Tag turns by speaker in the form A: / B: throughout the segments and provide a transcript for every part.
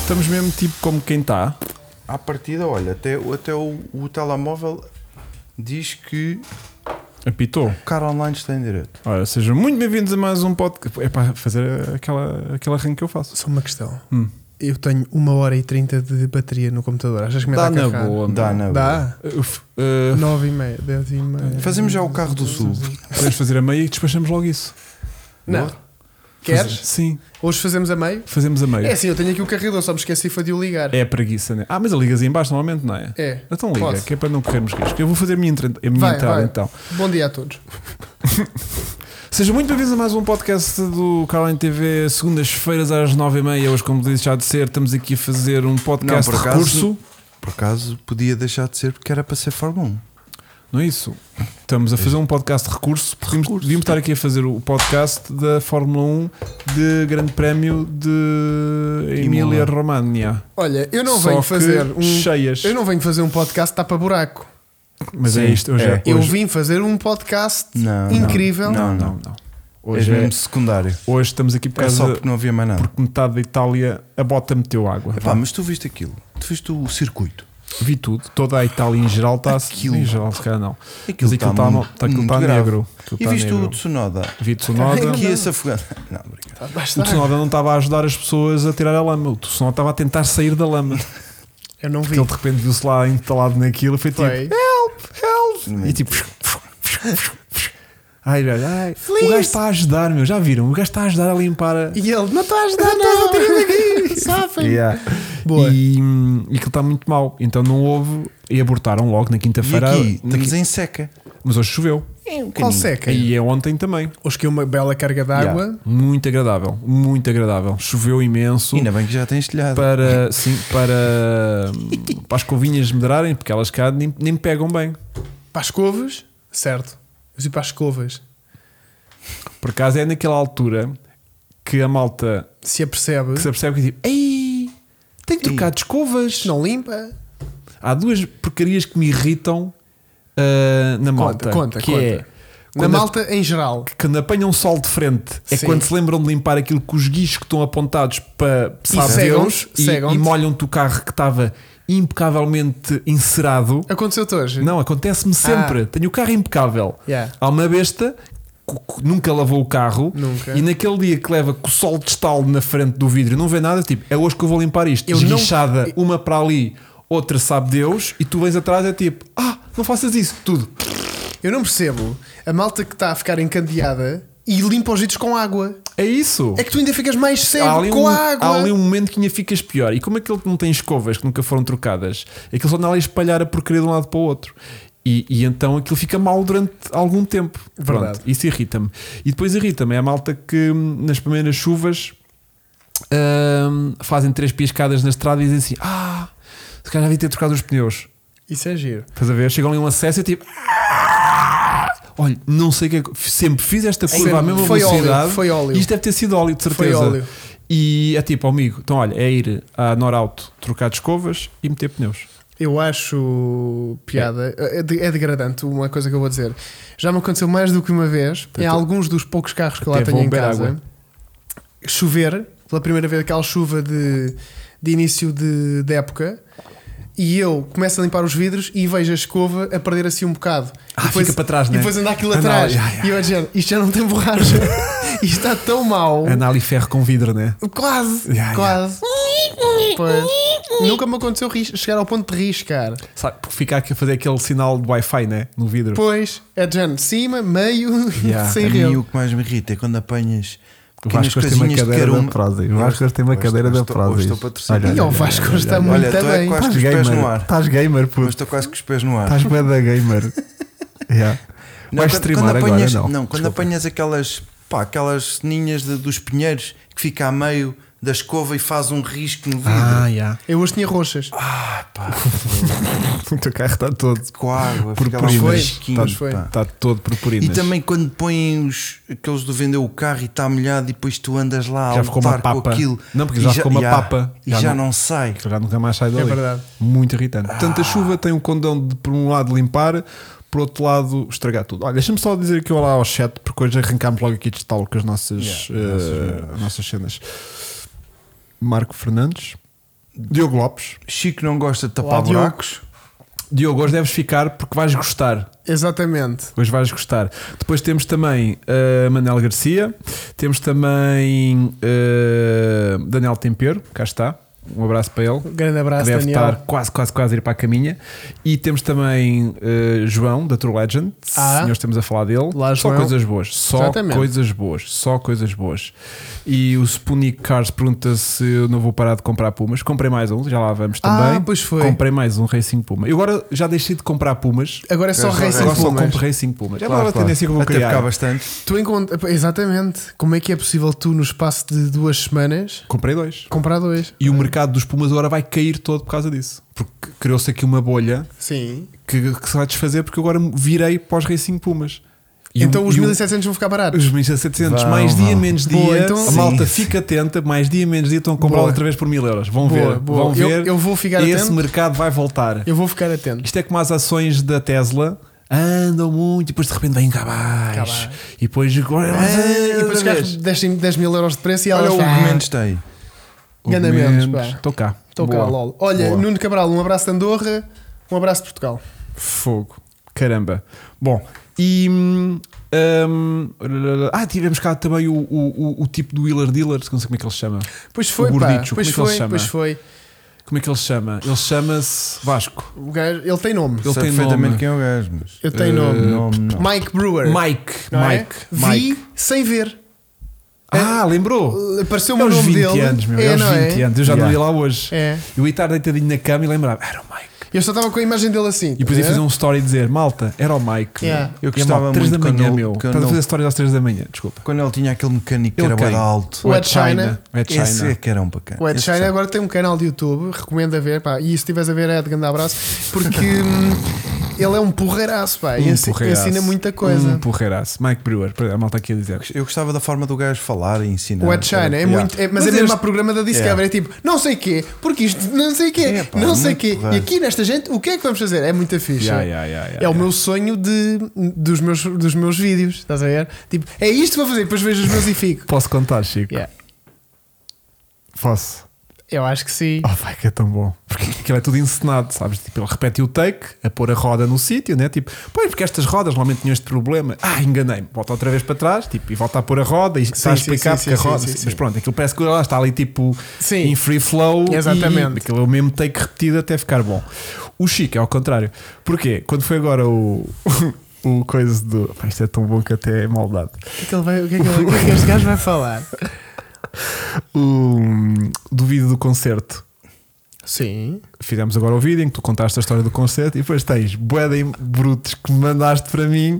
A: estamos mesmo tipo como quem está.
B: À partida, olha, até, até o, o telemóvel diz que
A: Apitou.
B: cara online está em direto.
A: Ora, sejam muito bem-vindos a mais um podcast. É para fazer aquela, aquele arranque que eu faço.
C: Só uma questão.
A: Hum.
C: Eu tenho uma hora e trinta de bateria no computador. Achas que me
A: Dá
C: dá
A: na
C: carregar?
A: boa, mano.
B: Dá, não é?
C: Dá?
A: Uf, uh,
C: Nove e meia, dez e meia.
B: Fazemos já o carro do sul.
A: podemos fazer a meia e despachamos logo isso.
C: Não. Queres?
A: Sim,
C: Hoje fazemos a meio?
A: fazemos a meia.
C: É sim, eu tenho aqui o carregador, só me esqueci foi de o ligar.
A: É a preguiça, né? Ah, mas a ligas aí embaixo normalmente, não é?
C: É.
A: Então liga,
C: Posso?
A: que é para não corrermos risco. Eu vou fazer a minha, entra- a minha
C: Vai,
A: entrada
C: vai.
A: então.
C: Bom dia a todos.
A: Sejam muito bem-vindos a mais um podcast do Caroline TV, segundas-feiras às 9h30. Hoje, como disse, já de ser, estamos aqui a fazer um podcast
B: Não, por
A: de
B: acaso-
A: recurso.
B: Por acaso podia deixar de ser porque era para ser Fórmula 1.
A: Não é isso? Estamos a fazer um podcast de recurso. Podíamos, devíamos estar aqui a fazer o podcast da Fórmula 1 de Grande Prémio de Emília Romagna.
C: Olha, eu não
A: Só
C: venho
A: que
C: fazer um.
A: cheias.
C: Eu não venho fazer um podcast tapa buraco.
A: Mas é
B: Sim,
A: isto, hoje é.
B: é.
A: hoje-
C: Eu vim fazer um podcast
B: Não, não,
C: incrível.
A: Não, não, não.
B: Hoje
A: Hoje,
B: é
A: é-
B: mesmo secundário.
A: hoje estamos aqui por
B: É só
A: causa
B: porque não havia mais nada.
A: porque metade da Itália a bota meteu água.
B: Epá, mas tu viste aquilo. Tu viste o circuito.
A: Vi tudo, toda a Itália em geral está assim,
B: Aquilo-
A: em geral, se calhar não.
B: Aquilo
A: Mas
B: está
A: aquilo está
B: muito-
A: tá- aquilo
B: muito
A: tá
B: grave.
A: negro. Aquilo
B: E
A: tá
B: viste o
A: negro.
B: Tsunoda.
A: Vi Tsunoda.
B: Aqui
C: assim,
B: esse afogado. Não, obrigado.
A: O
C: Basta.
A: Tsunoda não estava a ajudar as pessoas a tirar a lama. O Tsunoda estava a tentar sair da lama.
C: Eu não
A: Porque
C: vi.
A: ele de repente viu-se lá entalado naquilo e foi tipo:
C: Foi.
A: Help, help! E tipo. Ai, ai, ai. O
C: Please.
A: gajo está a ajudar, meu. Já viram? O gajo está a ajudar a limpar a.
C: E ele, não estás a ajudar, não. daqui. Safem. Boa.
A: E, hum, e aquilo está muito mal. Então não houve. E abortaram logo na
B: E
A: quinta-feira.
B: aqui, estamos em seca.
A: Mas hoje choveu.
C: Qual seca?
A: E é ontem também.
C: Hoje que uma bela carga de água.
A: Muito agradável. Muito agradável. Choveu imenso.
B: Ainda bem que já tens telhado.
A: Para, sim, para, para as covinhas medrarem, porque elas cá nem, nem pegam bem.
C: Para as couves, certo. Mas e para as covas?
A: Por acaso é naquela altura que a malta
C: Se apercebe,
A: que se apercebe que é tipo, ei, tenho que trocar de escovas.
C: se não limpa,
A: Há duas porcarias que me irritam ah, na malta.
C: conta, conta,
A: que
C: conta.
A: é
C: Na
A: quando a-
C: malta em geral.
A: quando apanham sol de frente é
C: Sim.
A: quando se lembram de limpar aquilo com os guichos que estão apontados para sabe
C: cegam-te,
A: Deus e,
C: cegam-te.
A: e molham-te o carro que estava impecavelmente encerado.
C: Aconteceu-te hoje?
A: Não, acontece-me sempre. Tenho o carro impecável.
C: Ah. Yeah.
A: Há uma besta que que nunca lavou o carro
C: Nunca.
A: e naquele dia que leva com o sol de estalo na frente do vidro e não vê nada, tipo, é hoje que eu vou limpar isto.
C: Eu não-
A: Esguichada, uma para ali, outra sabe Deus, e tu vens atrás é tipo, ah, não faças isso, tudo.
C: Eu não percebo. A malta que está a ficar encandeada e limpa os dedos com água.
A: É isso.
C: É que tu ainda ficas mais
A: Há
C: cego
A: ali,
C: com
A: um,
C: a
A: há
C: água.
A: ali um momento que ainda ficas pior. E como aquele que não tem escovas que nunca foram trocadas, aquilo só anda ali a espalhar a porcaria de um lado para o outro. E, e então aquilo fica mal durante algum tempo.
C: Verdade.
A: Pronto, isso irrita-me. E depois irrita-me. É a malta que hum, nas primeiras chuvas hum, fazem três piscadas na estrada e dizem assim: Ah, se calhar devia ter trocado os pneus.
C: Isso é giro.
A: Estás a ver? Chegam ali a um acesso e eu tipo. "Ah!" Olha, não sei o que é que. Sempre fiz esta curva
C: Sempre.
A: à mesma
C: Foi óleo,
A: velocidade.
C: foi óleo.
A: Isto deve ter sido óleo, de
C: Foi
A: certeza.
C: óleo.
A: E é tipo, ó, amigo, então olha, é ir à Norauto trocar de escovas e meter pneus.
C: Eu acho piada. É, de- é degradante uma coisa que eu vou dizer. Já me aconteceu mais do que uma vez. em alguns dos poucos carros que eu lá
A: Até
C: tenho
A: vou
C: em
A: beber
C: casa.
A: água.
C: Chover. Pela primeira vez aquela chuva de, de início de, de época. E eu começo a limpar os vidros e vejo a escova a perder assim um bocado.
A: Ah,
C: E depois,
A: fica para trás,
C: E
A: né?
C: depois anda aquilo
A: Anda
C: atrás.
A: ali, ai, ai.
C: E eu a dizer, isto já não tem borracha. isto está tão mal.
A: Andar ali ferro com vidro, né?
C: Quase,
A: Ya,
C: quase. Pois. Nunca me aconteceu ris- chegar ao ponto de riscar.
A: Sabe, porque fica aqui a fazer aquele sinal de Wi-Fi, né? No vidro.
C: Pois, é de género, cima, meio,
A: Ya,
C: sem
B: a mim
C: rede.
B: o que mais me irrita é quando apanhas
D: O
B: pequenas
D: Vasco hoje tem uma
B: coisinhas de
D: cadeira
B: cada
D: da
B: uma.
D: prosa. O Vasco hoje tem uma
B: Hoje-
D: cadeira
B: hoje
D: da
B: estou- hoje
D: prosa.
B: estou patrocinado.
C: E o Vasco está
B: Olha,
C: muito
B: tu é
C: bem.
B: quase
D: Estás
B: com os pés no
D: gamer.
B: ar.
D: Estás gamer,
B: Mas
D: puto.
B: estou quase com os pés no ar.
D: Estás bué da gamer. yeah.
B: Não,
D: Vais
B: quando-
D: streamar
B: quando
D: agora,
B: apanhas,
D: não.
B: quando
D: Desculpa.
B: apanhas aquelas, pá, aquelas ninhas de- dos pinheiros que fica a meio da escova e faz um risco no vidro.
A: Ah, já.
C: Eu hoje tinha roxas.
B: Ah, pá,
D: O teu carro está todo.
B: com a água, fica lá
C: Pois
B: um
C: foi,
B: risquinho.
C: pois foi.
B: pá.
A: Está todo purpurinas.
B: E também quando põem os, aqueles do vender o carro e está molhado e depois tu andas lá a
A: Já ficou uma
B: lutar com
A: papa.
B: aquilo.
A: Não, porque
B: e
A: já ficou uma
B: e
A: papa.
B: E
A: Já
B: já,
A: não-
B: não, sai.
A: Que já nunca mais sai dali.
C: É verdade.
A: Muito irritante. Portanto, a chuva tem um condão de, por um lado, limpar, por outro lado, estragar tudo. Olha, deixa-me só dizer aqui olá ao chat, porque hoje arrancámos logo aqui de estalo com as nossas, eh, nossas cenas. Marco Fernandes, Diogo Lopes.
B: Chico não gosta de tapar
C: Olá, Diogo.
B: buracos.
A: Diogo, hoje deves ficar porque vais gostar.
C: Exatamente.
A: Hoje vais gostar. Depois temos também uh, Manel Garcia, temos também uh, Daniel Tempero, cá está. Um abraço para ele.
C: Um grande abraço,
A: deve
C: Daniel.
A: estar quase, quase, quase a ir para a caminha. E temos também uh, João, da True Legend.
C: Ah.
A: Senhores, estamos a falar dele.
C: Lá,
A: só
C: João.
A: coisas boas. Só
C: Exatamente.
A: coisas boas. Só coisas boas. E o Spoonie Cars pergunta se eu não vou parar de comprar Pumas. Comprei mais um, já lá vamos também.
C: Ah, pois foi.
A: Comprei mais um Racing Puma. Eu agora já deixei de comprar Pumas.
C: Agora é só
B: Agora
C: Racing
A: Agora só
C: Pumas.
A: compro Racing Pumas. É uma
B: Claro,
A: nova
B: claro.
A: tendência que é. eu vou
B: Até
A: criar.
B: porque há bastante.
C: Tu encontras. Exatamente. Como é que é possível tu, no espaço de duas semanas,
A: Comprei dois.
C: comprar dois?
A: E o mercado dos Pumas agora vai cair todo por causa disso. Porque criou-se aqui uma bolha
C: Sim.
A: que, que se vai desfazer porque eu agora virei pós-Racing Pumas. E
C: então
A: o-
C: os
A: e o-
C: 1700 vão ficar baratos.
A: Os 1700,
B: Vão,
A: mais dia,
B: vão.
A: menos dia.
C: Boa, então-
A: a malta
B: Sim.
A: fica atenta, mais dia, menos dia, estão a comprar
C: Boa.
A: outra vez por mil euros. Vão
C: Boa,
A: ver,
C: boa.
A: vão
C: Eu-
A: ver.
C: eu vou ficar
A: Esse
C: atento.
A: mercado vai voltar.
C: Eu vou ficar atento.
A: Isto é como as ações da Tesla andam muito e depois de repente vêm cá abaixo.
C: Cá
A: E depois agora.
C: e depois os carros descem 10 mil euros de preço e "Ah,
B: Olha,
A: é
C: elas
A: um
B: o argumento está aí.
C: Ganda menos, pá.
A: Estou cá.
C: Estou cá,
A: Boa.
C: lol. Olha,
A: Boa.
C: Nuno Cabral, um abraço de Andorra, um abraço de Portugal.
A: Fogo. Caramba. Bom, e. hum, hum, ah, tivemos cá também o, o, o- o tipo do Wheeler Dealer, não sei como é que ele se chama.
C: Pois foi,
A: O
C: pá.
A: gordicho, como
C: Pois
A: é que ele se
C: foi,
A: chama?
C: pois foi.
A: Como é que ele se chama? Ele chama-se Vasco.
C: O gajo, ele tem nome.
A: Ele
B: Sei
A: tem
B: perfeitamente
A: nome.
B: quem é o gajo, mas.
C: Ele tem
A: Eh,
C: nome.
B: Nome, não.
C: Mike Brewer.
A: Mike.
C: não é?
A: Mike. Mike.
C: Vi sem ver.
A: Ah, lembrou?
C: Apareceu-me
A: É
C: o
A: aos
C: nome
A: 20
C: dele.
A: anos, meu.
C: É,
A: É, aos
C: não
A: 20
C: é?
A: anos. Eu já não
B: Yeah.
A: ia lá hoje.
C: É.
A: Eu ia estar deitadinho na cama e lembrava, era o Mike.
C: Eu só estava com a imagem dele assim.
A: E depois ia
C: tá
A: fazer
C: a
A: um story e dizer, malta, era o Mike.
C: Yeah.
A: Eu gostava
B: Eu gostava
A: às 3 da
B: muito
A: manhã,
B: quando-
A: meu.
B: quando
A: Estás a fazer stories às 3 da manhã, desculpa.
B: Quando ele tinha aquele mecânico que
A: Ele
B: era
A: quem?
B: bué de alto.
C: O
A: Ed
C: Ed é China.
A: Ed É China.
B: Esse é que era um bacana.
C: ver. O Ed
B: Esse
C: Shine
B: já.
C: agora tem um canal de YouTube, recomendo a ver, pá. E se estiveres a ver, Ed, grande abraço, porque hum, ele é um porreiraço, pá. e ensi-
A: Um porreiraço.
C: ensina muita coisa.
A: Um porreiraço. Mike Brewer, Pera, a malta aqui a dizer.
B: Eu gostava da forma do gajo falar e ensinar.
C: O Ed China é
B: Yeah.
C: muito. é- mas,
A: Mas
C: é mesmo
A: este-
C: a programa da Discovery. É tipo, não sei quê, porque isto, não sei quê,
B: É, pá,
C: não sei
B: muito
C: quê.
B: porreiro.
C: E aqui nesta gente, o que é que vamos fazer? É muita ficha.
A: Yeah, yeah, yeah, yeah,
C: é o
A: yeah.
C: meu sonho de, dos, meus, dos meus vídeos, estás a ver? Tipo, é isto que vou fazer, depois vejo os meus e fico.
A: Posso contar, Chico?
C: Yeah.
A: Posso.
C: Eu acho que sim.
A: Oh, vai que é tão bom. Porque aquilo é tudo encenado, sabes? Tipo, ele repete o take, a pôr a roda no sítio, né? Tipo, pois, porque estas rodas normalmente tinham este problema. Ah, enganei-me. Volta outra vez para trás, tipo, e volta a pôr a roda e está a
C: sim,
A: explicar
C: sim,
A: porque
C: sim,
A: a roda.
C: sim, sim,
A: mas
C: sim.
A: pronto, aquilo parece que lá está ali, tipo,
C: Sim.
A: em free flow. e-
C: Exatamente.
A: E, aquilo é o mesmo take repetido até ficar bom. O Chico é ao contrário. Porquê? Quando foi agora o. O coisa do. Pá, isto é tão bom que até é maldade.
C: O que é que, ele vai, o que, é que, ele- o que é que este gajo vai falar?
A: O. hum, Do vídeo do concerto.
C: Sim.
A: fizemos agora o vídeo em que tu contaste a história do concerto e depois tens bué de brutos que mandaste para mim,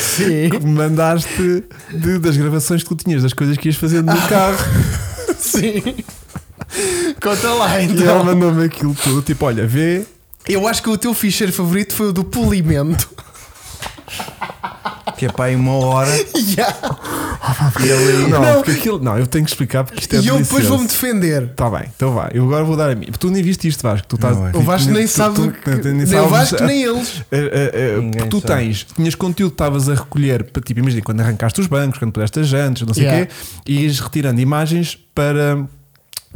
C: Sim.
A: que mandaste de- das gravações que tu tinhas, das coisas que ias fazendo
C: Ah,
A: no carro. assim?
C: Sim. Conta lá
A: E ele
C: então.
A: mandou-me aquilo tudo, tipo, olha, vê.
C: Eu acho que o teu ficheiro favorito foi o do polimento.
B: Que é para aí uma hora.
C: Yeah.
A: não,
C: Não.
A: porque aquilo- não, eu tenho que explicar porque isto é
C: E eu depois
A: delicioso.
C: vou-me defender.
A: Tá bem, então vá. Eu agora vou dar a mim. Tu nem viste isto, Vasco. Tu estás,
B: Não é.
A: tu-
C: O Vasco
A: tu-
C: nem
A: tu-
C: sabe.
A: tu-
C: do
A: tu-
C: que- é.
A: nem
C: Nem o
A: sabes-
C: Vasco, nem eles.
A: Uh, uh, uh,
B: Ninguém
A: porque tu
B: sabe.
A: tens, tinhas conteúdo que estavas a recolher para tipo, imagina quando arrancaste os bancos, quando puseste as jantes, não sei o
C: Yeah.
A: quê, e ias retirando imagens para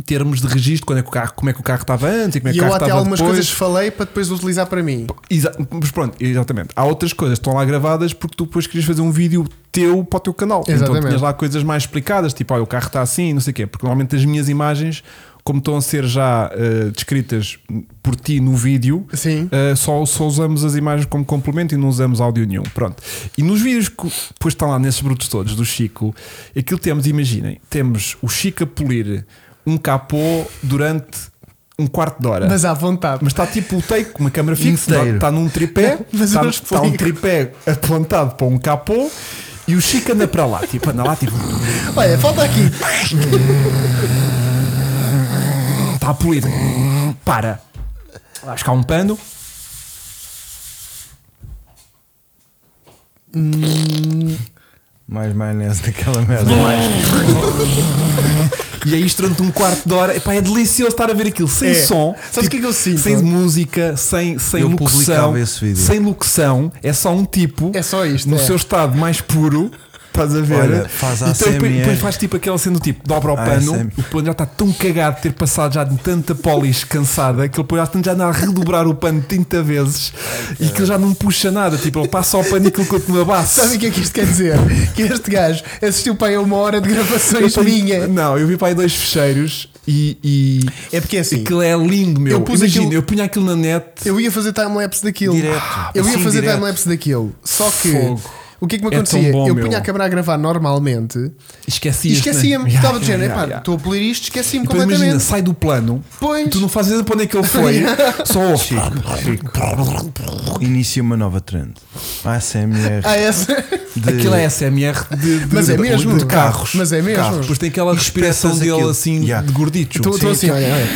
A: termos de registro quando é que o carro, como é que o carro estava antes e como é
C: E
A: que o
C: eu
A: carro
C: até
A: estava
C: algumas
A: depois.
C: coisas falei para depois utilizar para mim.
A: Exa- mas pronto, exatamente. Há outras coisas que estão lá gravadas porque tu depois querias fazer um vídeo teu para o teu canal.
C: Exatamente.
A: Então tinhas lá coisas mais explicadas, tipo, olha, o carro está assim, não sei o quê. Porque normalmente as minhas imagens, como estão a ser já eh, descritas por ti no vídeo,
C: Sim.
A: eh, só, só usamos as imagens como complemento e não usamos áudio nenhum. Pronto. E nos vídeos que depois estão lá nesses brutos todos do Chico, aquilo temos, imaginem, temos o Chico a polir um capô durante um quarto de hora.
C: Mas à vontade.
A: Mas está tipo o take, uma câmera fixa, está,
B: Inteiro.
A: está num tripé,
C: Mas
A: está,
C: eu
A: está um
C: explico.
A: tripé apontado para um capô e o Chico anda para lá, tipo, anda lá, tipo,
C: Olha, falta aqui.
A: está a polir, para, vais cá um pano,
B: Mais maionese daquela merda.
A: e é isto durante um quarto de hora, Epá, é delicioso estar a ver aquilo sem
C: É.
A: som, tipo,
C: Sabes o que é que eu sinto?
A: sem música, sem, sem
B: Eu
A: locução,
B: publicava esse vídeo.
A: sem locução, é só um tipo
C: É só isto,
A: no
C: é.
A: seu estado mais puro
D: Estás a ver?
B: Olha, faz a
A: E depois, depois- depois
B: ASMR.
A: faz tipo aquela cena do tipo, dobra o
B: Ah,
A: pano,
B: ASMR.
A: o pano já está tão cagado de ter passado já de tanta polis cansada que ele depois já tem- já anda a redobrar o pano 30 vezes e que ele já não puxa nada, tipo, ele passa o pano e aquilo continua baço.
C: Sabe o que é que isto quer dizer? Que este gajo assistiu para aí a uma hora de gravações
A: Eu tenho-
C: minha.
A: Não, eu vi para aí dois fecheiros e, e
C: É porque é assim.
A: aquilo é lindo, meu.
C: eu pus
A: Imagina,
C: aquilo-
A: eu punha aquilo na net.
C: Eu ia fazer timelapse daquilo.
B: Direto.
C: Eu ia
B: Assim,
C: fazer
B: direto.
C: timelapse daquilo. Só que
A: Fogo.
C: o que é que me
A: É tão
C: acontecia?
A: bom, meu.
C: eu
A: né?
C: punha a câmera a gravar normalmente e
A: Esquecia-me.
C: esquecia-me. Estava de género, "Epá, estou a polir isto, esqueci-me
A: Depois
C: completamente.
A: imagina, sai do plano,
C: Pois.
A: Então tu não fazes ideia para onde é que ele foi, só ouve.
B: Inicia uma nova trend. ASMR.
C: Ah, essa.
B: de-
A: Aquilo é SMR de, de-
C: Mas é
A: de-
C: mesmo.
A: de carros. Ah,
C: Mas é mesmo.
B: Carros.
A: Depois tem aquela
B: E
A: respiração
B: espetas
A: dele
B: aquilo.
A: assim
B: Yeah.
A: de gordito.
C: Estou estou assim, olha, olha.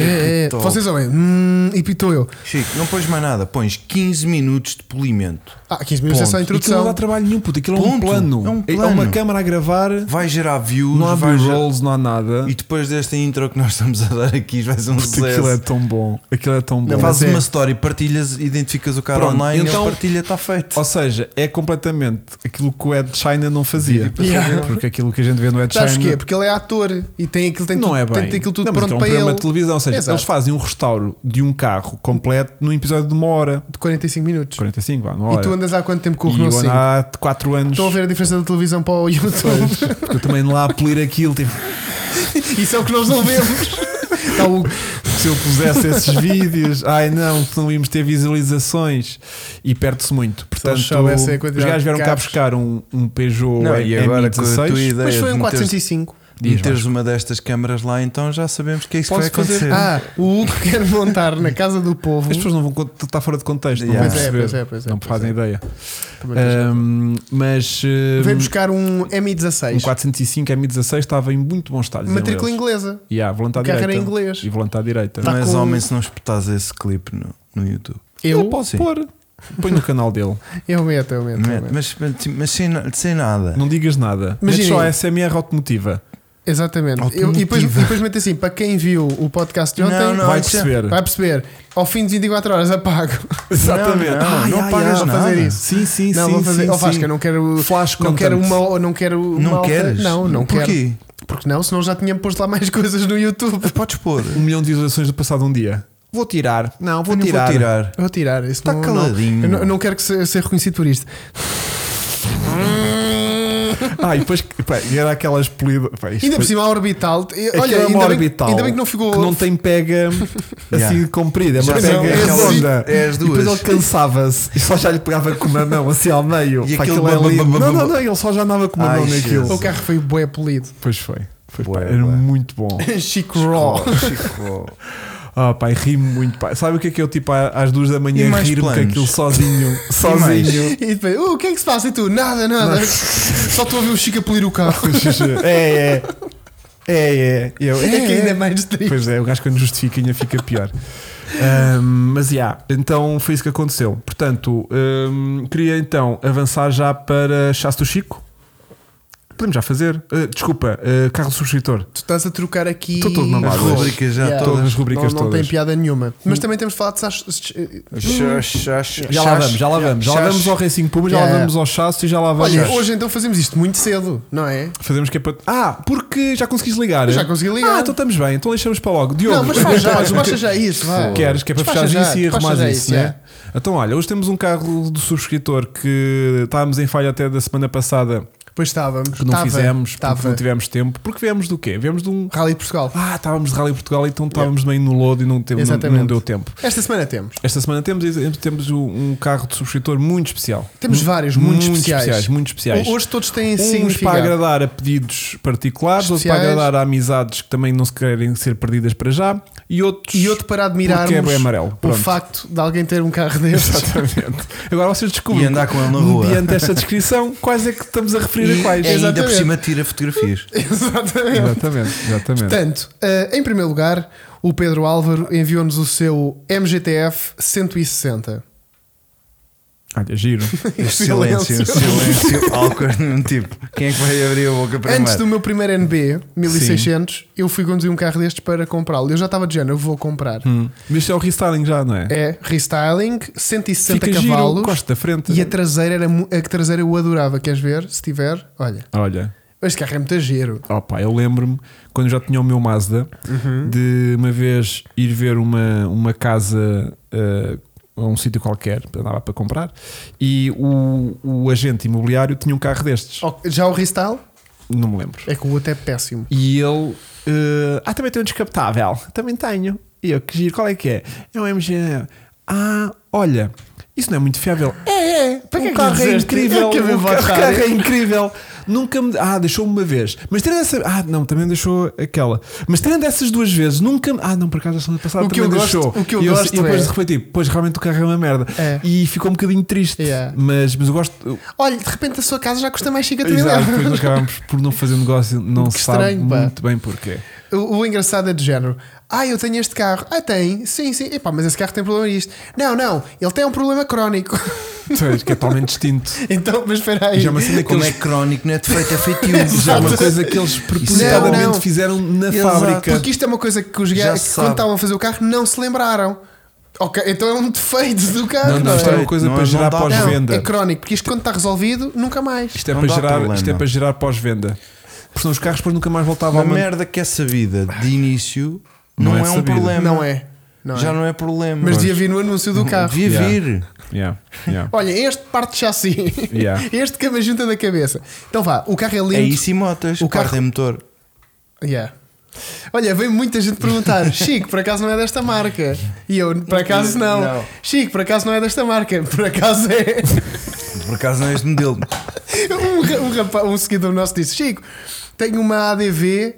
C: É, é,
B: top.
C: vocês ouvem? Hum, e pitou eu.
B: Chico, não pões mais nada. Pões 15 minutos de polimento.
C: Ah, 15 minutos é só
A: Aquilo não
B: Ponto.
C: a
A: dá
C: introdução.
A: trabalho nenhum, puto. Aquilo é um
B: Ponto.
A: plano.
B: É um
A: É uma
B: plano.
A: câmara a gravar,
B: Vai gerar views.
A: não há
B: vai gerar-
A: b-rolls, não há nada.
B: E depois desta intro que nós estamos a dar aqui, vai ser um
A: Puto, aquilo é
B: sucesso.
A: tão bom. Aquilo é tão bom.
C: Não,
B: Fazes
C: Mas é.
B: uma story, partilhas, identificas o cara
A: Pronto,
B: online,
A: então-
B: ele partilha, está feito.
A: Ou seja, é completamente aquilo que o Ed China não fazia.
C: Yeah.
A: Porque aquilo que a gente vê no Ed
C: Sabes
A: China
C: porquê? Porque ele é ator e tem aquilo, tem
A: não
C: tudo,
A: é bem.
C: tem aquilo tudo
A: Não, mas aquilo é
C: pronto
A: um
C: para
A: programa
C: ele.
A: de televisão. Ou seja,
C: Exato.
A: eles fazem um restauro de um carro completo num episódio de uma hora.
C: De 45 minutos.
A: 45, vá, uma hora.
C: E tu andas há quanto tempo com o
A: E eu
C: Renault 5?
A: há 4 anos.
C: Estão a ver a diferença da televisão para o YouTube?
A: Porque eu também lá a polir aquilo. Tipo,
C: Isso é o que nós não vemos. Está o-
A: se eu pusesse esses vídeos, ai não, que não íamos ter visualizações e perde-se muito. Portanto,
C: eles soubessem a
A: os
C: quantidade
A: gajos vieram
C: de
A: cá
C: carros.
A: buscar um, um Peugeot
B: Não, e agora com a tua
A: M16.
B: ideia
C: é Mas foi
B: de
C: um
B: meteres-
C: 405.
B: de
A: Diz,
B: meteres uma destas câmaras lá, então já sabemos que é isso que vai
A: Posso fazer-
B: acontecer.
C: Ah, o Hugo quer montar na casa do povo.
A: As pessoas não vão con- está fora de contexto, não
B: Yeah.
A: vão
B: Pois
C: é,
A: perceber,
C: Hum? pois é, pois é,
A: não
C: pois
A: fazem
C: é.
A: ideia.
C: Também tens razão.
A: Ahm, mas ahm,
C: Veio buscar um
A: um
C: M16.
A: 405 M16 estava em muito bom estado. diziam
C: matrícula
A: eles.
C: inglesa.
A: Yeah, volante à
C: O carro era
A: direita.
C: inglês.
A: E volante à direita.
C: Tá
B: Não és
C: com-
B: homem se não espetares esse clipe no, no YouTube.
A: Eu,
C: Eu?
A: posso
B: Sim.
A: pôr. Põe no canal dele.
C: Eu meto, eu meto. Eu
B: Mas,
C: meto.
B: é? mas, tipo, mas sem, na- sem nada.
A: Não digas nada. Mas
C: Imaginem.
A: só a SMR automotiva.
C: Exatamente. Eu,
B: Automotiva.
C: e depois, e depois meto assim: para quem viu o podcast de ontem,
B: Não, não,
A: Vai
B: isso é-
A: perceber.
C: vai perceber. Ao fim de 24 horas apago.
A: Exatamente.
B: Não, não,
A: Ai,
B: não
A: ai,
B: pagas
A: ai.
C: nada. fazer isso.
A: Sim, sim,
C: não,
A: sim.
C: vou fazer.
A: sim,
C: Ó Vasco,
A: sim.
C: eu não quero.
A: Flash
C: não
A: content.
C: quero uma. ou Não quero.
B: Não
C: uma alta-
B: queres?
C: Não, não quero.
B: Porquê?
C: Porque não, senão já tinha posto lá mais coisas no YouTube.
B: Podes pôr.
A: Um milhão de visualizações do passado um dia. Vou tirar. Não, vou
B: Eu não
A: tirar.
B: Vou tirar.
C: Vou tirar. Isso
A: Tá
B: Está
C: não-
B: caladinho.
C: Não, eu não- eu não quero que se, ser reconhecido por isto.
A: Ah, e depois pá, e era aquelas polidas. pá, isto
C: Ainda por
A: foi-
C: cima, a orbital. e-
A: Aquilo
C: Olha,
A: é uma
C: ainda,
A: orbital
C: Bem, ainda bem que não ficou.
A: que não tem pega assim
B: Yeah.
A: comprida, é uma
B: Já
A: pega
C: não, é
A: redonda.
B: assim, é as
A: E depois
B: duas.
A: ele cansava-se e só já lhe pegava com uma mão assim ao meio.
B: E
A: Pá,
B: aquele
A: aquilo é
B: bam,
A: lindo.
B: bam, bam,
A: Não,
B: bam,
A: não,
B: bam.
A: não, ele só já andava com uma
B: Ai,
A: mão naquilo.
B: Jesus.
C: O carro foi bué polido.
A: Pois foi. Pois
B: Bué,
A: pá, era
B: bué.
A: muito bom.
C: Chico Raw.
B: Chico.
A: Ah, pá, rimo muito. Pá. Sabe o que é que eu, tipo, à- às duas da
B: E
A: manhã,
B: mais
A: rir-me com
B: planos?
A: aquilo sozinho? sozinho.
C: E depois, "Uh, o que é que se passa? E tu? Nada, nada. Só estou a ver o Chico a polir o carro.
A: é, é. É, é. Eu,
C: É, que ainda é
A: é.
C: mais triste.
A: Pois é, o gajo quando justifica ainda fica pior. Ahm, mas já, então foi isso que aconteceu. Portanto, ahm, queria então avançar já para Chasse do Chico. Podemos já fazer. Ah, desculpa, ah, carro do subscritor.
C: Tu estás a trocar aqui.
A: Estou todo
B: As
A: mamado.
C: Arroz.
B: rubricas já
C: Yeah.
A: Todas
B: todas.
A: as rubricas
C: É. não, não
A: todas. Hum.
C: tem piada nenhuma. Mas também temos falado de eh, sachos-
B: Xa, xa, xa.
A: já lá vamos, já lá vamos. Já lá
B: Chás.
A: vamos ao Racing Puma, já
C: Yeah,
A: lá
C: yeah.
A: vamos ao Chasse e já lá vamos.
C: É. Olha, hoje então fazemos isto muito cedo, não é?
A: Fazemos que é para. Ah, porque já conseguiste ligar.
C: Eu já
A: é?
C: consegui ligar.
A: Ah, então estamos bem, então deixamos para logo. Diogo,
C: não, mas faz já,
A: mais um bocadinho.
C: despacha já isso, vá.
A: Queres, que é para
C: Despacha
A: fechar
C: já,
A: isso e
C: despacha
A: arrumar
C: já
A: isso, né?
C: é.
A: Então, olha, hoje temos um carro do subscritor que estávamos em falha até da semana passada
C: Pois estávamos.
A: que não
C: Tava,
A: fizemos porque
C: tava.
A: não tivemos tempo. Porque viemos do quê? Viemos de um.
C: Rally de Portugal.
A: Ah, estávamos de Rally Portugal, então estávamos meio no lodo e não, teve, não,
C: Exatamente.
A: não deu tempo.
C: Esta semana temos.
A: Esta semana temos, temos um um carro de subscritor muito especial.
C: Temos
A: Mu-
C: vários, muito especiais.
A: Hum? muito especiais. Um
C: Hoje todos têm
A: Uns
C: significado.
A: para agradar a pedidos particulares, outros para
C: Especiais.
A: agradar a amizades que também não se querem ser perdidas para já, e outros.
C: E outro para admirarmos
A: Porque é bem amarelo.
C: o
A: Pronto.
C: facto de alguém ter um carro destes.
A: Exatamente. Agora vocês descobrem.
B: E andar com ele na rua.
A: Mediante esta descrição, quais é que estamos a referir a quais?
B: E é ainda por
C: Exatamente.
B: cima tira fotografias.
C: Exatamente.
A: Exatamente, exatamente.
C: Portanto, eh, em primeiro lugar, o Pedro Álvaro enviou-nos o seu MGTF 160.
A: Olha, giro.
B: Este
C: Silêncio.
B: silêncio, silêncio, awkward, mesmo tipo. Quem é que vai abrir a boca primeiro?
C: Antes do meu primeiro NB, 1600, eu fui conduzir um carro destes para comprá-lo. Eu já estava de género, eu vou comprar.
A: Hum. Mas isto é o restyling já, não é?
C: É restyling, 160
A: Fica giro,
C: cavalos
A: costa da frente.
C: e a traseira era mu- a traseira eu adorava. Queres ver? Se tiver, olha.
A: Olha,
C: Este carro é muito giro.
A: opa, eu lembro-me quando já tinha o meu Mazda
B: Uhum.
A: de uma vez ir ver uma, uma casa eh, a um sítio qualquer, andava para comprar, e o, o agente imobiliário tinha um carro destes.
C: Oh, Já o restyle
A: Não me lembro.
C: é que o outro é péssimo.
A: E ele. eh, ah, também tem um descapotável. Também tenho. E eu, que giro, qual é que é? É um MG. Ah, olha, isso não é muito fiável. É, é.
C: Para que é Um
A: o
C: que
A: carro é
C: dizeste?
A: incrível.
C: Eu que
A: o
C: vou
A: carro,
C: votar.
A: carro é incrível. Nunca me. Ah, deixou-me uma vez. Mas tendo essa. Ah, não, também deixou aquela. Mas tendo essas duas vezes, nunca. me- Ah, não, por acaso a semana passada
C: O que
A: também
C: eu gosto-
A: deixou.
C: o que eu
A: e
C: gosto
A: e depois
C: é-
A: de repente, tipo, pois realmente o carro é uma merda.
C: É.
A: E ficou um bocadinho triste.
C: Yeah.
A: Mas, mas eu gosto.
C: Olha, de repente a sua casa já custa mais 50 mil
A: Exato, é.
C: euros.
A: depois acabámos por não fazer negócio, não
C: Que
A: se sabe
C: estranho, pá.
A: muito bem porquê.
C: O, o engraçado é de género. Ah, eu tenho este carro. Ah, tem. Sim, sim. Epá, mas esse carro tem problema nisto. Não, não. Ele tem um problema crónico.
A: Pois, que é totalmente distinto.
C: então, mas espera aí.
A: Já é uma cena que
B: Como
A: eles,
B: é crónico, não é defeito, é feitiço.
A: já é uma coisa que eles propositadamente
C: Não, não.
A: fizeram na
B: Exato.
A: fábrica.
C: Porque isto é uma coisa que os
B: Já
C: gajos,
B: se
C: que
B: sabe.
C: quando estavam a fazer o carro, não se lembraram. Ok, então é um defeito do carro.
A: Não, não, isto é uma
B: Não,
A: coisa
B: não
A: para
B: dá
A: gerar
B: para-
C: Não,
A: pós-venda.
C: é crónico, porque isto quando está resolvido, nunca mais.
A: Isto é
B: Não
A: para
B: dá
A: gerar,
B: problema.
A: isto é para gerar pós-venda. Porque senão os carros depois nunca mais voltavam
B: Uma
A: a man-
B: merda que é sabida de início não,
A: Não é
B: é, um
A: sabida.
B: problema.
C: Não é. Não
B: Já
C: é.
B: não é problema.
C: Mas devia vir no anúncio do carro.
B: Devia
A: Yeah.
B: vir.
A: Yeah, yeah.
C: Olha, este parte de chassi.
A: Yeah.
C: Este cama junta da cabeça. Então vá, o carro é lindo.
B: É isso e motas.
C: O
B: O
C: carro-
B: carro tem motor.
C: Yeah. Olha, veio muita gente perguntar: Chico, por acaso não é desta marca? E eu, por acaso não.
B: Não.
C: Chico, por acaso não é desta marca? Por acaso é.
B: Por acaso não é este modelo.
C: Um, ra- um, rapaz, um seguidor nosso disse: Chico, tenho uma ADV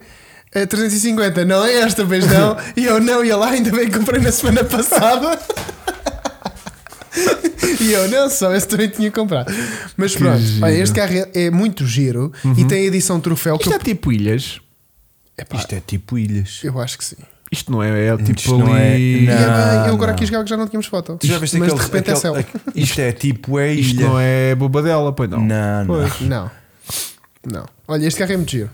C: eh, 350, não é esta vez não? E eu, não, e lá ainda bem que comprei na semana passada. e eu, não, só esse também tinha comprado. Mas pronto,
A: giro. Uhum.
C: olha, este carro é, é muito giro e tem a edição troféu que
A: Isto
C: eu,
A: é tipo ilhas.
C: Epá,
B: Isto é tipo ilhas.
C: eu acho que sim.
A: Isto não é, é tipo
B: Isto não é-
A: ali.
C: E
B: Não,
C: agora- eu agora
B: não.
C: quis jogar que já não tínhamos foto.
B: Tu já viste
C: mas
B: aquele-
C: de repente
B: aquele-
C: é céu.
B: a- Isto é tipo é ilha.
A: Isto não é bobadela, pois não.
B: Não, não.
A: Pois.
C: Não. Não. Olha, este carro é muito giro.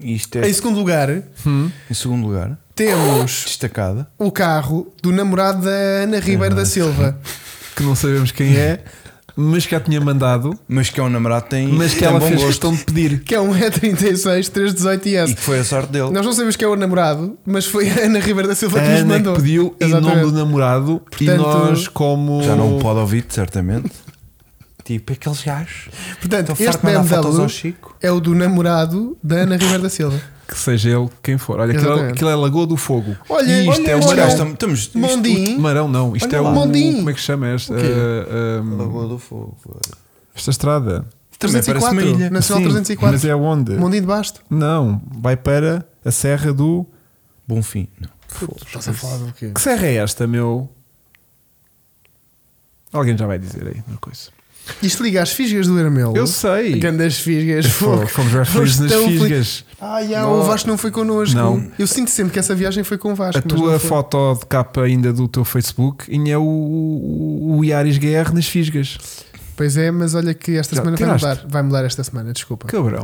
B: Isto é
C: Em segundo lugar,
B: em segundo lugar.
C: temos
B: Destacada.
C: o carro do namorado da Ana Ribeiro
A: Uhum.
C: da Silva.
A: Que não sabemos quem é, mas que já tinha mandado,
B: Mas que é um namorado tem,
A: mas que
B: tem
A: ela
B: bom
A: fez
B: gosto.
A: questão de pedir.
C: Que é um E36
B: E
C: 318S.
B: que foi a sorte dele.
C: Nós não sabemos que é o namorado, mas foi a Ana Ribeiro da
A: A
C: Silva que nos
A: Ana
C: mandou.
A: que pediu em
C: Exatamente.
A: nome do namorado e
C: Portanto,
A: nós, como.
B: Já não pode ouvir, certamente. tipo, aqueles gajos.
C: Portanto,
B: Estou farto
C: este
B: de mandar Então fotos ao
C: BMW
B: Chico.
C: é o do namorado da Ana Ribeiro da Silva.
A: Que seja ele quem for. Olha, aquilo, é-
C: Exatamente.
A: aquilo é Lagoa do Fogo.
C: Olha,
A: e isto
C: olha,
A: é o
C: olha,
B: Estes
A: Marão.
B: gajos estão- estamos. isto-
C: Mondim.
A: Marão, não. Isto
B: Olha
A: é
B: lá.
A: o.
C: Mondim.
A: Como é que se chama esta?
C: O quê?
A: Ah, ah,
B: Lagoa do Fogo.
A: esta estrada.
B: Também parece uma
C: 304,
B: ilha.
C: Nacional
A: Sim,
C: 304.
A: Mas é onde?
C: Mondinho de Basto.
A: Não, vai para a Serra do.
B: Bom fim. Não.
C: Estás a falar do quê?
A: Que serra é esta, meu? Alguém já vai dizer aí uma coisa.
C: Isto liga às fisgas do Hermelo.
A: Eu sei.
C: Grandes fisgas.
A: Fomos
C: fogo.
A: referentes nas
C: Estão fli-
A: fisgas.
C: Ah, já, o Vasco não foi connosco.
A: Não.
C: Eu sinto sempre que essa viagem foi com o Vasco.
A: A
C: mas não
A: tua
C: foi.
A: foto de capa ainda do teu Facebook e é o, o, o Iaris GR nas fisgas.
C: Pois é, mas olha que esta
A: Já
C: semana
A: tiraste?
C: vai mudar. Vai mudar esta semana, desculpa.
A: Cabrão.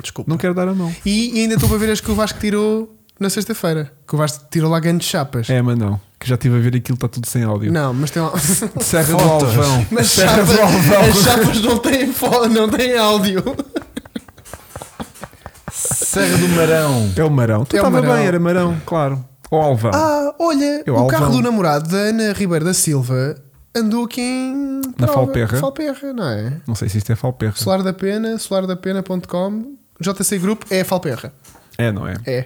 C: Desculpa.
A: Não quero dar a mão.
C: E, e ainda estou para ver as que o Vasco tirou na sexta-feira. Que o Vasco tirou lá grandes chapas.
A: É, mas não. Que já estive a ver aquilo, está tudo sem áudio.
C: Não, mas tem lá.
A: Serra do
B: Fotos.
A: Alvão.
C: Mas
A: Serra
C: chapas,
A: do Alvão.
C: as chapas não têm, fo- não têm áudio.
B: Serra do Marão.
A: É o Marão. Tu
C: É o
A: estava
C: Marão.
A: bem, era Marão, claro. Ou Alvão.
C: Ah, olha,
A: Eu,
C: o
A: Alvão.
C: carro do namorado da Ana Ribeiro da Silva andou aqui em. Prova.
A: Falperra.
C: Falperra, não é?
A: Não sei se isto é falperra.
C: Solar da Pena, solardapena.com, JC Group é Falperra.
A: É, não é?
C: É.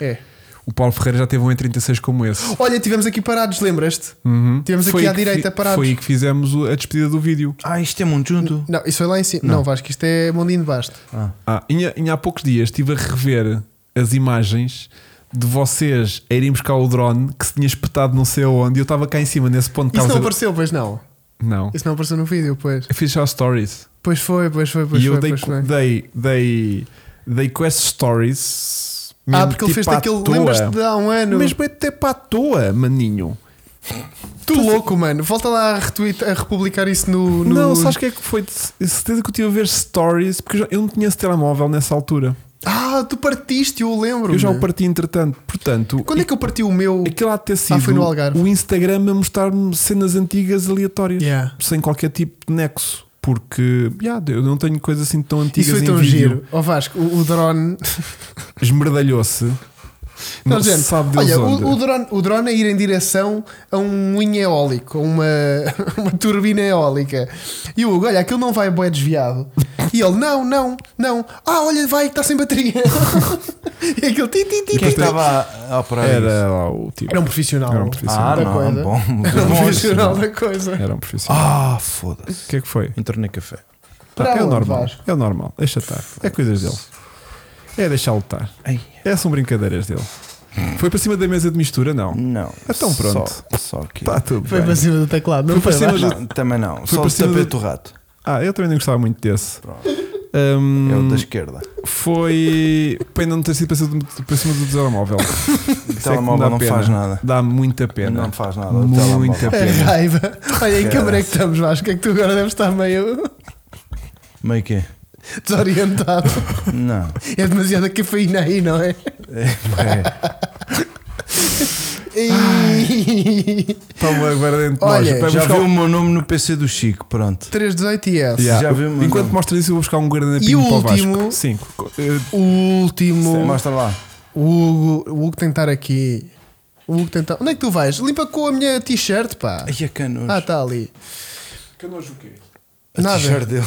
C: É.
A: O Paulo Ferreira já teve um em 36 como esse.
C: Olha, tivemos aqui parados, lembras-te?
A: Uhum.
C: Tivemos aqui à
A: aí que
C: direita
A: fi-
C: parados.
A: Foi aí que fizemos o- a despedida do vídeo.
B: Ah, isto é muito junto.
C: Não, isso foi lá em cima. Não, Vasco, isto é Mondinho de Basto.
B: Ah.
A: Ah, em, em há poucos dias estive a rever as imagens de vocês a irem buscar o drone que se tinha espetado não sei aonde e eu estava cá em cima nesse ponto.
C: Isso
A: estava
C: não
A: a dizer-
C: apareceu, pois não.
A: Não.
C: Isso não apareceu no vídeo, pois.
A: Eu fiz só stories.
C: Pois foi, pois foi, pois
A: e
C: foi.
A: eu dei,
C: pois foi.
A: dei, dei, dei com essas stories.
C: Ah,
A: mesmo
C: porque ele
A: tipo
C: fez
A: à
C: aquele.
A: toa. é
C: Lembras-te de há um ano?
A: Mas vai até para a toa, maninho.
C: Tu louco, mano. Volta lá a, retweet, a republicar isso no. no-
A: Não, sabes o que é que foi? De certeza que eu estive a ver stories, porque eu já- eu não tinha esse telemóvel nessa altura.
C: Ah, tu partiste, eu lembro.
A: Eu já o parti entretanto. Portanto,
C: Hum. Quando é que eu parti o meu?
A: aquilo há de ter sido
C: foi no Algarve.
A: o Instagram a mostrar-me cenas antigas aleatórias,
C: Yeah.
A: sem qualquer tipo de nexo. Porque yeah, eu não tenho coisa assim tão
C: Isso
A: antigas
C: foi
A: em
C: tão
A: vídeo.
C: giro. Ó Vasco, o, o drone.
A: Esmerdalhou-se.
C: Não,
A: Não
C: gente,
A: sabe Deus
C: olha,
A: onde.
C: o, o drone, o drone a ir em direção a um moinho eólico, a uma, uma turbina eólica. E o Hugo, olha, aquilo não vai boé desviado. E ele, não, não, não. Ah, olha, vai, que está sem bateria. e aquele ti, ti, ti,
B: E quem
C: ti, ti.
B: estava a- a operar isso?
A: Era lá o tipo.
C: Era um profissional.
A: Era um
B: Ah,
A: profissional.
C: da
B: não,
C: coisa.
B: bom.
C: Era um
B: bom,
C: profissional
B: senhor.
C: da coisa.
A: Era um profissional.
B: Ah, foda-se.
A: O que é que foi?
B: Internet café.
A: Tá,
C: Para
A: é o
C: onde,
A: normal.
C: Vasco?
A: É o normal. Deixa estar. É coisas dele. É deixá-lo estar.
B: Ai,
A: É, são brincadeiras dele. Foi para cima da mesa de mistura? Não.
B: não.
A: Então pronto.
B: Só, só aqui.
A: Está tudo
C: Foi
A: bem.
C: para cima do teclado, não
A: Foi
C: foi?
A: para
C: Vasco?
A: cima
B: Não, também não.
A: Foi
B: Só
A: para
B: o
A: cima
B: tapete do rato.
A: Ah, eu também não gostava muito desse.
B: Pronto.
A: Hum,
B: É o da esquerda.
A: Foi. Pena não ter sido para cima do, para cima do telemóvel.
B: O
A: Isso é que me
B: telemóvel
A: dá
B: não
A: pena.
B: faz nada.
A: Dá muita pena.
B: Não faz nada. O
A: Muita
B: telemóvel.
A: pena.
C: A É, raiva. Olha,
B: Cara.
C: em que câmara é que estamos, Vasco? É que tu agora deves estar meio
B: Meio que é.
C: desorientado.
B: Não.
C: É demasiada cafeína aí, não é?
B: É.
A: Toma agora dentro Então, de
C: Olha,
A: nós. Vai
B: Já
A: buscar
B: viu
A: um-
B: o meu nome no PC do Chico, pronto.
C: 318S.
A: Yeah.
B: Já viu, mas
A: Enquanto
B: não.
A: mostras isso, eu vou buscar um
C: E o
A: guardanapinho para o Vasco.
C: último?
A: Cinco.
C: O
A: é
C: último.
B: Mostra lá.
C: O Hugo, o Hugo tem que estar aqui. O Hugo tem que estar. Onde é que tu vais? Limpa com a minha t-shirt, pá.
B: Ai, a canos.
C: Ah, está ali.
A: Que nojo o quê?
B: a
C: nada.
B: t-shirt dele.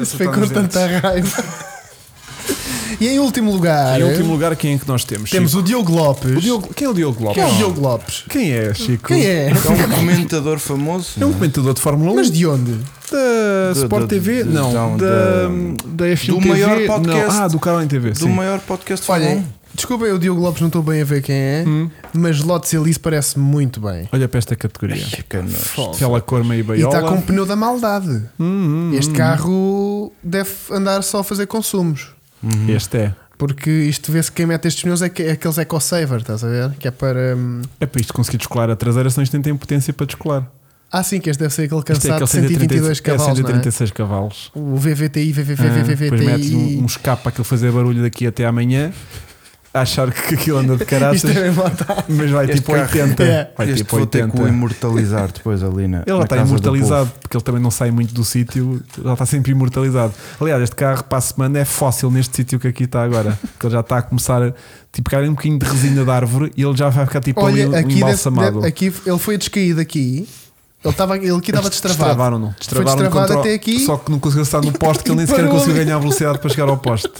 C: Isso foi com tanta raiva. E em último lugar,
A: Em último lugar, quem é que nós temos?
C: temos
A: Chico?
C: o Diogo Lopes.
A: O Diogo- Quem é o Diogo Lopes?
C: Quem é o Diogo Lopes?
A: Quem é, Chico?
C: Quem é?
B: É um comentador famoso.
A: É um comentador de Fórmula 1.
C: Mas de onde?
A: da
B: Do-
A: Sport
B: do-
A: TV?
B: do-
A: não,
B: não,
A: da, da, F1
B: do
A: TV?
B: maior podcast-
A: Não. Ah, do Canal em TV.
B: do
A: Sim.
B: maior podcast
C: Olhem,
B: famoso.
C: desculpem, o Diogo Lopes não estou bem a ver quem é,
A: Hum.
C: mas Lotes Elise parece muito bem.
A: Olha para esta categoria.
B: Ai, a canos.
A: Aquela cor meio
C: E
A: baiola.
C: está com o pneu da maldade.
A: Hum, hum,
C: Este
A: hum.
C: carro deve andar só a fazer consumos.
A: Este é.
C: Porque isto vê-se que quem mete estes pneus é, que- é aqueles EcoSaver, estás a ver? Que é para. hum,
A: É para isto conseguir descolar a traseira, senão isto nem tem potência para descolar.
C: Ah, sim, que este deve ser aquele
A: Isto é
C: cansado
A: aquele
C: de 122
A: 136
C: cavalos. não é?
A: 136 cavalos.
C: O VVTI, VVV,
A: Ah, Depois metes
C: VVTI.
A: um, um escape para aquilo fazer barulho daqui até amanhã. Achar que aquilo anda de caraças,
C: Isto é bem maldade.
A: mas vai
B: Este
A: tipo
B: carro-
A: 80.
C: É.
A: Vai
B: este
A: tipo
B: vou ter
A: 80.
B: que o imortalizar depois ali na.
A: Ele já
B: na
A: está
B: casa do
A: imortalizado, porque ele também não sai muito do sítio, já está sempre imortalizado. Aliás, este carro para a semana é fóssil neste sítio que aqui está agora. Porque ele já está a começar a tipo, cair um bocadinho de resina de árvore e ele já vai ficar tipo ali
C: Olha,
A: um
C: aqui, deve-
A: embalsamado.
C: deve- aqui ele foi descaído aqui. Ele, estava ele aqui estava destravado.
A: Destravaram-no. Destravaram
C: Foi destravado
A: contra-
C: até aqui.
A: Só que não conseguiu estar no poste, que ele nem
C: E
A: sequer
C: parou
A: conseguiu
C: ali.
A: ganhar a velocidade para chegar ao poste.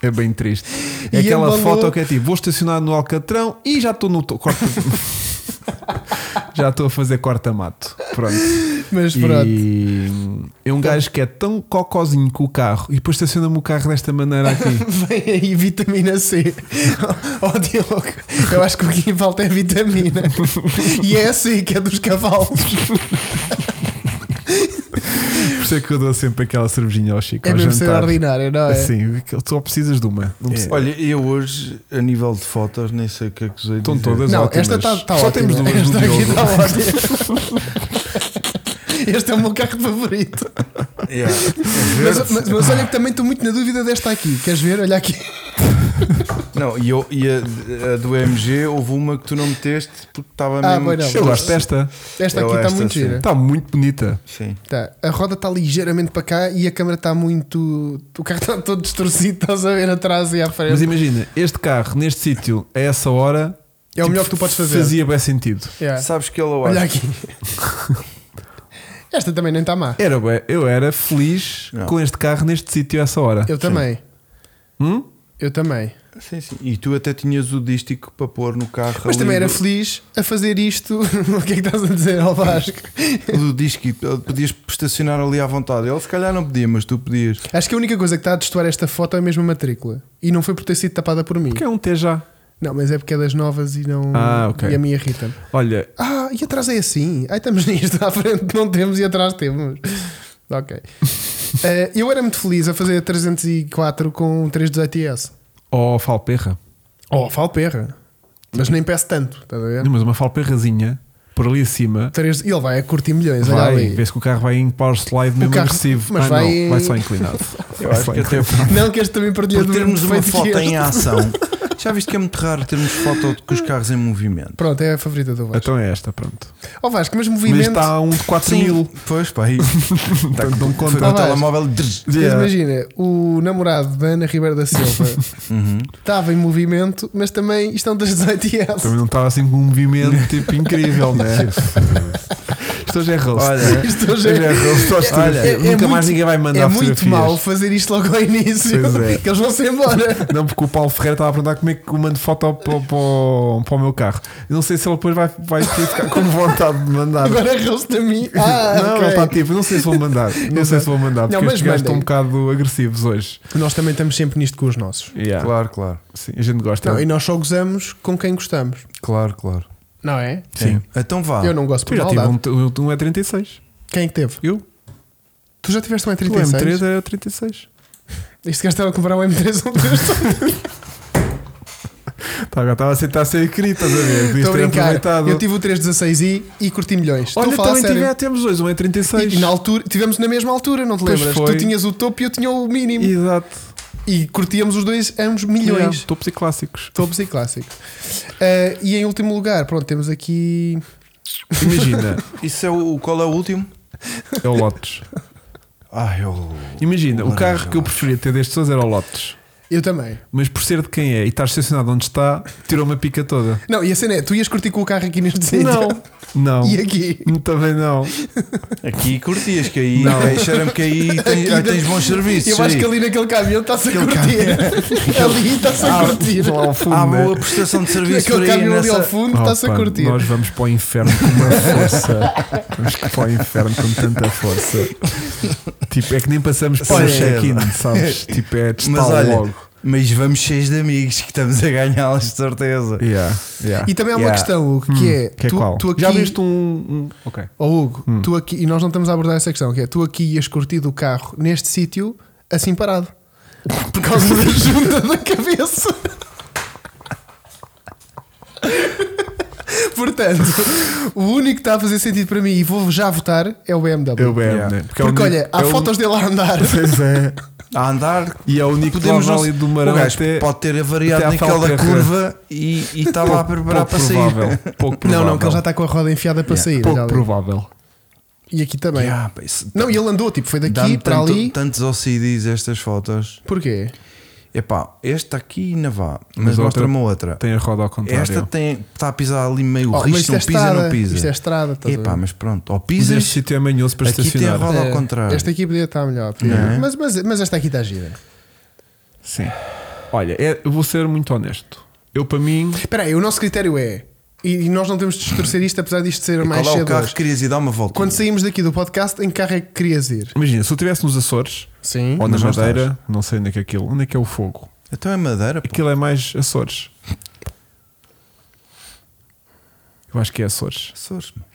A: É bem triste. É
C: E
A: aquela
C: embalou.
A: foto que é tipo: vou estacionar no Alcatrão e já estou no. to- corta- já estou a fazer corta-mato. Pronto.
C: Mas pronto.
A: E é um gajo que é tão cocozinho com o carro e depois estaciona-me o carro desta maneira aqui.
C: Vem aí vitamina C. Oh Diogo, eu acho que o que falta é vitamina. E é assim que é dos cavalos.
A: Por isso é que eu dou sempre aquela cervejinha ao Chico.
C: É
A: ao
C: mesmo ser
A: jantar.
C: ordinário, não é?
A: Assim, que só precisas de uma. É. Não
B: Povo.
A: precisas.
B: Olha, eu hoje, a nível de fotos, nem sei o que é que usei.
A: Estão todas
C: Não,
A: ótimas.
C: esta está tá
A: Só
C: ótima.
A: temos duas
C: Esta
A: do
C: aqui
A: Diogo.
C: está ótima. Este é o meu carro favorito. tá-
B: Yeah.
C: Mas, mas- mas olha que também estou muito na dúvida desta aqui. Queres ver? Olha aqui.
B: Não, e, eu, e a, a do MG, houve uma que tu não meteste porque estava
C: Ah,
B: mesmo.
C: pois não.
A: Eu gosto desta.
C: Esta
B: Eu
C: aqui está
B: esta,
C: muito
B: sim.
C: gira.
A: Está muito bonita.
B: Sim.
C: Tá, a roda está ligeiramente para cá e a câmera está muito. O carro está todo distorcido, estás a ver atrás e à frente.
A: Mas imagina, este carro, neste sítio, a essa hora. tipo,
C: É o melhor que tu podes fazer.
A: Fazia bem sentido.
C: Yeah.
B: Sabes que ele eu
C: É. Olha
B: acho.
C: aqui. Esta também nem está má.
A: Era, bué- eu era feliz
B: Não.
A: com este carro neste sítio a essa hora.
C: Eu também.
A: Hum?
C: Eu também.
B: Sim, sim. E tu até tinhas o dístico para pôr no carro.
C: Mas
B: ali
C: também era
B: do-
C: feliz a fazer isto. o que é que estás a dizer ao Vasco?
B: do disco e eh, podias estacionar ali à vontade. Ele se calhar não podia, mas tu podias.
C: Acho que a única coisa que está a destoar esta foto é mesmo a matrícula. E não foi por ter sido tapada por mim.
A: Porque é um T já.
C: Não, mas é porque é das novas e não.
A: Ah, ok.
C: E a minha irrita -me.
A: Olha,
C: Ah, e atrás é assim. Ai, estamos nisto. À frente não temos e atrás temos. Ok. Eh, eu era muito feliz a fazer a 304 com 318S.
A: ó Falperra.
C: Oh, falperra. Mas nem peço tanto, estás a ver?
A: Não, mas uma falperrazinha por ali acima.
C: Três- E ele vai a curtir milhões, olha
A: Vai,
C: ali.
A: vê-se que o carro vai em power slide mesmo
C: carro-
A: agressivo.
C: mas
A: Ah,
C: vai-
A: não, vai só inclinado.
B: Eu
A: Vai
B: acho
A: só
B: que até
A: inclinado.
C: Não que este também partilha
B: Por
C: do
B: termos
C: mesmo
B: uma foto
C: defeito que este.
B: em ação. Já viste que é muito raro termos foto com os carros em movimento?
C: Pronto, é a favorita do Vasco.
A: Então é esta, pronto.
C: Ó Vasco, mas
A: Mas
C: movimento.
A: está a um de 4 mil.
B: Pois, pá, aí. Tá, com-
A: dão conta.
B: Foi com
C: Ah,
B: o
C: vais.
B: telemóvel.
C: mas
A: Yeah.
C: Imagina, o namorado da Ana Ribeiro da Silva
B: Uhum.
C: estava em movimento, mas também estão das 18 e
A: Também não estava assim com um movimento tipo incrível, né? Isto hoje é roast.
B: Olha,
C: Isto hoje
A: Hoje é
C: é.
A: roast aos
C: É-
A: três.
C: é- é
A: Nunca mais
C: muito-
A: ninguém vai mandar
C: É muito
A: fotografias.
C: mau fazer isto logo ao início,
A: Pois é. Ah,
C: que eles vão se embora.
A: Não, porque o Paulo Ferreira estava a perguntar como é que eu mando foto para, o- para o meu carro. Eu não sei se ele depois vai, vai ter- ficar com vontade de mandar.
C: Agora arrasou-se a mim. Ah,
A: não,
C: ok.
A: ele está tipo, não sei se vou mandar. Não sei se vou mandar, porque
C: Não, mas
A: estes gajos estão um
C: mandem.
A: bocado agressivos hoje.
C: Nós também estamos sempre nisto com os nossos.
A: Claro.
B: claro, claro.
A: Sim, a gente gosta.
C: Não, e nós só gozamos com quem gostamos,
B: Claro, claro.
C: não é?
A: Sim.
B: Então vá.
C: Eu não gosto
A: Tu
C: é por
A: já tive
C: maldade.
A: um, um, um E36.
C: Quem é que teve?
A: Eu? é
C: Tu já tiveste um
A: O
C: E36?
A: M3 era 36.
C: Este gajo estava a comprar um M3 onde eu estou.
A: Tá, agora Estava a ser, está a ser querido, estás a ver? Devias
C: Estou a
A: ter
C: brincar.
A: aproveitado.
C: Eu tive o 316i e curti milhões.
A: Olha,
C: estou a falar
A: também
C: sério.
A: tive, temos dois, um E36.
C: E, e na altura, tivemos na mesma altura, não te
A: Pois
C: lembras?
A: foi.
C: Tu tinhas o topo e eu tinha o mínimo.
A: Exato.
C: E, curtíamos os dois, ambos milhões.
A: Yeah, Topos e clássicos.
C: Topos e clássicos. Ah, e em último lugar, pronto, temos aqui.
A: Imagina,
B: Isso é o. Qual é o último?
A: é o Lotus.
B: Ah, eu.
A: Imagina, o
B: Laranja,
A: carro que eu preferia ter destes dois era o Lotus.
C: Eu também.
A: Mas por ser de quem é e estar estacionado onde está, tirou uma pica toda.
C: Não, e a cena é: tu ias curtir com o carro aqui neste sítio.
A: Não.
C: E aqui?
A: Também não.
B: Aqui curtias, que aí.
A: Não.
B: Deixaram-me que aí Ah, tens, aí tens bons serviços.
C: Eu acho
B: aí.
C: que ali naquele caminhão está-se a curtir. ali está-se
A: Ah,
C: a curtir. Ah,
A: Lá ao fundo,
B: Há
A: né?
B: boa prestação de serviço por
C: Naquele
B: aí
C: caminhão ali ao
B: nessa.
C: fundo
A: Oh,
C: está-se a
A: pá,
C: curtir.
A: Nós vamos para o inferno com uma força. vamos para o inferno com tanta força. Tipo, é que nem passamos para o
B: Olha,
A: check-in, sabes? Tipo, é
B: Mas
A: testar
B: olha,
A: logo.
B: mas vamos cheios de amigos que estamos a ganhá-los de certeza.
A: Yeah, yeah.
C: E também há uma
B: Yeah.
C: questão, Hugo, que é.
A: Que é
C: tu,
A: qual?
C: tu aqui,
A: Já viste Hum. um. um- Ok.
C: Ó Hugo, tu aqui, e nós não estamos a abordar essa questão, que é tu aqui ias curtir do carro neste sítio assim parado. Por causa da junta da cabeça. Portanto, o único que está a fazer sentido para mim e vou já votar é o BMW.
A: Eu bebo,
B: Yeah.
A: né? Porque, é o
C: Porque
A: único-
C: olha, há
A: é o-
C: fotos dele a andar.
A: Pois é.
B: A andar,
A: E é o único que
B: podemos
A: lá
B: não
A: ali
B: se-
A: do
B: o
A: Marão
B: gajo
A: até.
B: pode ter avariado
A: até à
B: naquela
A: Falcarra.
B: curva e e estava a preparar para sair.
A: provável, pouco provável.
C: Não, não, que ele já tá está com a roda enfiada para sair.
A: Pouco
C: olha ali.
A: provável.
C: E aqui também.
B: Yeah, ah, pá, isso-
C: Não, e ele andou, tipo, foi daqui
B: Dá-me
C: para
B: tanto-
C: ali.
B: tantos OCDs estas fotos.
C: Porquê?
B: Epá, esta aqui ainda vá, mas,
A: Mas outra-
B: mostra-me outra.
A: Tem a roda ao contrário.
B: Esta tem, está a pisar ali meio
C: um Oh, mas
B: risco,
C: isto é
B: não pisa,
C: estrada.
B: não pisa.
C: Isto é estrada. estás a ver?
B: Epá, mas pronto, ou
A: Mas
B: pisas,
A: este sítio é manhoso para
B: aqui tem a
A: estacionar.
B: roda
C: É,
B: ao contrário.
C: Esta aqui podia estar melhor. podia.
B: Não é?
C: Mas, mas, mas esta aqui está gira.
A: Sim. Olha, é- eu vou ser muito honesto. Eu, para mim,
C: Espera aí, o nosso critério é. E e nós não temos de distorcer isto, apesar disto ser
B: Qual
C: mais
B: é o
C: cedo.
B: carro
C: hoje.
B: que querias ir dar uma volta?
C: Quando saímos daqui do podcast, em que carro é que querias ir?
A: imagina, se eu estivesse nos Açores
C: Sim.
A: ou na
B: Mas não
A: Madeira, não sei onde é que é aquilo, onde é que é o fogo?
B: Então é madeira, pô.
A: Aquilo é mais Açores. Eu acho que é Açores.
B: Açores, mano.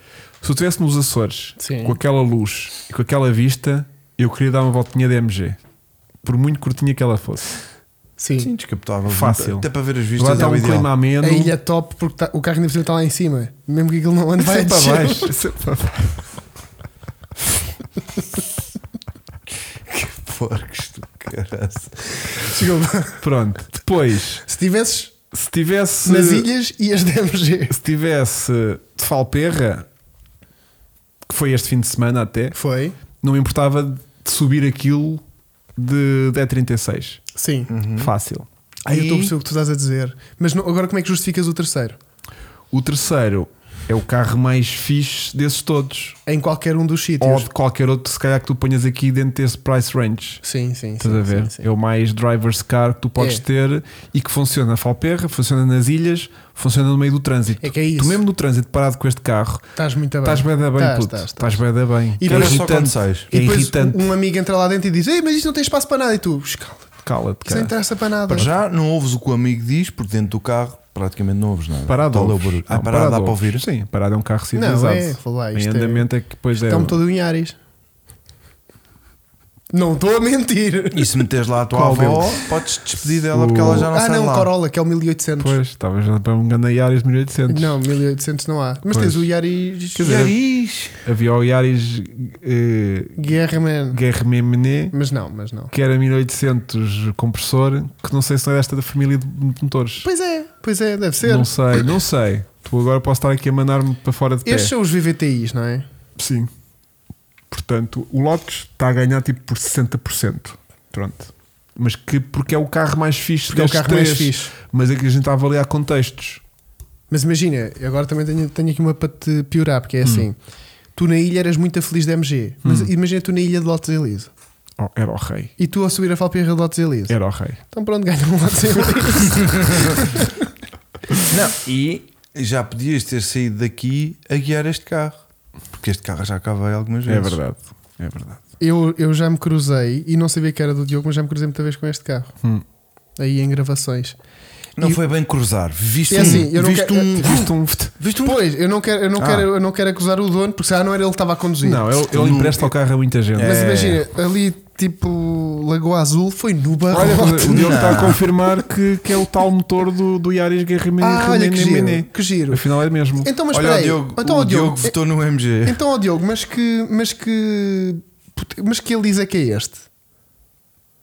A: Se eu estivesse nos Açores,
C: Sim.
A: com aquela luz e com aquela vista, eu queria dar uma voltinha de MG. Por muito curtinha que ela fosse.
C: Sim.
B: Sim, descapotável.
A: Fácil.
B: Até para ver as
A: Agora
B: vistas é
A: está
B: o
A: um clima
B: ideal.
A: ameno.
C: A ilha top, porque tá- o carro ainda por cima está lá em cima. Mesmo que aquilo não ande, vai
A: Sempre
C: descer.
A: abaixo, sempre abaixo.
B: Porcos do caralho.
C: Desculpa.
A: Pronto. Depois,
C: Se estivesses
A: se tivesse.
C: nas ilhas, ias de MG.
A: se tivesse de Falperra, que foi este fim de semana até,
C: Foi?
A: não me importava de subir aquilo de, de 36.
C: Sim.
A: Uhum. Fácil.
C: Aí eu estou a
B: E-
C: perceber o que tu estás a dizer. Mas não- agora como é que justificas o terceiro?
A: O terceiro é o carro mais fixe desses todos.
C: Em qualquer um dos
A: Ou
C: sítios.
A: de qualquer outro, se calhar que tu ponhas aqui dentro desse price range.
C: Sim, sim.
A: Estás
C: sim,
A: a ver?
C: sim, sim.
A: É o mais driver's car que tu podes
C: É.
A: ter e que funciona na Falperra, funciona nas ilhas, funciona no meio do trânsito.
C: É que é isso.
A: Tu mesmo no trânsito parado com este carro,
C: Estás muito É bem.
A: estás bem da bem,
C: Estás,
A: puto.
C: estás,
A: Estás bem da bem.
C: E
A: Que é
C: depois só
A: irritante.
B: quando sais.
A: É
C: E depois
A: irritante.
C: um amigo entra lá dentro e diz: Ei, mas isto não tem espaço para nada. E tu, "Ux, cala,
A: Cala-te,
C: isso não
A: cara.
C: interessa para nada.
B: Para já não ouves o que o amigo diz, porque dentro do carro praticamente não ouves nada.
A: Parado.
B: Qual é o
A: ouves.
B: barulho?
A: Não,
B: Ah, parado dá para
A: ouves.
B: ouvir.
A: Sim, parado é um carro
C: Não,
A: civilizado.
C: é, vou lá,
A: em
C: isto é-
A: um- andamento é, que depois é.
C: Estão-me todo em Ares. Não estou a mentir.
B: E se meteres lá a tua
A: Qual
B: avó,
A: deles?
B: podes despedir dela porque
A: O-
B: ela já não
C: ah,
B: sai
C: não,
B: lá.
C: Corolla, que é o 1800.
A: Pois, talvez para um grande Yaris 1800.
C: Não, 1800 não há.
A: Pois.
C: Mas tens o Yaris
A: Quer
B: E
A: dizer,
B: aí?
A: Havia o Yaris eh,
C: Guerreman.
A: Guerre-Memné,
C: Mas não, mas não.
A: que era 1800 compressor, que não sei se não é desta da família de motores.
C: Pois é, pois é, deve ser.
A: Não sei, não sei. Tu agora posso estar aqui a mandar-me para fora de pé.
C: Estes são os VVTIs, não é?
A: Sim. Portanto, o Lotus está a ganhar tipo por 60%. Pronto. Mas que porque é o carro mais fixe
C: Porque é o
A: destes
C: carro mais
A: três.
C: fixe.
A: Mas é que a gente está a avaliar contextos.
C: Mas imagina, eu agora também tenho, tenho aqui uma para te piorar,
A: Hum.
C: porque é assim: tu na ilha eras muito feliz de MG, mas imagina tu na ilha de Lotes Elise
A: Oh, era o rei.
C: e tu a subir a falpirra de Lotes
B: É.
C: Elise.
A: Era o rei.
C: Então pronto, ganha um Lotes Elise.
B: Não, e já podias ter saído daqui a guiar este carro. Porque este carro já acabei algumas vezes.
A: É verdade. É verdade.
C: eu, eu já me cruzei e não sabia que era do Diogo, mas já me cruzei muita vez com este carro.
A: Hum.
C: Aí em gravações.
B: Não
C: E-
B: foi bem cruzar. Viste
C: É assim, eu
B: um.
C: não
B: Viste
C: quero-
B: um.
A: Viste um.
B: Viste um.
C: Pois, eu não quero, eu não
B: Ah.
C: quero, eu não quero acusar o dono, porque se ah, não era ele que estava a conduzir.
A: Não, ele, ele empresta o carro a muita gente.
C: Mas
B: É.
C: imagina, ali tipo Lagoa Azul foi no
A: Olha,
C: barrote.
A: o Diogo está a
B: Não.
A: confirmar que, que é o tal motor do, do Yaris Guerre-Memné.
C: Ah, olha que giro, que giro.
A: Afinal é mesmo.
C: Então, mas
B: Olha, o
C: peraí.
B: Diogo,
C: então,
B: o
C: ó
B: Diogo,
C: Diogo,
B: votou no MG.
C: então, ó Diogo, mas que, mas que, put- mas que ele diz é que é este?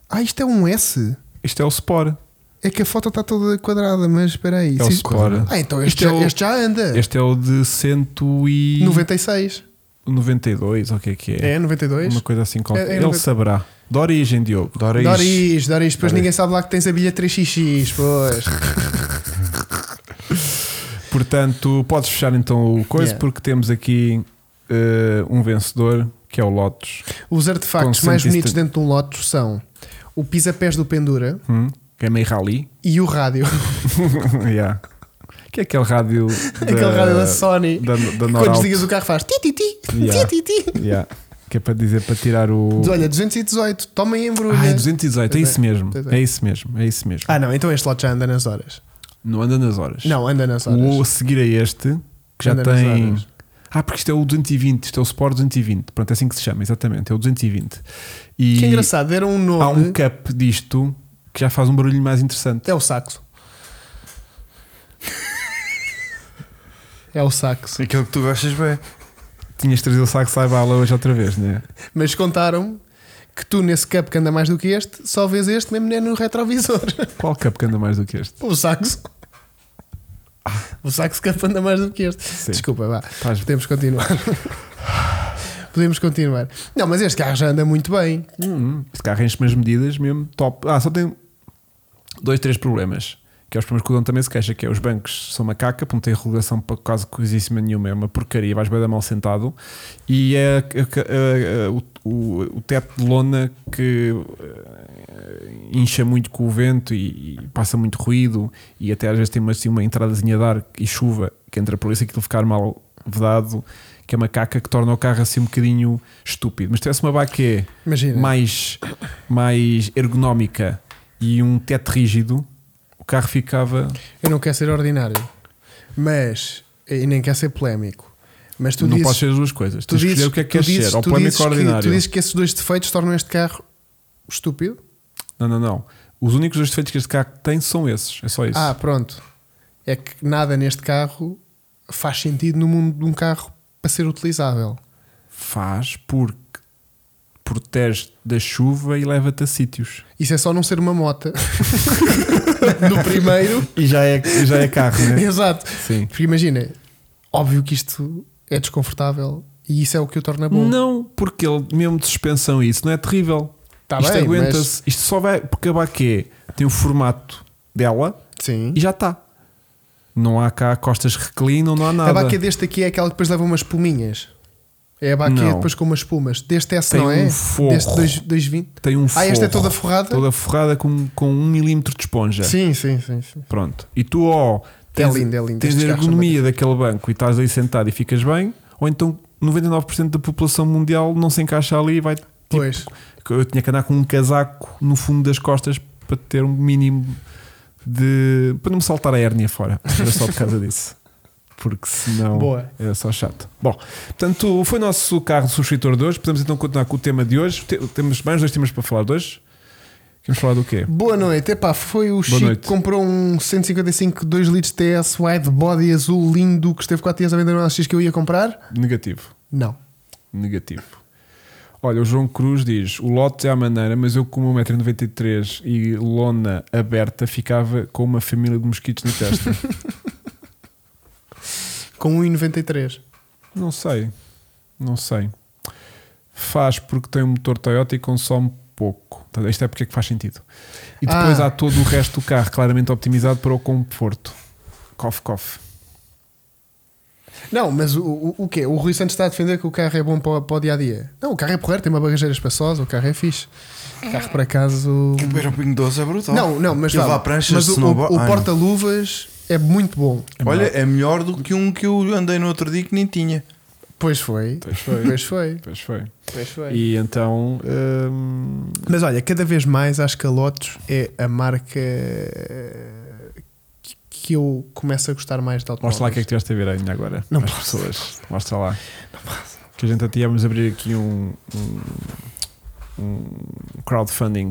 C: Ah, isto é um S.
A: Isto é o Sport.
C: É que a foto está toda quadrada, mas espera aí.
A: É o
C: Se-
A: Sport.
C: Ah, então
A: Isto
C: este,
A: é
C: já,
A: o-
C: este já anda.
A: Este é o de 192
C: 96.
A: ou o que é que
C: É,
A: é?
C: 92.
A: Uma coisa assim qualquer.
C: É, é
A: Ele
C: noventa-
A: saberá. De origem, Diogo.
B: Dora isto.
C: Doris, Doris, depois ninguém sabe lá que tens a bilha 3xx, pois.
A: Portanto, podes fechar então o coisa
C: Yeah.
A: porque temos aqui eh, um vencedor que é o Lotus.
C: Os artefactos
A: Com
C: mais
A: 170.
C: bonitos dentro de um Lotus são o pisapés do Pendura
A: Hum? Que é meio rally.
C: e o rádio.
A: yeah. Que é aquele rádio.
C: Aquele rádio da Sony.
A: Da, da
C: Quando
A: Norauto.
C: desligas o carro faz ti ti ti,
A: Yeah.
C: ti ti ti.
A: Yeah. Que é para dizer para tirar o.
C: Olha, 218, toma e embrulha.
A: Ah, é 218, é
C: Pois é,
A: isso mesmo.
C: pois é.
A: É isso mesmo, é isso mesmo.
C: Ah, não, então este lote já anda nas horas.
A: Não anda nas horas.
C: Não, anda nas horas.
A: O a seguir a este, que já
C: Anda nas
A: tem.
C: horas.
A: Ah, porque isto é o 220, isto é o Sport 220. Pronto, é assim que se chama, exatamente. É o 220. E
C: Que engraçado, era um nome.
A: há um cap disto que já faz um barulho mais interessante.
C: É o saxo. é o saxo.
B: Aquilo que tu gostas bem.
A: Tinhas trazido o saco saibala hoje outra vez, né?
C: Mas contaram-me que tu, nesse cup que anda mais do que este, só vês este mesmo é no retrovisor.
A: Qual cap que anda mais do que este?
C: O saxo. O saxo cup anda mais do que este.
A: Sim.
C: Desculpa, vá.
A: Faz-
C: Podemos continuar. Podemos continuar. Não, mas este carro já anda muito bem.
A: Hum, hum. Este carro enche-me as medidas mesmo, top. Ah, só tem dois, três problemas. Que é os problemas que o dono também se queixa, que é os bancos são macaca, porque não tem regulação para quase coisíssima nenhuma, é uma porcaria, vais bem da mal sentado. E é a- a- a- a- o, o- o teto de lona que eh, incha muito com o vento e, e passa muito ruído, e até às vezes tem uma, assim, uma entradazinha de ar e chuva que entra por isso aquilo ficar mal vedado, que é uma caca que torna o carro assim um bocadinho estúpido. Mas se tivesse uma baquê
C: Imagina.
A: mais, mais ergonómica e um teto rígido, o carro ficava.
C: Eu não quero ser ordinário, mas e nem quero ser polémico. Mas tu
A: não
C: dizes,
A: pode ser as duas coisas.
C: tu
A: Tens que
C: dizes,
A: escolher o que é que
C: tu
A: queres
C: dizes,
A: ser. Ou
C: tu
A: polémico
C: dizes
A: ou
C: que-
A: ordinário.
C: tu dizes que esses dois defeitos tornam este carro estúpido.
A: Não, não, não. Os únicos dois defeitos que este carro tem são esses. É só isso.
C: Ah, pronto. É que nada neste carro faz sentido no mundo de um carro para ser utilizável.
A: Faz porque protege da chuva e leva-te a sítios.
C: Isso é só não ser uma mota. no primeiro.
A: E já é, já é carro, né?
C: Exato.
A: Sim.
C: Porque imagina, óbvio que isto é desconfortável e isso é o que o torna bom.
A: Não, porque ele mesmo de suspensão e isso não é terrível.
C: Tá
A: isto
C: bem,
A: aguenta-se. Isto só vai acabar que é, tem o formato dela
C: Sim.
A: e já está. Não há cá costas que reclinam, não há
C: A
A: nada.
C: baqueta deste aqui é aquela que depois leva umas espuminhas. É a baqueta
A: Não.
C: depois com umas espumas. Deste S
A: Tem
C: não é?
A: um forro.
C: Deste dois- 220.
A: Tem um
C: Ah, esta
A: forro,
C: é toda forrada?
A: Toda forrada com, com um milímetro de esponja.
C: Sim, sim, sim. sim.
A: Pronto. E tu, ó, tens,
C: lindo, é lindo.
A: tens
C: Estes
A: a
C: carros são
A: ergonomia daquele banco e estás aí sentado e ficas bem, ou então 99% da população mundial não se encaixa ali e vai. Tipo,
C: Pois.
A: eu tinha que andar com um casaco no fundo das costas para ter um mínimo de. para não me saltar a hérnia fora. Era só por causa disso. Porque senão
C: Boa.
A: era só chato. Bom, portanto, foi o nosso carro subscritor de hoje. Podemos então continuar com o tema de hoje. Te- Temos mais dois temas para falar de hoje. Queremos falar do quê?
C: Boa noite, epá, foi o Chico
A: é. noite.
C: que comprou um 155 2 litros TS wide body azul lindo que esteve 4 dias a vender no LX que eu ia comprar?
A: Negativo.
C: Não.
A: Negativo. Olha, o João Cruz diz: o lote é à maneira, mas eu, como 1,93m e lona aberta, ficava com uma família de mosquitos na testa.
C: Com 1,93.
A: Não sei. Não sei. Faz porque tem um motor Toyota e consome pouco. Portanto, Isto é porque é que faz sentido. E depois
C: Ah.
A: há todo o resto do carro claramente optimizado para o conforto. Cof, cof.
C: Não, mas o, o, o quê? O Rui Santos está a defender que o carro é bom para, o- para o dia a dia. Não, o carro é porreiro, tem uma bagageira espaçosa, o carro é fixe. O carro, por acaso.
B: O
A: Um
B: Beira Pingo Doce é brutal.
C: Não, não, mas,
B: Aquilo
C: vá,
B: dá pranchas,
C: mas o,
B: senão-
C: o- o
B: Ai, não.
C: porta-luvas é muito bom.
B: Olha, é melhor do que um que eu andei no outro dia que nem tinha.
C: Pois foi.
A: Pois foi.
C: Pois foi.
A: Pois foi.
C: Pois foi.
A: E então. hum,
C: Mas olha, cada vez mais acho que a Lotus é a marca que- que eu começo a gostar mais de automóveis.
A: mostra lá o que é que tiveste a ver ainda agora.
C: Não
A: às
C: posso.
A: pessoas. Mostra lá. Que a gente até íamos abrir aqui um. um- um crowdfunding.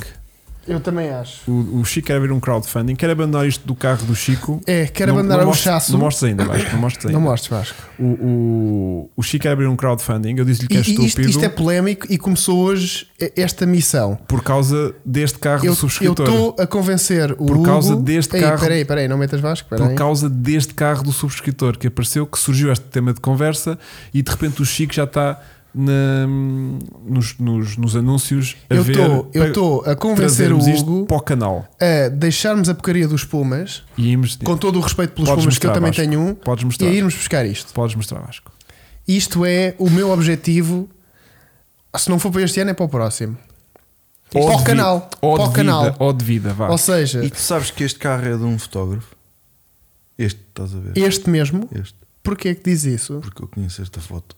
A: é
C: Eu também acho.
A: O, o Chico quer abrir um crowdfunding. Quer abandonar isto do carro do Chico.
C: É, quero
A: Não-
C: abandonar
A: não
C: o
A: mostres-
C: chasso.
A: Não mostres ainda, Vasco, não mostres ainda.
C: Não mostres, Vasco.
A: O, o, o Chico era abrir um crowdfunding, eu disse-lhe que é
C: E- e isto,
A: estúpido
C: isto é polémico e começou hoje e- esta missão.
A: por causa deste carro
C: Eu
A: do subscritor.
C: estou a convencer o
A: Por causa
C: Hugo-
A: deste
C: Ei,
A: carro-
C: Peraí, peraí, não metas Vasco.
A: Por
C: Peraí.
A: causa deste carro do subscritor que apareceu, que surgiu este tema de conversa e de repente o Chico já está na- nos, nos, nos anúncios a
C: Eu
A: ver.
C: estou- eu
A: para
C: estou a convencer o
A: trazermos isto
C: Hugo
A: para o canal.
C: a deixarmos a porcaria dos Pumas,
A: E ímos,
C: com todo o respeito pelos
A: Podes
C: Pumas, que eu
A: mostrar,
C: também
A: Vasco.
C: tenho um,
A: Podes
C: e
A: mostrar.
C: a irmos buscar isto.
A: Podes mostrar, Vasco.
C: Isto é o meu objetivo. Se não for para este ano, é para o próximo.
A: Ou
C: para
A: de
C: o
A: vi-
C: canal.
A: ou
C: Para o
A: de
C: canal.
A: Vida, ou de vida, vá.
C: Ou seja,
B: E tu sabes que este carro é de um fotógrafo? Este, estás a ver?
C: este mesmo.
B: Este,
C: Porquê é que diz isso?
B: porque eu conheço esta foto.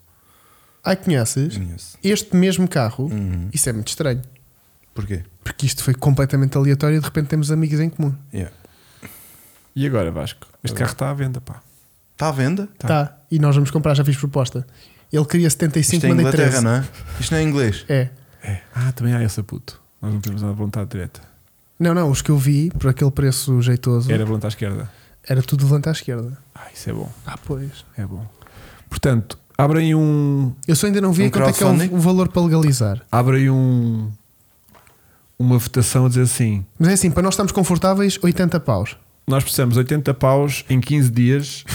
C: Ai, conheces?
B: Conheço.
C: Este mesmo carro.
B: Uhum.
C: Isso é muito estranho.
B: Porquê?
C: Porque isto foi completamente aleatório e de repente temos amigos em comum.
B: Yeah.
A: E agora, Vasco? Este carro está à venda, pá.
B: Está à venda?
C: Tá. E nós vamos comprar, já fiz proposta. Ele queria 75,
B: Isto é
C: mandei 13.
B: Inglaterra, não é? Isto não é inglês.
C: É.
A: É. Ah, também há essa puto. Nós não temos a vontade direta.
C: Não, não, os que eu vi, por aquele preço jeitoso,
A: Era
C: era,
A: a vontade à esquerda.
C: tudo levante à esquerda.
A: Ah, isso é bom.
C: Ah, pois.
A: É bom. Portanto, abrem um.
C: Eu só ainda não vi
B: Um
C: quanto é que é o-
B: crowdfunding?
C: o valor para legalizar.
A: Abrem um. Uma votação a dizer assim:
C: Mas é assim, para nós estamos confortáveis, 80 paus.
A: nós precisamos de 80 paus em 15 dias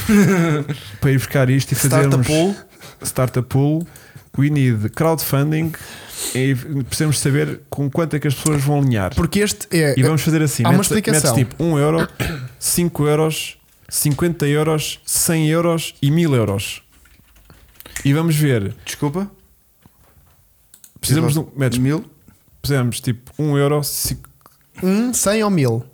A: para ir buscar isto e
B: Startup
A: fazermos.
B: pool.
A: Startup pool. We need crowdfunding e precisamos saber com quanto é que as pessoas vão alinhar.
C: Porque este é.
A: E vamos fazer assim:
C: Há uma
A: metes-
C: explicação.
A: metes tipo 1 euro, 5 euros, 50 euros, 100 euros e 1000 euros. E vamos ver.
B: Desculpa?
A: Precisamos de um. metes-
B: Mil?
A: Pusemos tipo 1 euro, cinco-
C: Um, 100 ou 1000.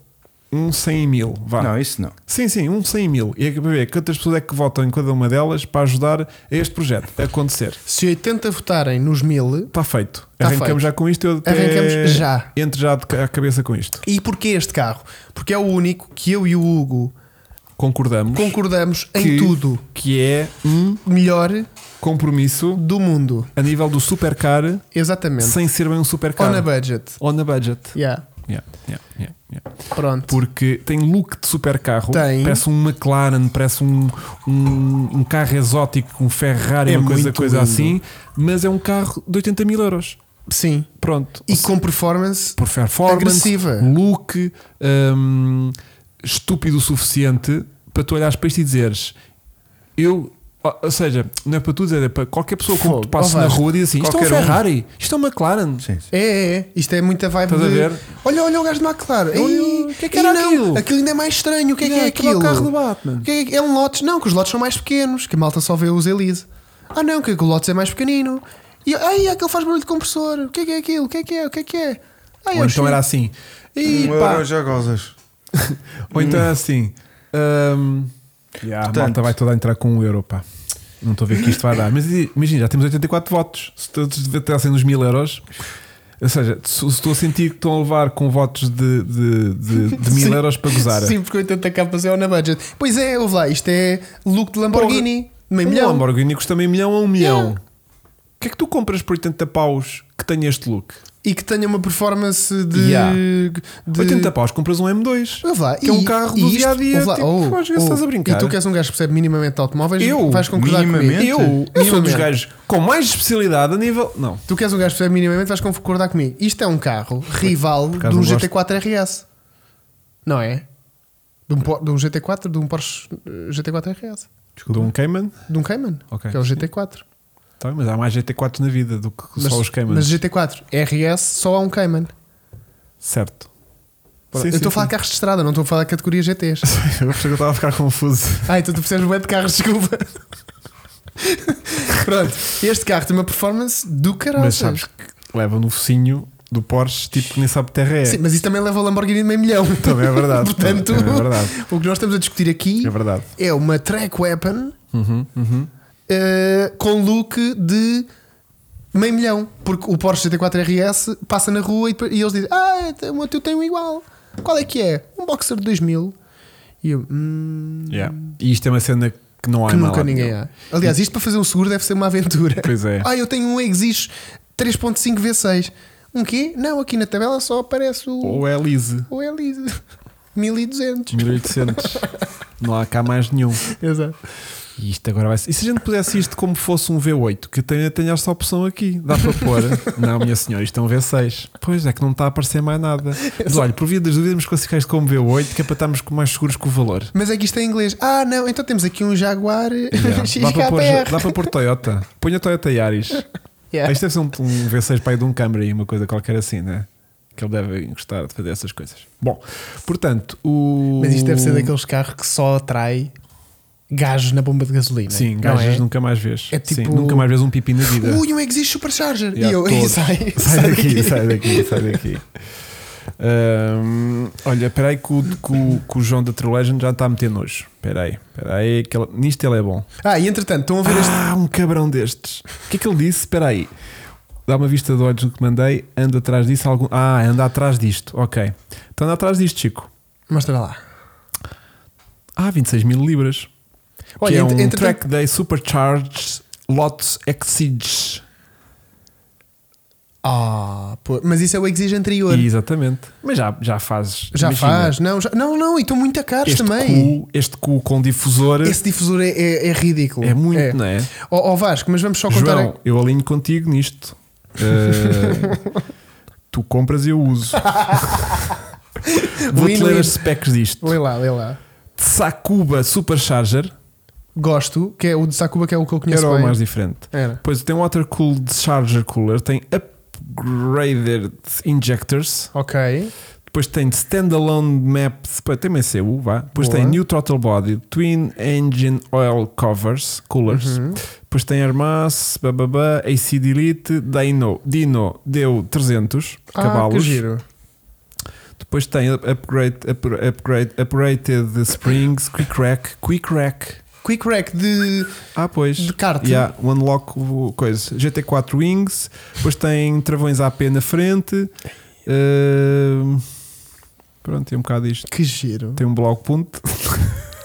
A: um 100 mil. Vá.
B: Não, isso não.
A: Sim, sim, um 100 mil. E é que para ver quantas pessoas é que votam em cada uma delas para ajudar a este projeto a acontecer.
C: Se 80 votarem nos 1000,
A: Está feito.
C: Tá
A: Arrancamos
C: feito.
A: já com isto. Eu até
C: Arrancamos já.
A: Entro já de ca- à cabeça com isto.
C: e porquê este carro? Porque é o único que eu e o Hugo
A: Concordamos.
C: concordamos em
A: que-
C: tudo.
A: Que é um
C: Melhor
A: compromisso
C: do mundo.
A: a nível do supercar
C: Exatamente.
A: sem ser bem um supercar.
C: On a budget.
A: On a budget.
C: Yeah.
A: Yeah, yeah, yeah, yeah.
C: Pronto.
A: Porque tem look de supercarro,
C: Tem.
A: parece um McLaren, parece um, um, um carro exótico, um Ferrari,
C: É
A: uma coisa,
C: muito
A: coisa
C: lindo.
A: assim, mas é um carro de 80 mil euros.
C: Sim.
A: Pronto.
C: E com performance.
A: Por performance,
C: agressiva.
A: look, hum, estúpido o suficiente para tu olhares para isto e dizeres: Eu. Ou ou seja, não é para tu dizer, é para qualquer pessoa com
C: Fogo.
A: que tu passes
C: Ó,
A: na
C: Vasco,
A: rua diz assim: Isto é um
B: qualquer um.
A: Ferrari, isto é um McLaren.
B: Sim, sim.
C: É, é, é. Isto é muita vibe
A: Estás a
C: de-
A: ver?
C: Olha, olha o gajo de McLaren.
A: Olha,
C: Ei,
A: o que é que era
C: ei, não,
A: aquilo?
C: Aquilo ainda é mais estranho. O que é que
A: Não,
C: é
A: aquilo é
C: aquilo?
A: o carro do Batman.
C: O que é, que- é um Lotus. Não, que os Lotus são mais pequenos. Que a malta só vê os Elise. Ah, não, que o Lotus é mais pequenino. E ai, aquele faz barulho de compressor. O que é que é aquilo? O que é que é? O que é que é? Ai, é
A: Ou
C: um
A: então
C: chi-
A: era assim: "Ih,
B: Um
A: pá,
B: euro já gozas.
A: Ou então é assim. hum, yeah, a
B: Portanto-
A: malta vai toda entrar com um euro, pá. Não estou a ver que isto vai dar. Mas i- imagina, já temos 84 votos. Se todos tivessem nos mil euros, Ou seja, se se estou a sentir que estão a levar com votos de, de, de, de mil
C: Sim.
A: euros para gozar.
C: Sim, porque 80 capas é o na budget. Pois é, ouve lá, isto é look de Lamborghini. Meio
A: Um
C: milhão.
A: Lamborghini custa meio milhão a um milhão.
C: Yeah.
A: O que é que tu compras por 80 paus que tenha este look?
C: E que tenha uma performance de.
A: Yeah.
C: de
A: 80 paus, compras um M2.
C: Ouve lá,
A: que é um carro do dia a dia.
C: ouve lá,
A: tipo,
C: ouve,
A: acho que estás
C: ouve.
A: a brincar.
C: oh, E tu que és um gajo que percebe minimamente de automóveis,
A: Eu?
C: vais concordar comigo.
B: Minimamente?
A: Eu, eu sou dos
C: Minimamente.
A: gajos com mais especialidade a nível. Não.
C: Tu que és um gajo que percebe minimamente, vais concordar comigo. Isto é um carro rival de
A: acaso
C: um
A: não gosto.
C: GT4 RS. Não é? De um, por- de um GT4, de um Porsche eh, GT4 RS.
A: De um Cayman.
C: De um Cayman,
A: Ok,
C: que é o
A: sim.
C: GT4.
A: Tá, mas há mais GT4 na vida do que só os Caymans.
C: mas GT4 RS só há um Cayman.
A: Certo.
C: Eu estou a falar de carros de estrada, não estou a falar de categoria GTs.
A: Eu percebi que eu estava a ficar confuso.
C: Ah, então tu percebes bem de carros, desculpa. Pronto, este carro tem uma performance do caralho.
A: Mas sabes que leva no focinho do Porsche, tipo que nem sabe que terra é.
C: Sim, mas isso também leva o Lamborghini de meio milhão.
A: Também é verdade.
C: Portanto,
A: Também é verdade.
C: o que nós estamos a discutir aqui
A: É verdade. Uhum,
C: é uma track weapon eh, com look de meio milhão. Porque o Porsche GT4 RS passa na rua e, depois- e eles dizem: Ah, o meu teu tem um igual. Qual é que é? Um boxer de 2000. E eu, "Hum,
A: Yeah. E isto é uma cena que não há
C: que
A: em
C: nunca
A: Malabo.
C: ninguém há. Aliás, isto para fazer um seguro deve ser uma aventura.
A: Pois é.
C: Ah, eu tenho um Exige 3.5 V6. Um quê? Não, aqui na tabela só aparece o,
A: Ou é Elise.
C: o Elise. 1200.
A: 1800. não há cá mais nenhum.
C: Exato.
A: E isto agora vai ser. E se a gente pusesse isto como fosse um V8, que tem, tem esta opção aqui, dá para pôr. não, minha senhora, isto é um V6. Pois é, que não está a aparecer mais nada. Mas olha, por via das dúvidas, vamos classificar isto como V8, que é para estarmos com- mais seguros com o valor.
C: Mas é que isto é em inglês. Ah, não, então temos aqui um Jaguar
A: Yeah. Dá, para pôr,
C: XKR.
A: dá para pôr Toyota. Põe a Toyota Yaris.
C: Yeah.
A: Isto deve ser um, um V6 para ir de um Camry, uma coisa qualquer assim, né? Que ele deve gostar de fazer essas coisas. Bom, portanto, o.
C: Mas isto deve ser daqueles carros que só atrai gajos na bomba de gasolina.
A: Sim,
C: não
A: gajas
C: é?
A: nunca mais vês.
C: É tipo-
A: Sim, nunca mais vês um pipi na vida.
C: Ui, um Exige Supercharger.
A: Yeah,
C: e eu,
A: todo.
C: e sai,
A: Sai daqui, sai daqui, sai daqui. Ahm, olha, espera aí que o, que o- que o João da True Legend já está a meter nojo. Espera aí, espera aí, que ele- nisto ele é bom.
C: Ah, e entretanto, estão a ver este.
A: Ah, um cabrão destes. O que é que ele disse? Espera aí. Dá uma vista de olhos no que mandei. Ando atrás disso. Algum... Ah, anda atrás disto. Ok. Então anda atrás disto, Chico.
C: Mostra lá.
A: Ah, 26 mil libras.
C: Olha,
A: que é
C: entre-
A: um
C: entretanto-
A: track day supercharged lots exige.
C: Ah, pô, mas isso é o Exige anterior.
A: Exatamente. Mas já, já fazes.
C: Já
A: imagina.
C: faz, não, já- não, não, e estão muito a caros
A: este
C: também.
A: Cu, este cu com difusor
C: Esse difusor é, é- é ridículo.
A: é muito, não é?
C: Ó ó, Vasco, mas vamos só contar.
A: João, eu alinho contigo nisto. Eh, tu compras e eu uso. Vou-te
C: Win-win.
A: ler as specs disto.
C: Lê lá, lê lá.
A: Sakuba Supercharger
C: Gosto, que é o de Sakuba, que é o que eu conheço.
A: era o
C: bem.
A: mais diferente.
C: Era.
A: Depois tem Watercooled Charger Cooler, tem Upgraded Injectors,
C: Ok. Ah,
A: depois tem Standalone Maps, pá, tem MCU, vá. Depois
C: Boa.
A: tem New Throttle Body, Twin Engine Oil Covers, Coolers.
C: Uhum.
A: Depois tem Armas, bababá, AC Delete, Dino, Dino deu 300
C: Ah, que
A: cavalos.
C: giro.
A: Depois tem up- upgrade, up- upgrade, upgraded Springs, Quick Rack, Quick Rack.
C: Quick Rack de.
A: Ah, pois.
C: De kart.
A: Yeah, o unlock o- coisa. GT4 Wings, depois tem travões AP na frente. Ahm, pronto, tem um bocado isto.
C: Que giro.
A: Tem um bloco ponto.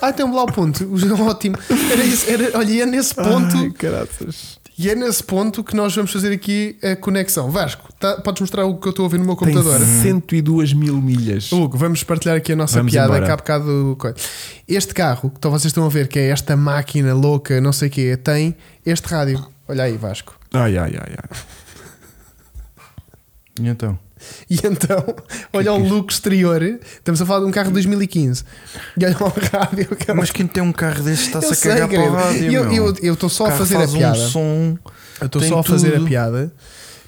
C: Ah, tem um lá o ponto. Ótimo. Era isso, era, olha, e é nesse ponto.
A: Ai, caraças.
C: E é nesse ponto que nós vamos fazer aqui a conexão. Vasco, tá- podes mostrar o que eu estou a ver no meu
A: Tem
C: computador?
A: 102 mil milhas.
C: Hugo, vamos partilhar aqui a nossa
A: Vamos
C: piada
A: embora.
C: que há bocado. coisa. Este carro que então vocês estão a ver, que é esta máquina louca, não sei o quê, tem este rádio. Olha aí, Vasco.
A: Ai, ai, ai, ai.
B: E então?
C: E então, olha o look exterior. Estamos a falar de um carro de 2015. E olha lá o rádio. que é um-
B: Mas quem tem um carro deste está-se
C: Eu
B: a
C: sei,
B: cagar para o
C: querido.
B: rádio.
C: Eu-
B: meu.
C: eu- eu estou só a
B: O carro
C: fazer a
B: faz um
C: piada.
B: som.
C: Eu estou
B: Tem
C: só a fazer a
B: tudo.
C: piada.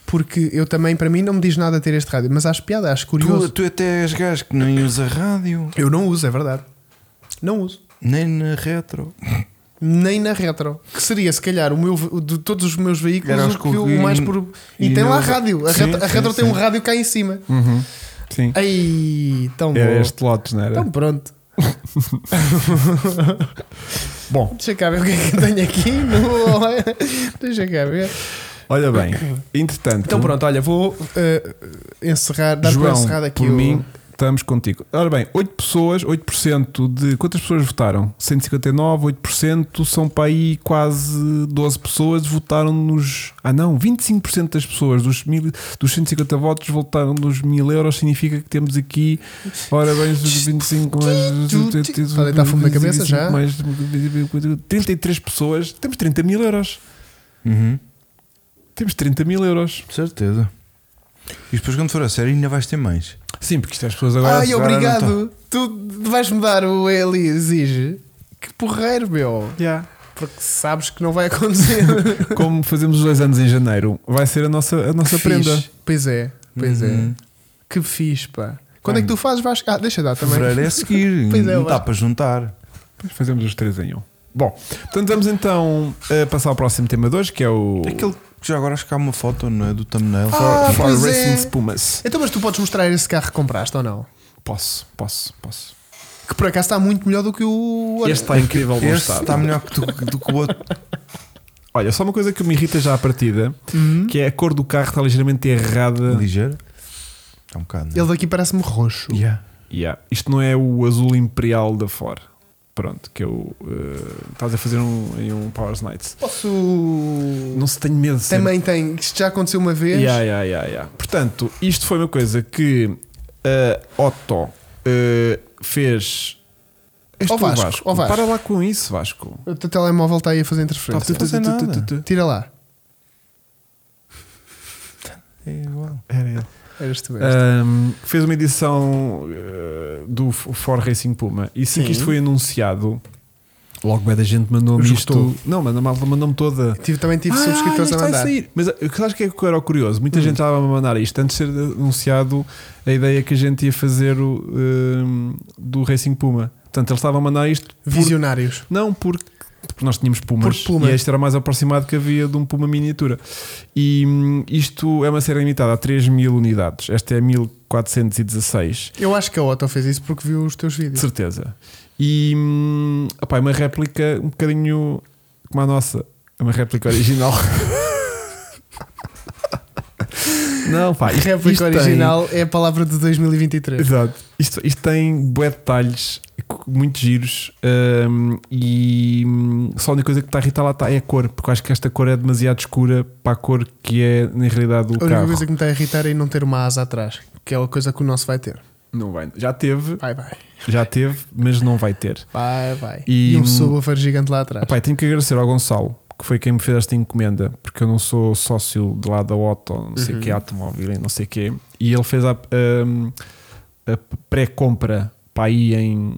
C: Porque eu também, para mim, não me diz nada ter este rádio. Mas acho piada, acho curioso.
B: Tu, tu até és gajo que nem usa rádio,
C: Eu não uso, é verdade. Não uso.
B: nem na retro.
C: nem na retro. Que seria, se calhar, o meu, o de todos os meus veículos,
B: Era
C: o,
B: os
C: que eu-
B: que-
C: o mais por. E,
B: e
C: tem lá
B: não-
C: rádio. A
B: Sim,
C: retro, a
B: sim,
C: retro tem
B: sim.
C: um rádio cá em cima.
A: Uhum. Sim.
C: Ai, tão bom.
A: Era É este lotes, não era?
C: Então pronto.
A: Bom,
C: Deixa cá ver o que é que eu tenho aqui. No... Deixa cá ver.
A: Olha bem, entretanto,
C: Então pronto, olha, vou eh, encerrar, dar por
A: João,
C: encerrado aqui
A: por
C: o.
A: mim, estamos contigo. Ora bem, 8 pessoas, 8% de. Quantas pessoas votaram? 159, 8% são para aí quase 12 pessoas votaram nos. Ah não, 25% das pessoas dos, mil, dos 150 votos votaram nos 1000 euros. Significa que temos aqui. Ora bem, os 25 mais.
C: Olha, está fumo na cabeça já.
A: Mais, 33 pessoas, temos 30 mil euros.
B: Uhum.
A: Temos 30 mil euros.
B: Certeza. E depois, quando for a série, ainda vais ter mais.
A: Sim, porque isto é as pessoas agora.
C: Ai,
B: agora
A: tá?
C: obrigado. Tu vais mudar o Eli exige. Que porreiro, meu.
A: Yeah.
C: Porque sabes que não vai acontecer.
A: Como fazemos os dois anos em janeiro, vai ser a nossa, a nossa
C: Que
A: prenda.
C: fixe. Pois é, pois
B: Uhum.
C: é. Que fixe, pá. Quando é que tu fazes? Vais... Ah, deixa dar também.
B: Fevereiro é a seguir.
C: Pois
B: não
C: é, eu
B: está
C: acho.
B: para juntar.
A: Depois Fazemos os três em um. Bom, portanto vamos então eh, passar ao próximo tema de hoje, que é o
B: Aquele que já agora acho que há uma foto, não é? Do thumbnail.
C: Ah,
A: For
C: pois
A: Racing
C: é.
A: Spumas.
C: Então, mas tu podes mostrar esse carro que compraste ou não?
A: Posso, posso, posso.
C: Que por acaso está muito melhor do que o outro.
A: Este está incrível bom
B: este
A: estado.
B: está melhor que tu- do que o outro.
A: Olha, só uma coisa que me irrita já à partida,
C: Uhum.
A: que é a cor do carro está ligeiramente errada.
B: Ligeiro. Está um bocado. Né?
C: Ele daqui parece-me roxo.
B: Yeah.
A: Yeah. Isto não é o azul imperial da Ford. Pronto, que eu. eh, estás a fazer um, em um Powers Nights.
C: Posso.
A: Não se tenho medo de ser
C: Também tem. Isto já aconteceu uma vez.
A: Yeah, yeah, yeah, yeah. Portanto, isto foi uma coisa que a Otto eh, fez. És
C: Ó
A: tu,
C: Vasco, ó Vasco.
A: Para lá com isso, Vasco.
C: O teu telemóvel está aí a fazer
A: Tá, tu,
C: interferência.
A: tu, tu, tu, tu, tu, tu.
C: Tira lá.
B: É igual.
A: Era ele.
C: Eras tu
A: Ah.
C: este.
A: Ahm, Um, fez uma edição eh, do F- Ford Racing Puma e assim
C: Sim.
A: que isto foi anunciado, logo bem da gente mandou-me
C: Esgotou.
A: isto. Não, mandou- mandou-me toda.
C: Tive, também tive subscritores
A: Ah, isto
C: a
A: vai
C: mandar. Hum.
A: sair. Mas o que acho que é que era o curioso? Muita gente estava a mandar isto antes de ser anunciado a ideia que a gente ia fazer o, hum, do Racing Puma. Portanto, eles estavam a mandar isto. por-
C: Visionários.
A: não, porque, porque nós tínhamos Pumas.
C: Por Puma.
A: E este era o mais aproximado que havia de um Puma miniatura. E hum, isto é uma série limitada a 3 mil unidades. Esta é a 1416.
C: Eu acho que a Otto fez isso porque viu os teus
A: De
C: vídeos.
A: certeza. E hum, opá, é uma réplica um bocadinho como a nossa. É uma réplica original. Não, pá, isto,
C: Réplica
A: isto tem-
C: original é a palavra de 2023.
A: exato. Isto, isto tem bué detalhes muito giros hum, e hum, só a única coisa que está a irritar lá está é a cor, porque eu acho que esta cor é demasiado escura para a cor que é na realidade o
C: A única
A: carro.
C: coisa que me está a irritar é não ter uma asa atrás, que é a coisa que o nosso vai ter.
A: Não vai, já teve,
C: Vai, vai.
A: já teve, mas não vai ter.
C: Vai, vai. E,
A: E- hum,
C: um subwoofer gigante lá atrás.
A: Pai, Ah, tenho que agradecer ao Gonçalo, que foi quem me fez esta encomenda, porque eu não sou sócio de lá da Otto, não
B: Uhum.
A: sei o que, é automóvel e não sei o que. E ele fez a, um, a- a pré-compra para aí em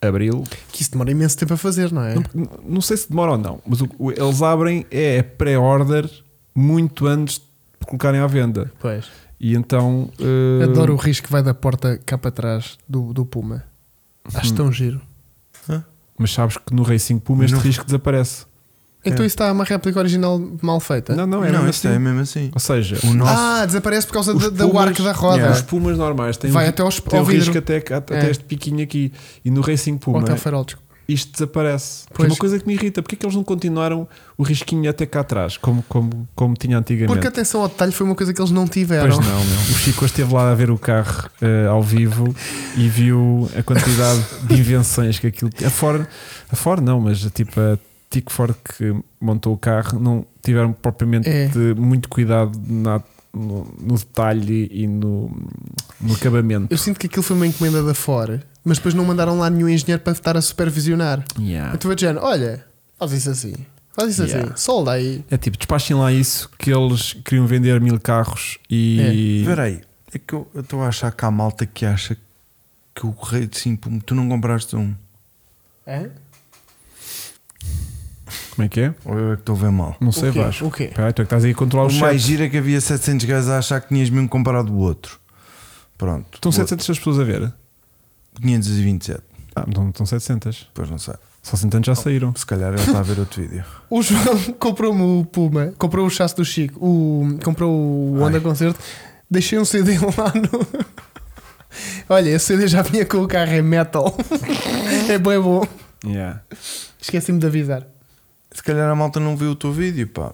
A: abril.
C: Que isso demora imenso tempo a fazer, não é?
A: Não, não sei se demora ou não, mas o- o- eles abrem é a pré-order muito antes de colocarem à venda.
C: Pois.
A: E então. eh,
C: Adoro o risco que vai da porta cá para trás do, do Puma. Acho
A: Hum.
C: tão giro.
A: Mas sabes que no Racing Puma este risco desaparece.
C: Então isso está uma réplica original mal feita.
A: É. Não, não, é
B: não,
A: mesmo
B: isto
A: assim.
B: é mesmo assim.
A: Ou seja,
B: O nosso.
C: Ah, desaparece por causa
A: Os
C: da, da
A: Pumas-
C: arco da roda.
A: Yeah. Os Pumas normais têm
C: Vai
A: um,
C: até aos-
A: têm
C: ao
A: um
C: vidro.
A: risco até, cá- até
C: É.
A: este piquinho aqui. E no Racing
C: Ou
A: Puma
C: até ao farol, desculpa.
A: isto desaparece. Que
C: Pois.
A: É uma coisa que me irrita. Porque é que eles não continuaram o risquinho até cá atrás, como, como, como tinha antigamente?
C: Porque atenção ao detalhe foi uma coisa que eles não tiveram.
A: Pois não, meu. O Chico esteve lá a ver o carro eh, ao vivo e viu a quantidade de invenções que aquilo tinha. A Ford, a Ford não, mas tipo a Tico Ford que montou o carro não tiveram propriamente
C: É.
A: de muito cuidado na- no, no detalhe e no, no acabamento.
C: Eu sinto que aquilo foi uma encomenda da fora, mas depois não mandaram lá nenhum engenheiro para estar a supervisionar.
A: Yeah.
C: Então eu dizendo, olha, faz isso assim, faz isso
A: Yeah.
C: assim, solda aí.
A: É tipo, despachem lá isso que eles queriam vender mil carros e.
B: Espera aí. É que eu eu estou a achar que há malta que acha que o rei de sim, pum, tu não compraste um.
C: Hã?
A: Como é que é?
B: Ou eu é que estou a ver mal?
A: Não sei,
C: quê?
A: Vasco.
C: O quê?
A: Espera aí, tu é que estás aí a controlar
B: O
A: o
B: mais
A: chat.
B: giro é que havia 700 gajos a achar que tinhas mesmo comprado o outro. Pronto.
A: Estão
B: O
A: 700 pessoas a ver?
B: outro, 527.
A: Ah, não estão 700.
B: Pois não sei.
A: Só 700 já saíram.
B: Se calhar ele está a ver outro vídeo.
C: O João comprou-me o Puma, comprou o chasse do Chico, o, comprou o Honda Concerto, deixei um CD lá no. Olha, esse CD já vinha com o carro, é metal. é bem bom.
A: Yeah.
C: Esqueci-me de avisar.
B: Se calhar a malta não viu o teu vídeo, pá.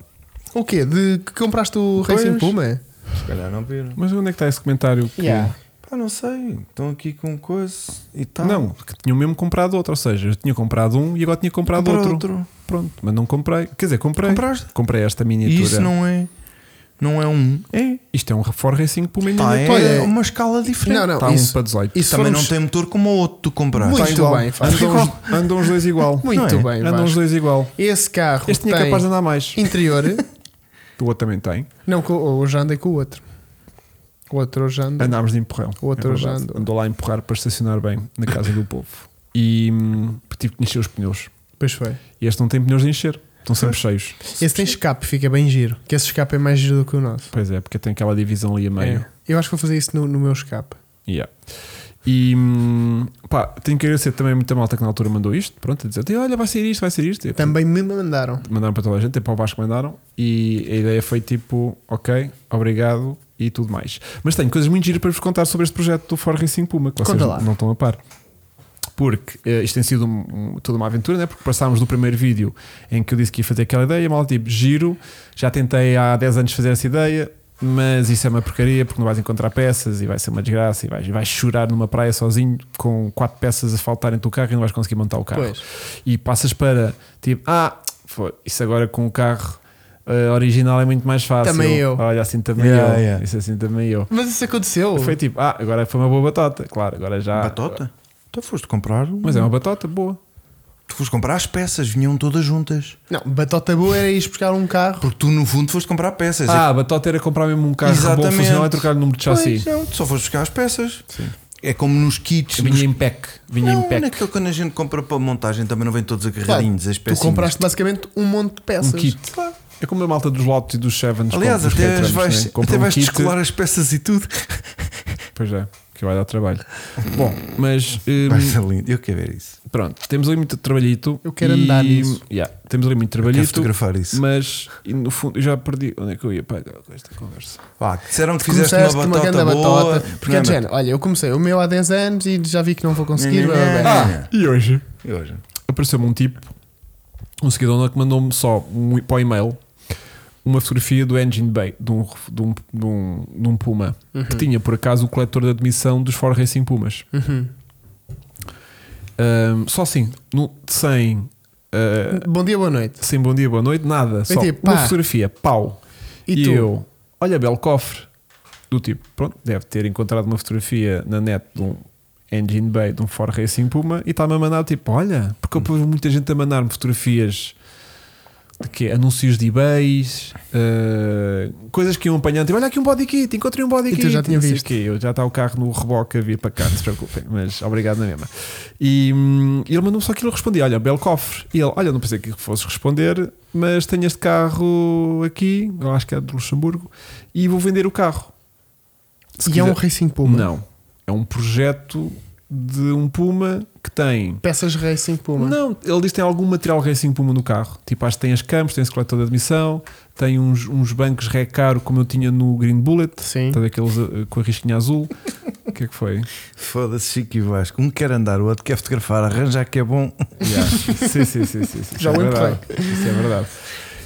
C: O quê? De que compraste o Racing
A: Pois.
C: Puma?
B: Se calhar não viram.
A: Mas onde é que está esse comentário? que-
C: Yeah.
B: Pá, não sei. Estão aqui com coisa e tá. tal.
A: Não, que tinham mesmo comprado outro. Ou seja, eu tinha comprado um e agora tinha comprado
B: Comprar
A: outro.
B: outro.
A: Pronto, mas não comprei. Quer dizer, comprei.
B: Compraste?
A: Comprei esta miniatura.
B: E isso não é. Não é um. É.
A: Isto é um Ford Racing Puma
B: Pá,
A: miniatura.
B: é
C: Olha,
B: uma escala diferente.
C: Não, não.
A: Está um
C: isso
A: para 18.
C: isso
B: Também
C: formos-
B: não tem motor como o outro que tu Tá compraste.
C: Muito
A: Está igual.
C: bem, faz.
A: andam,
B: assim,
A: os, andam os dois igual.
C: Muito
A: Não é?
C: bem,
A: Andam os
C: Vasco.
A: dois igual.
C: Esse carro
A: Este tinha
C: tem
A: capaz de andar mais.
C: interior.
A: O outro também tem.
C: não, com- hoje andei com o outro. O outro hoje anda.
A: Andámos de empurrão. é
C: O outro já
A: verdade.
C: andou.
A: andou lá a empurrar para estacionar bem na casa do povo. E hum, tive que encher os pneus.
C: Pois foi.
A: E este não tem pneus de encher. Estão sempre cheios.
C: Esse tem escape, fica bem giro. Que esse escape é mais giro do que o nosso.
A: Pois é, porque tem aquela divisão ali a meio.
C: É. Eu acho que vou fazer isso no, no meu escape.
A: Yeah. E hum, pá, tenho que agradecer também muita malta que na altura mandou isto. Pronto, a dizer: olha, vai sair isto, vai sair isto. E,
C: Também me mandaram.
A: mandaram para toda a gente, até para o Vasco mandaram, e a ideia foi tipo, ok, obrigado e tudo mais. Mas tenho coisas muito giras para vos contar sobre este projeto do Ford Racing Puma, que vocês
C: Conta lá.
A: não estão a par. Porque eh, isto tem sido um- um- toda uma aventura, né? porque passámos do primeiro vídeo em que eu disse que ia fazer aquela ideia, mal tipo, giro, já tentei há 10 anos fazer essa ideia, mas isso é uma porcaria porque não vais encontrar peças e vai ser uma desgraça e vais, e vais chorar numa praia sozinho com quatro peças a faltarem-te do carro e não vais conseguir montar o carro
C: Pois.
A: e passas para tipo, ah, foi, isso agora com o carro eh, original é muito mais fácil.
C: Também eu.
A: Olha, assim também
B: Yeah,
A: eu.
B: yeah.
A: Isso assim também eu.
C: Mas isso aconteceu.
A: Foi tipo, ah, agora foi uma boa batota. Claro, agora já.
B: Batota? Tu foste comprar.
A: Ah.
B: um.
A: Mas é uma batota boa.
B: Tu foste comprar as peças, vinham todas juntas.
C: Não, batota boa era ir buscar um carro.
B: Porque tu, no fundo, foste comprar peças. É
A: Ah, a batota era comprar mesmo um carro bom
B: Exatamente.
A: funcional e trocar o número de
B: Pois, é.
A: chassi.
B: não, tu só foste buscar as peças. É como nos kits.
A: Vinha
B: dos-
A: em pack. Vinha
B: não,
A: em pack.
B: naquele quando a gente compra para montagem também não vem todos
C: Claro,
B: agarradinhos as
C: tu
B: peças.
C: compraste basicamente um monte de peças.
A: Um kit. É como a malta dos lotes e dos sevens.
B: Aliás,
A: como dos
B: até,
A: Caterhams,
B: as vais,
A: né? Compra
B: até
A: um
B: vais
A: kit.
B: descolar as peças e tudo.
A: Pois é, que vai dar trabalho. bom, mas. hum,
B: Vai ser lindo. Eu quero ver isso.
A: Pronto, temos ali muito trabalhito.
C: Eu quero
A: e-
C: andar nisso.
A: Yeah, temos ali muito
B: Quero
A: trabalhito.
B: fotografar isso.
A: Mas e no fundo eu já perdi onde é que eu ia para esta conversa.
B: Vá, disseram que fizeste
C: Começaste
B: uma
C: com uma
B: batota,
C: grande
B: boa.
C: batota. Porque
B: não
C: é
B: é,
C: de género, olha, eu comecei o meu há 10 anos e já vi que não vou conseguir.
B: Não,
C: blá,
B: não,
C: blá, blá.
B: não.
A: Ah, e hoje
B: E hoje?
A: apareceu-me um tipo, um seguidor meu, que mandou-me só um, para o e-mail uma fotografia do Engine Bay de um, de um, de um, de um Puma
C: Uhum.
A: que tinha por acaso o coletor de admissão dos Ford Racing Pumas.
C: Uhum.
A: Ahm, só assim, no, sem, ah,
C: Bom dia, boa noite.
A: sem bom dia, boa noite, nada.
C: Foi
A: Só
C: tipo,
A: uma
C: Uhum. pá.
A: fotografia, pau.
C: E
A: E,
C: tu?
A: eu, olha, belo cofre. Do tipo, pronto, deve ter encontrado uma fotografia na net de um Engine Bay, de um Ford Racing Puma, e está-me a mandar tipo, olha, porque
C: Hum.
A: eu pus muita gente a mandar-me fotografias de quê? Anúncios de eBays, eh, coisas que iam apanhando, tipo, olha aqui um body kit, encontrei um body
C: E tu
A: kit.
C: já tinha
A: não sei o
C: visto.
A: quê. Eu já está o carro no reboque a vir para cá, não se preocupem, mas obrigado na mesma. E hum, ele mandou-me só aquilo, eu respondi: Olha, belo cofre. E ele: Olha, não pensei que fosse responder, mas tenho este carro aqui, eu acho que é do Luxemburgo, e vou vender o carro. Se
C: e é um
A: quiser-
C: Racing Puma.
A: Não, é um projeto de um Puma que tem
C: Peças Racing Puma.
A: não, ele diz que tem algum material Racing Puma no carro. Tipo, acho que tem as campos, tem esse coletor de admissão, tem uns, uns bancos recaro como eu tinha no Green Bullet,
C: Sim.
A: está daqueles eh, com a risquinha azul. O que é que foi?
B: Foda-se, Chico e Vasco. Um quer andar, o outro quer fotografar, arranjar que é bom.
A: Yeah. sim, sim, sim, sim, sim.
C: Já
A: Isso é
C: o
A: verdade. Isso é verdade.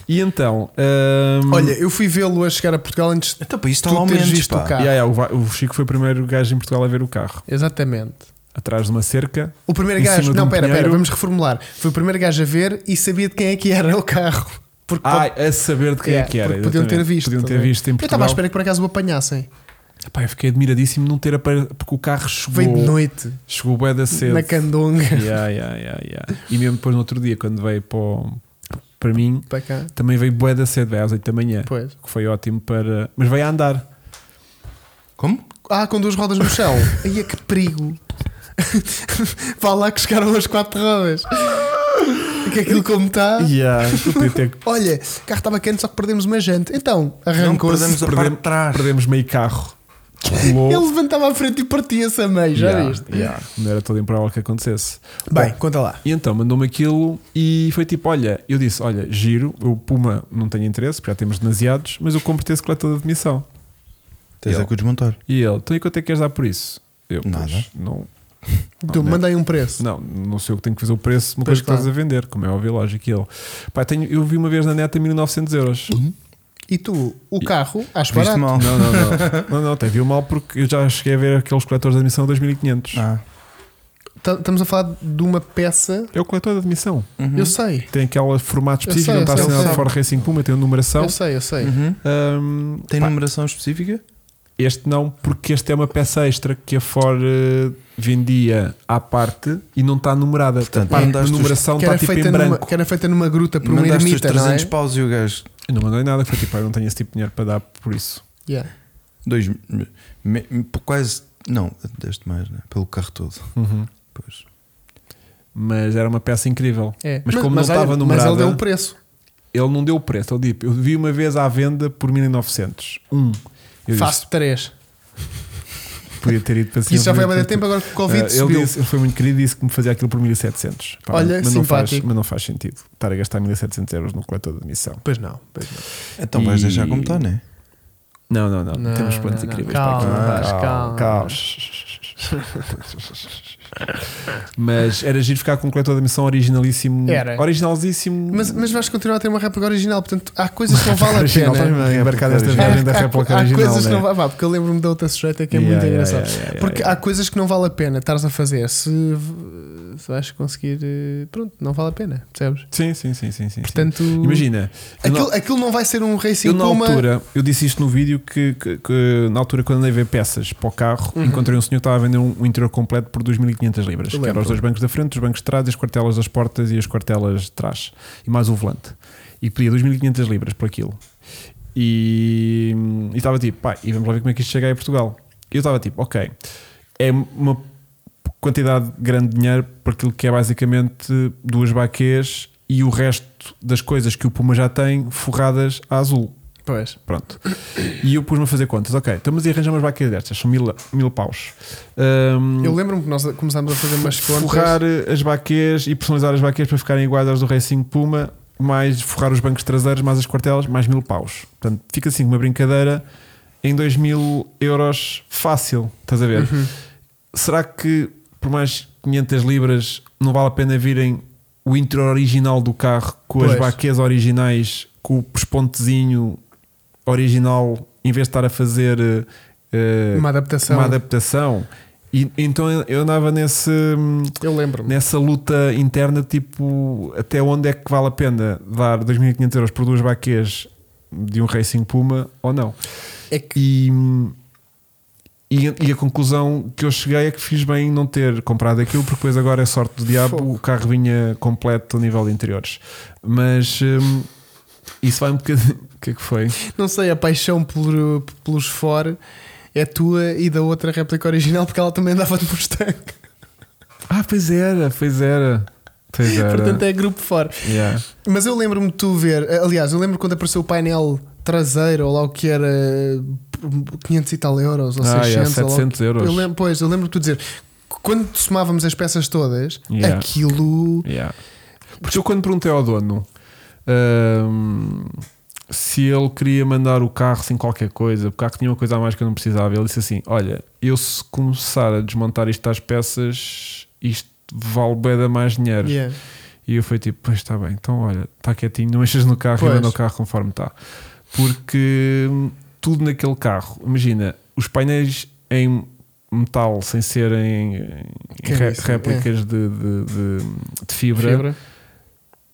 A: E então. hum,
C: Olha, ah. eu fui vê-lo a chegar a Portugal antes.
B: Então, para isto
C: Tu
B: está lá ao
C: teres
B: menos.
C: visto o
B: pá.
C: carro.
A: yeah, yeah, o Va- o Chico foi o primeiro gajo em Portugal a ver o carro.
C: Exatamente.
A: Atrás de uma cerca.
C: O primeiro
A: Em
C: gajo.
A: cima de
C: Não,
A: um
C: pera, pera,
A: pinheiro.
C: vamos reformular. Foi o primeiro gajo a ver e sabia de quem é que era o carro. Porque
A: Ai, a saber de quem é
C: Yeah,
A: que era.
C: porque podiam ter
A: exatamente.
C: visto.
A: Podiam ter
C: também.
A: visto em
C: Eu estava à
A: Portugal.
C: espera que por acaso o apanhassem.
A: Epá, eu fiquei admiradíssimo de não ter apare... porque o carro
C: Veio de
A: chegou.
C: noite,
A: Chegou bem da cedo.
C: na candonga.
A: Yeah, yeah, yeah, yeah. E mesmo depois no outro dia, quando veio para, o- para mim,
C: Para cá.
A: também veio bué da cedo, veio às 8 da manhã,
C: Pois.
A: que foi ótimo para. Mas veio a andar.
B: Como?
C: Ah, com duas rodas no chão. Aí é que perigo. Vá lá que chegaram as quatro rodas. Que aquilo como está.
A: Yeah. eu podia ter-
C: Olha, o carro está bacana, só que perdemos uma jante. Então,
B: Não
C: arrancou-se.
B: perdemos a parte de trás.
A: Perdemos meio carro. Colou.
C: Ele levantava à frente e partia-se a meio, já
A: Yeah,
C: viste?
A: yeah. Não era todo improvável que acontecesse.
C: Bem,
A: Bom,
C: conta lá.
A: e então mandou-me aquilo e foi tipo: Olha, eu disse: Olha, giro, o Puma não tenho interesse, porque já temos demasiados, mas eu compro-te esse coletor de admissão.
B: Tens a
A: Ele.
B: que o desmontar.
A: E ele: Então e quanto é que queres dar por isso? Eu: "Pois,
B: Nada.
A: não,
C: tu,
A: não é.
C: mandei um preço.
A: Não, não sei o que tenho que fazer o preço, uma coisa
C: Pois
A: que estás a
C: claro.
B: Uhum.
A: vender, como é óbvio, lógico. E ele, pá, tenho, eu vi uma vez na neta 1900 euros.
C: E tu, o carro, acho
B: Viste
C: barato.
B: mal.
A: Não, não, não. não, não tem, viu mal porque eu já cheguei a ver aqueles coletores de admissão a 2500.
B: Ah,
C: Ta- Tá, Estamos a falar de uma peça,
A: É o coletor de admissão.
B: uhum.
C: eu sei.
A: Tem aquele formato
C: Eu
A: específico,
C: sei,
A: não
C: eu
A: está
C: sei, eu
A: assinado
C: sei.
A: Ford Racing Puma, tem a numeração.
C: Eu sei, eu sei.
B: Uhum.
A: Ahm,
B: Tem
A: pá,
B: numeração específica?
A: Este não, porque este é uma peça extra que a Ford eh, vendia à parte e não está numerada.
B: Portanto, é
A: a parte
B: mandaste
A: de
B: os-
A: numeração
C: Que
A: está
C: era,
A: tipo
C: feita
A: em
C: numa,
A: branco.
C: que era feita numa gruta por uma
B: Mandaste os
C: ermita, não é?
B: 300 paus e o gajo.
A: Eu não mandei nada, foi tipo, "Ah, eu não tenho esse tipo de dinheiro para dar por isso.
C: Yeah.
B: Dois, me- me- quase. Não, deste mais, né? Pelo carro todo.
A: Uhum.
B: Pois.
A: Mas era uma peça incrível.
C: É.
A: Mas como não
C: olha,
A: estava
C: Mas ele
A: numerada-
C: deu o preço.
A: Ele não deu o preço, ele tipo, eu vi uma vez à venda por 1900. Um. Eu
C: Faço 3.
A: disse, podia ter ido para cima.
C: Isso já foi há
A: podia
C: bastante
A: ter-
C: tempo, agora que o Covid
A: Ah, ele,
C: subiu.
A: disse- ele foi muito querido e disse que me fazia aquilo por 1700. Pá,
C: Olha,
A: mas, não faz,
C: simpático.
A: mas não faz sentido estar a gastar 1700 euros no coletor de admissão.
C: Pois não, pois não.
B: Então vais
A: E-
B: deixar como está, né?
A: Não, não, não.
C: Não,
A: Temos pontos
C: não, não.
A: incríveis
C: Calma,
A: para aqui.
C: Vasco, calma.
A: Mas era giro ficar com um coletor de missão originalíssimo.
C: Era.
A: Originalíssimo.
C: Mas, mas vais continuar a ter uma réplica original, portanto há coisas que não valem a
A: original.
C: pena.
A: Estás-me a embarcar
B: Réplica
A: desta viagem da
C: Há- há-
A: réplica
C: há
A: original.
C: coisas que
A: né?
C: não va- pá, porque eu lembro-me da outra sujeita que é
A: Yeah,
C: muito
A: yeah,
C: engraçada.
A: yeah, yeah,
C: porque
A: yeah.
C: há coisas que não vale a pena estares a fazer se, v- se vais conseguir. eh, Pronto, não vale a pena, percebes?
A: Sim, sim, sim, sim, sim. sim.
C: Portanto,
A: Imagina. eu
C: aquilo,
A: não-
C: aquilo não vai ser um racing
A: Eu na
C: Puma.
A: altura, eu disse isto no vídeo que, que- que na altura quando andei a ver peças para o carro, encontrei um senhor que estava a vender um, um interior completo por 2.500 libras,
C: Uhum. Eu
A: que eram
C: lembro.
A: os dois bancos da frente, os bancos de trás, e as quartelas das portas e as quartelas de trás, e mais o volante. E pedia 2.500 libras por aquilo. E, e estava tipo, pá, e vamos lá ver como é que isto chega aí a Portugal. E eu estava tipo, ok, é uma quantidade grande de dinheiro para aquilo que é basicamente duas baquês e o resto das coisas que o Puma já tem forradas a azul.
C: Pois.
A: Pronto. E eu pus-me a fazer contas. Ok, então, estamos a arranjar umas baquetas destas, são mil, mil paus. Ahm,
C: Eu lembro-me que nós começámos a fazer umas contas.
A: hum. forrar eh, as baquês e personalizar as baquês para ficarem iguais às do Racing Puma, mais forrar os bancos traseiros, mais as quartelas, mais mil paus. Portanto, fica assim uma brincadeira em dois mil euros fácil, estás a ver?
C: Uhum.
A: Será que por mais 500 libras não vale a pena virem o interior original do carro com as
C: Pois.
A: baquês originais, com o pespontezinho original, em vez de estar a fazer eh, eh,
C: Uma adaptação.
A: uma adaptação? E, então eu andava nesse, hum,
C: Eu lembro-me.
A: nessa luta interna, tipo, até onde é que vale a pena dar 2.500 euros por duas baquês de um Racing Puma ou não?
C: É que
A: E, e, e a conclusão que eu cheguei é que fiz bem em não ter comprado aquilo, porque depois agora é sorte do diabo,
C: Fogo.
A: o carro vinha completo a nível de interiores. Mas hum, isso vai um bocadinho. O que é que foi?
C: não sei, a paixão por, pelos fora é tua e da outra réplica original, porque ela também dava de Mustang.
A: Ah, pois era, pois era. Pois era.
C: Portanto, é grupo fora.
A: Yeah.
C: Mas eu lembro-me de tu ver, aliás, eu lembro quando apareceu o painel traseiro, ou lá o que era 500 e tal euros, ou
A: Ah, yeah,
C: 600, ou lá o que-
A: 700 euros.
C: é Eu lembro, pois, eu lembro-me de tu dizer, quando somávamos as peças todas,
A: Yeah.
C: aquilo.
A: Yeah. Porque eu quando perguntei ao dono hum, se ele queria mandar o carro sem qualquer coisa, o carro tinha uma coisa a mais que eu não precisava, ele disse assim: Olha, eu se começar a desmontar isto às peças, isto vale bué da mais dinheiro.
C: Yeah.
A: E eu fui tipo: Pois está bem, então olha, está quietinho, não mexas no carro
C: Pois.
A: e manda o carro conforme está. Porque hum, tudo naquele carro, imagina, os painéis em metal sem serem em ré-
C: Caríssimo,
A: réplicas de, de- de- de fibra
C: é Fibra.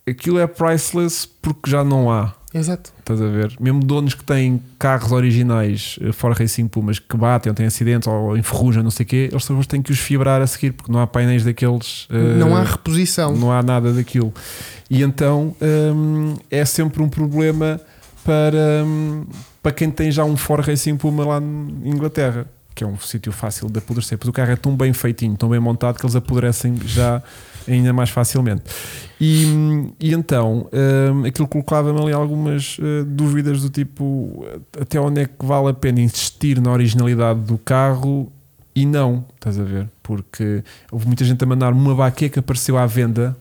A: aquilo é priceless porque já não há.
C: Exato.
A: Estás a ver? Mesmo donos que têm carros originais, eh, fora Racing Pumas, que batem ou têm acidentes ou enferrujam, não sei o quê, eles depois têm que os fibrar a seguir porque não há painéis daqueles. eh,
C: não há reposição.
A: não há nada daquilo. E então hum, é sempre um problema para, hum, para quem tem já um Ford Racing Puma lá na Inglaterra, que é um sítio fácil de apodrecer, porque o carro é tão bem feitinho, tão bem montado, que eles apodrecem já ainda mais facilmente. E, hum, e então hum, aquilo colocava-me ali algumas eh, dúvidas do tipo até onde é que vale a pena insistir na originalidade do carro e não, estás a ver? Porque houve muita gente a mandar uma baquê que apareceu à venda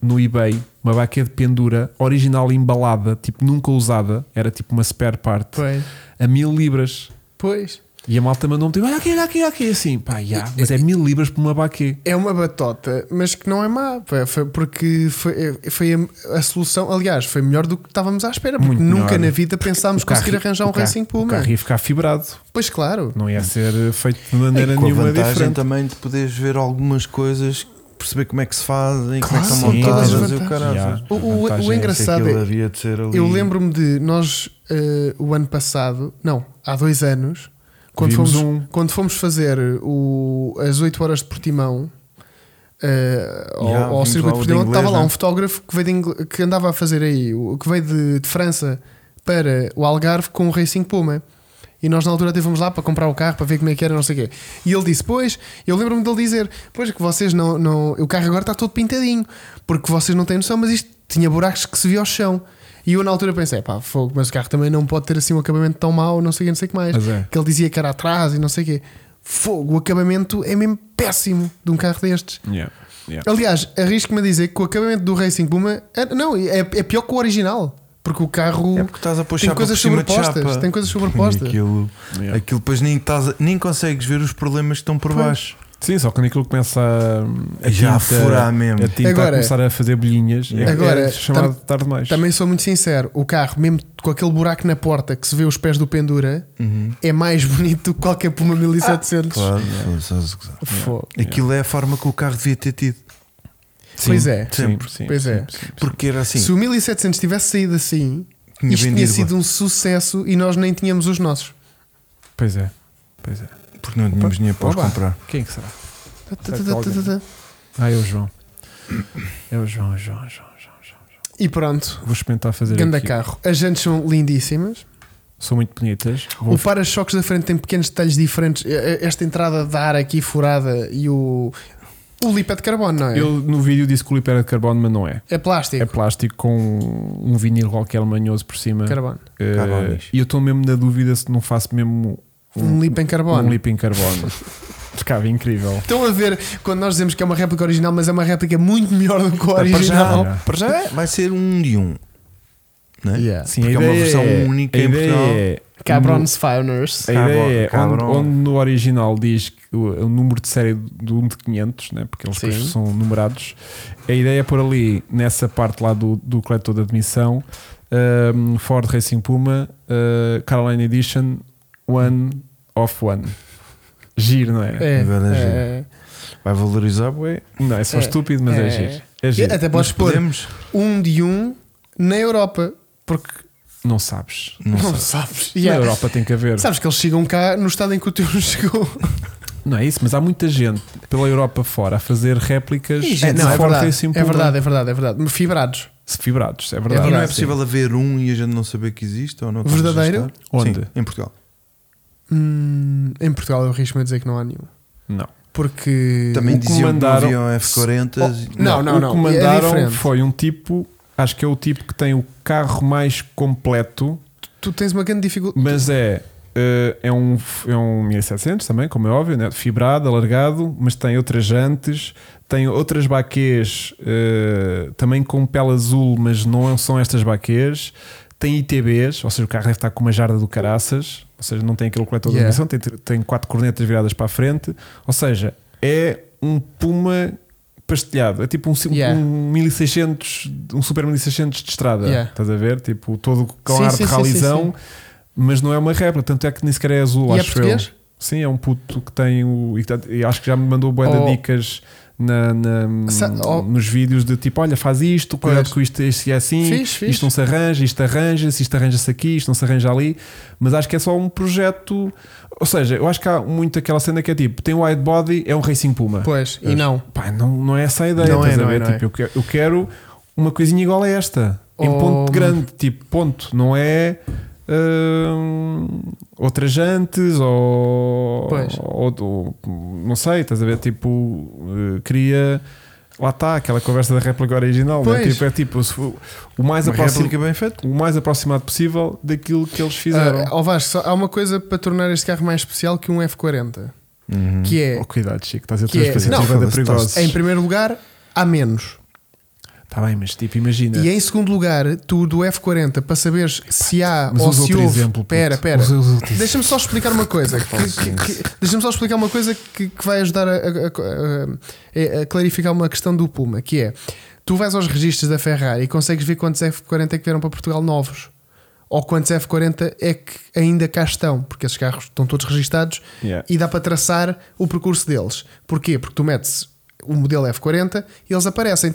A: no eBay, uma baquê de pendura, original embalada, tipo nunca usada, era tipo uma spare part,
C: Pois.
A: a mil libras.
C: Pois.
A: E a malta mandou-me tipo, olha aqui, olha aqui, olha aqui, assim, pá, já, mas é mil libras por uma baquê.
C: É uma batota, mas que não é má, pá, foi- porque foi, eh, foi a, a solução, aliás, foi melhor do que estávamos à espera, porque
A: Muito
C: nunca
A: melhor.
C: na vida pensámos
A: O carro
C: conseguir
A: ia-
C: arranjar
A: o
C: um
A: carro-
C: Racing
A: O
C: Puma.
A: carro ia ficar fibrado,
C: Pois claro.
A: não ia ser feito de maneira
B: E É com a
A: nenhuma
B: vantagem tá
A: diferente.
B: também de poderes ver algumas coisas, perceber como é que se fazem, como é que
C: Claro,
B: são
C: sim, todas as
B: montadas e o
C: vantagens.
B: caralho.
A: Já,
C: O-
A: a
C: o- o
A: vantagem é-
C: engraçado- Engraçado
B: Aquilo
C: é-
B: havia de ser ali.
C: Eu lembro-me de nós, eh, o ano passado, não, há dois anos, quando,
A: Vimos
C: fomos,
A: um.
C: quando fomos fazer o, as 8 horas de Portimão. eh, ao-
B: Yeah,
C: ao,
B: vimos lá
C: circuito de
B: o de
C: Portimão
B: inglês,
C: estava lá
B: né?
C: um fotógrafo que, veio de Ingl- que andava a fazer aí, o- que veio de, de França para o Algarve com o Racing Puma. E nós na altura até fomos lá para comprar o carro, para ver como é que era, não sei o quê. E ele disse: Pois, eu lembro-me dele dizer: Pois, que vocês não, não. O carro agora está todo pintadinho, porque vocês não têm noção, mas isto tinha buracos que se via ao chão. E eu na altura pensei: Pá, fogo, mas o carro também não pode ter assim um acabamento tão mau, não sei o quê, não sei o que mais.
A: Mas é.
C: Que ele dizia que era atrás e não sei o quê. Fogo, o acabamento é mesmo péssimo de um carro destes.
A: Yeah, yeah.
C: Aliás, arrisco-me a dizer que o acabamento do Racing Puma é- não, é, é pior que o original. Porque o carro
B: É porque estás a pôr
C: um tem
B: chapa
C: coisas
B: por cima de
C: sobrepostas.
B: chapa.
C: Tem coisas sobrepostas.
B: Aquilo,
A: Yeah.
B: aquilo depois nem, estás a- nem consegues ver os problemas que estão por
C: Pois.
B: baixo.
A: Sim, só quando aquilo começa a,
B: A já furar mesmo.
A: a tinta
C: Agora-
A: a começar a fazer bolhinhas, é-
C: Agora,
A: é chamado
C: tam-
A: de tarde demais.
C: Também sou muito sincero, o carro, mesmo com aquele buraco na porta que se vê os pés do pendura, é mais bonito do que qualquer Puma 1700.
B: Ah, Claro, só- só- só-
C: Fogo.
B: Aquilo é a forma que o carro devia ter tido.
A: Sim,
C: Pois é.
A: sim,
B: Sempre.
A: sim,
C: Pois
A: sim,
C: é.
A: sim, sim.
B: Porque era assim.
C: Se o 1700 tivesse saído assim,
B: Tinha
C: isto tinha
B: vendido,
C: sido um sucesso e nós nem tínhamos os nossos.
A: Pois é. Pois é.
B: Porque não tínhamos dinheiro para os
A: Opa.
B: comprar.
A: Quem é que será?
C: Tá, tá, tá, tá, tá, tá.
A: Ah, é o João. É o João, João, João, João. João.
C: E pronto,
A: Vou experimentar fazer
C: ganda
A: aqui.
C: carro. As jantes são lindíssimas.
A: São muito bonitas. Vou
C: O para-choques da frente tem pequenos detalhes diferentes. E- e- Esta entrada de ar aqui furada e o. O lipo é de carbono, não é?
A: Eu no vídeo disse que o lipo era de carbono, mas não é.
C: É plástico.
A: É plástico com um vinil qualquer manhoso por cima.
C: carbono.
A: Eh,
B: Carbonis.
A: E eu estou mesmo na dúvida se não faço mesmo
C: Um lipo em carbono.
A: um lipo em carbono. Ficava incrível.
C: Estão a ver quando nós dizemos que é uma réplica original, mas é uma réplica muito melhor do
A: É
C: que a
B: Para
C: original.
B: já, para já é, vai ser um de um. Né?
C: Yeah.
A: Sim,
B: Porque é
A: a
B: uma
A: ideia
B: versão
A: é-
B: única
A: a
B: em
A: ideia
B: Portugal.
A: é-
C: Cabrons Founders.
A: A
B: Cabron-
A: ideia é onde,
B: cabron.
A: onde no original diz que o, o número de série do 1 de 500, né? porque eles depois
C: Sim.
A: são numerados. A ideia é pôr ali, nessa parte lá do, do coletor de admissão, um, Ford Racing Puma, uh, Caroline Edition, One of One. Giro, não é?
C: É,
B: Vai dar
C: é,
B: Vai valorizar, ué.
A: Não, é só
C: É.
A: estúpido, mas é,
C: É.
A: giro. É
C: é.
A: giro.
C: Até podes pôr
B: Podemos?
C: um de um na Europa, porque
A: Não sabes.
B: Não
C: não
B: sei.
C: sabes. Yeah.
A: Na Europa tem que haver.
C: Sabes que eles chegam cá no estado em que o teu chegou.
A: Não é isso, mas há muita gente pela Europa fora a fazer réplicas
C: É,
A: de assim
C: não, é,
A: Ford
C: verdade,
A: Racing Puma.
C: é verdade, é verdade, é verdade. Fibrados.
A: Fibrados, é
B: E
A: verdade.
B: não
C: verdade,
B: é possível haver um e a gente não saber que existe ou não?
C: Verdadeiro?
A: Onde?
B: Sim, em Portugal.
C: Hum, em Portugal eu risco-me a dizer que não há nenhum.
A: Não.
C: Porque.
B: Também
A: O que
B: diziam
A: mandaram-
B: que não haviam F40.
C: Oh, não, não,
A: o
C: não.
A: que
C: É
A: mandaram
C: diferente.
A: foi um tipo, acho que é o tipo que tem o carro mais completo,
C: Tu tens uma grande dificuldade.
A: mas é. eh, é, um, é um 1700 também, como é óbvio, né? fibrado, alargado, mas tem outras jantes, tem outras baquês eh, também com pele azul, mas não é, são estas baquês. Tem ITBs, ou seja, o carro deve estar com uma jarda do caraças, ou seja, não tem aquele coletor
C: Yeah.
A: de emissão, tem, tem quatro cornetas viradas para a frente, ou seja, é um Puma pastelhado, é tipo um, sim-
C: Yeah.
A: um 1600, um Super 1600 de estrada,
C: Yeah.
A: estás a ver? Tipo, todo com
C: Sim,
A: ar
C: sim,
A: de
C: sim, sim,
A: ralizão, mas não é uma réplica, tanto é que nem sequer é azul,
C: E é
A: acho eu.
C: português?
A: Sim, é um puto que tem o. E, portanto, e acho que já me mandou boé de
C: Oh.
A: dicas na- na-
C: Sa- oh.
A: nos vídeos de tipo: olha, faz isto, cuidado
C: Pois.
A: com isto, isto é assim,
C: Fixe, fixe.
A: isto não se arranja, isto arranja-se, isto arranja-se aqui, isto não se arranja ali. Mas acho que é só um projeto. Ou seja, eu acho que há muito aquela cena que é tipo: tem um wide body, é um Racing Puma.
C: Pois, e não.
A: Pá, não, não é essa a ideia,
C: Não
A: estás
C: é,
A: a
C: não é,
A: ver?
C: não
A: tipo, eu, que- eu quero uma coisinha igual a esta, em
C: Oh.
A: ponto grande, tipo, ponto, não é hum, outras jantes ou,
C: Pois.
A: ou- ou- não sei, estás a ver? Tipo, eh, queria. Lá está, aquela conversa da réplica original, não é?
C: Pois.
A: tipo, é tipo se for o mais,
B: Uma
A: aproxim-
B: réplica bem feita.
A: o mais aproximado possível daquilo que eles fizeram.
C: Ah, ó Vasco, só- há uma coisa para tornar este carro mais especial que um F40, que é
A: Oh, cuidado, Chico, estás a
C: Que
A: ter
C: é-
A: experiência
C: não, é
A: de
B: foda-se,
A: perigosos.
C: Em primeiro lugar, há menos.
A: Está bem, mas tipo, imagina.
C: E é em segundo lugar, tu do F40 para saberes se há
A: mas
C: ou
A: usa
C: se
A: outro
C: houve.
A: exemplo, puto.
C: pera, pera.
A: Usa- usa outro
C: Deixa-me só explicar uma coisa. que- que- que- Deixa-me só explicar uma coisa que, que vai ajudar a, a- a- a- a clarificar uma questão do Puma, que é tu vais aos registros da Ferrari e consegues ver quantos F40 é que vieram para Portugal novos. Ou quantos F40 é que ainda cá estão, porque esses carros estão todos registados
A: Yeah.
C: e dá para traçar o percurso deles. Porquê? Porque tu metes o modelo F40 e eles aparecem.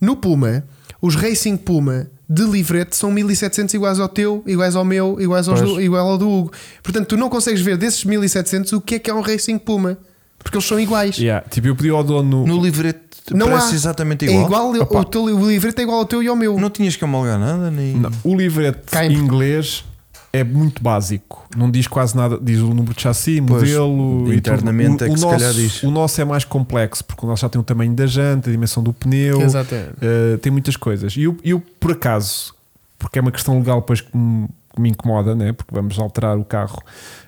C: No Puma, os Racing Puma de livrete são 1700 iguais ao teu, iguais ao meu, iguais aos
A: Pois.
C: do, igual ao do Hugo. Portanto, tu não consegues ver desses 1700 o que é que é um Racing Puma, porque eles são iguais.
A: Yeah, Tipo, eu pedi ao dono.
B: é- No livreto
C: Não
B: parece
C: há.
B: exatamente igual.
C: É igual
A: Opa.
C: o, teu, o livreto é igual ao teu e ao meu.
B: Não tinhas que homologar nada, nem.
A: Não, o livrete
C: Cá em-
A: inglês é muito básico. Não diz quase nada. Diz o número de chassi, modelo. e tudo. o,
B: internamente é que
A: o
B: se
A: nosso,
B: calhar diz.
A: O nosso é mais complexo, porque o nosso já tem o tamanho da janta, a dimensão do pneu.
C: Exatamente.
A: Uh, tem muitas coisas. E eu, eu, por acaso, porque é uma questão legal depois que me, que me incomoda, né? porque vamos alterar o carro,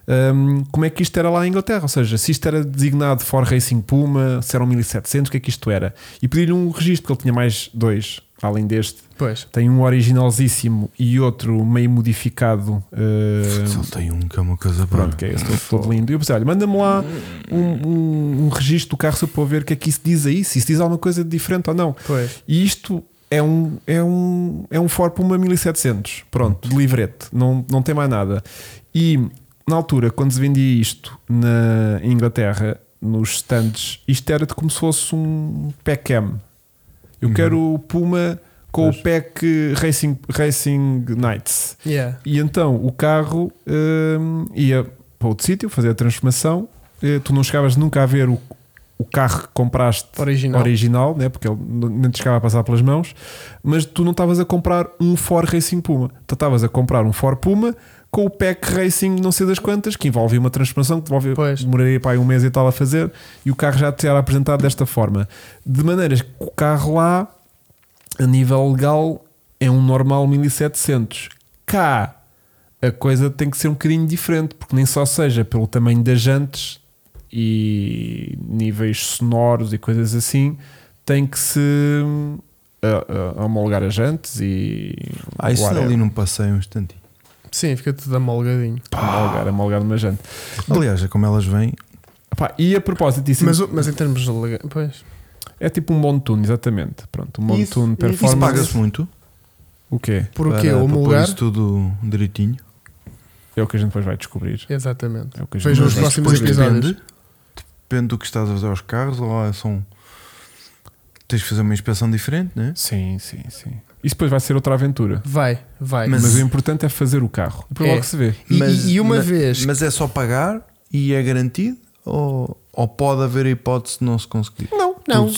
A: um, como é que isto era lá em Inglaterra? Ou seja, se isto era designado Ford Racing Puma, se eram 1700, o que é que isto era? E pedi-lhe um registro, que ele tinha mais dois, além deste.
C: Pois.
A: Tem um originalzíssimo e outro meio modificado. uh,
B: Só tem um que é uma coisa
A: Pronto, que é esse todo, todo lindo. E eu pensei, olha, manda-me lá um, um, um registro do carro só para eu ver o que é que isso diz aí, se isso diz alguma coisa de diferente ou não.
C: Pois.
A: E isto é um, é um, é um Ford Puma 1700, pronto, de livrete, não, não tem mais nada. E na altura, quando se vendia isto na em Inglaterra, nos stands, isto era de como se fosse um PECAM. Eu quero o Puma com o PEC Racing, Racing Nights.
C: Yeah.
A: E então o carro hum, ia para outro sítio fazer a transformação. Eh, tu não chegavas nunca a ver o, o carro que compraste
C: Original.
A: original, né? porque ele n- nem te chegava a passar pelas mãos, mas tu não estavas a comprar um Ford Racing Puma. Tu estavas a comprar um Ford Puma com o pack Racing não sei das quantas, que envolve uma transformação que envolve,
C: Pois.
A: demoraria para aí um mês e tal a fazer, e o carro já te era apresentado desta forma. De maneiras que o carro lá a nível legal é um normal 1700. Cá a coisa tem que ser um bocadinho diferente, porque nem só seja pelo tamanho das jantes e níveis sonoros e coisas assim, tem que se a- a- homologar as jantes e
B: Ah, isso
A: whatever.
B: ali não passei um instantinho.
C: Sim, fica tudo amolgadinho.
A: homologar, homologar uma jante.
B: Aliás, é como elas vêm.
A: Pá, e a propósito disso,
C: Mas, o- mas é- em termos de. lega- Pois.
A: é tipo um Montune, exatamente. Pronto, um
C: Isso-
A: Montune
C: isso
B: Isso
A: performance.
B: paga-se muito.
A: o quê?
C: Porquê?
B: para,
C: O
B: para
C: meu
B: pôr
C: lugar.
B: isso tudo direitinho.
A: É o que a gente depois vai descobrir.
C: Exatamente.
A: É o que a gente
C: Vejam os
A: depois vai-
C: próximos
B: depois
C: episódios.
B: depende. Depende do que estás a fazer aos carros. Ou são. Tens que fazer uma inspeção diferente, né?
A: Sim, sim, sim. Isso depois vai ser outra aventura.
C: Vai, vai.
B: Mas-
A: Mas, o importante é fazer o carro. Depois
C: É.
A: logo se vê.
C: E-
B: Mas-
C: e uma
B: ma-
C: vez-
B: Mas é só pagar e é garantido? Ou, ou pode haver a hipótese de não se conseguir?
A: Não,
C: não.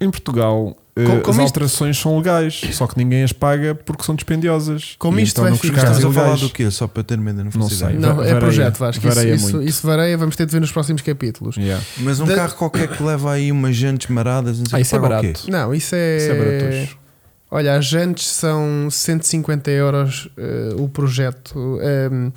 A: em Portugal, eh,
C: como
A: as
C: isto-
A: alterações são legais, só que ninguém as paga porque são dispendiosas.
C: Como
A: E
C: isto
A: então
C: vai
A: não que os
C: ficar?
A: carros
B: Estás a falar
A: ilegais-
B: do quê? Só para ter medo, não,
A: Não
B: faço ideia.
A: sei.
C: Não, é
A: Varia-
C: projeto, Vasco. Isso,
A: varia
C: isso,
A: muito.
C: isso varia, vamos ter de ver nos próximos capítulos.
A: Yeah.
B: Mas um
C: Da-
B: carro qualquer que leva aí umas jantes maradas, não sei
A: Ah,
B: que,
A: isso é
B: paga o
A: barato.
B: quê?
C: Não, isso é.
A: Isso é baratoso.
C: Olha, as jantes são 150 euros eh, o projeto. Ehm,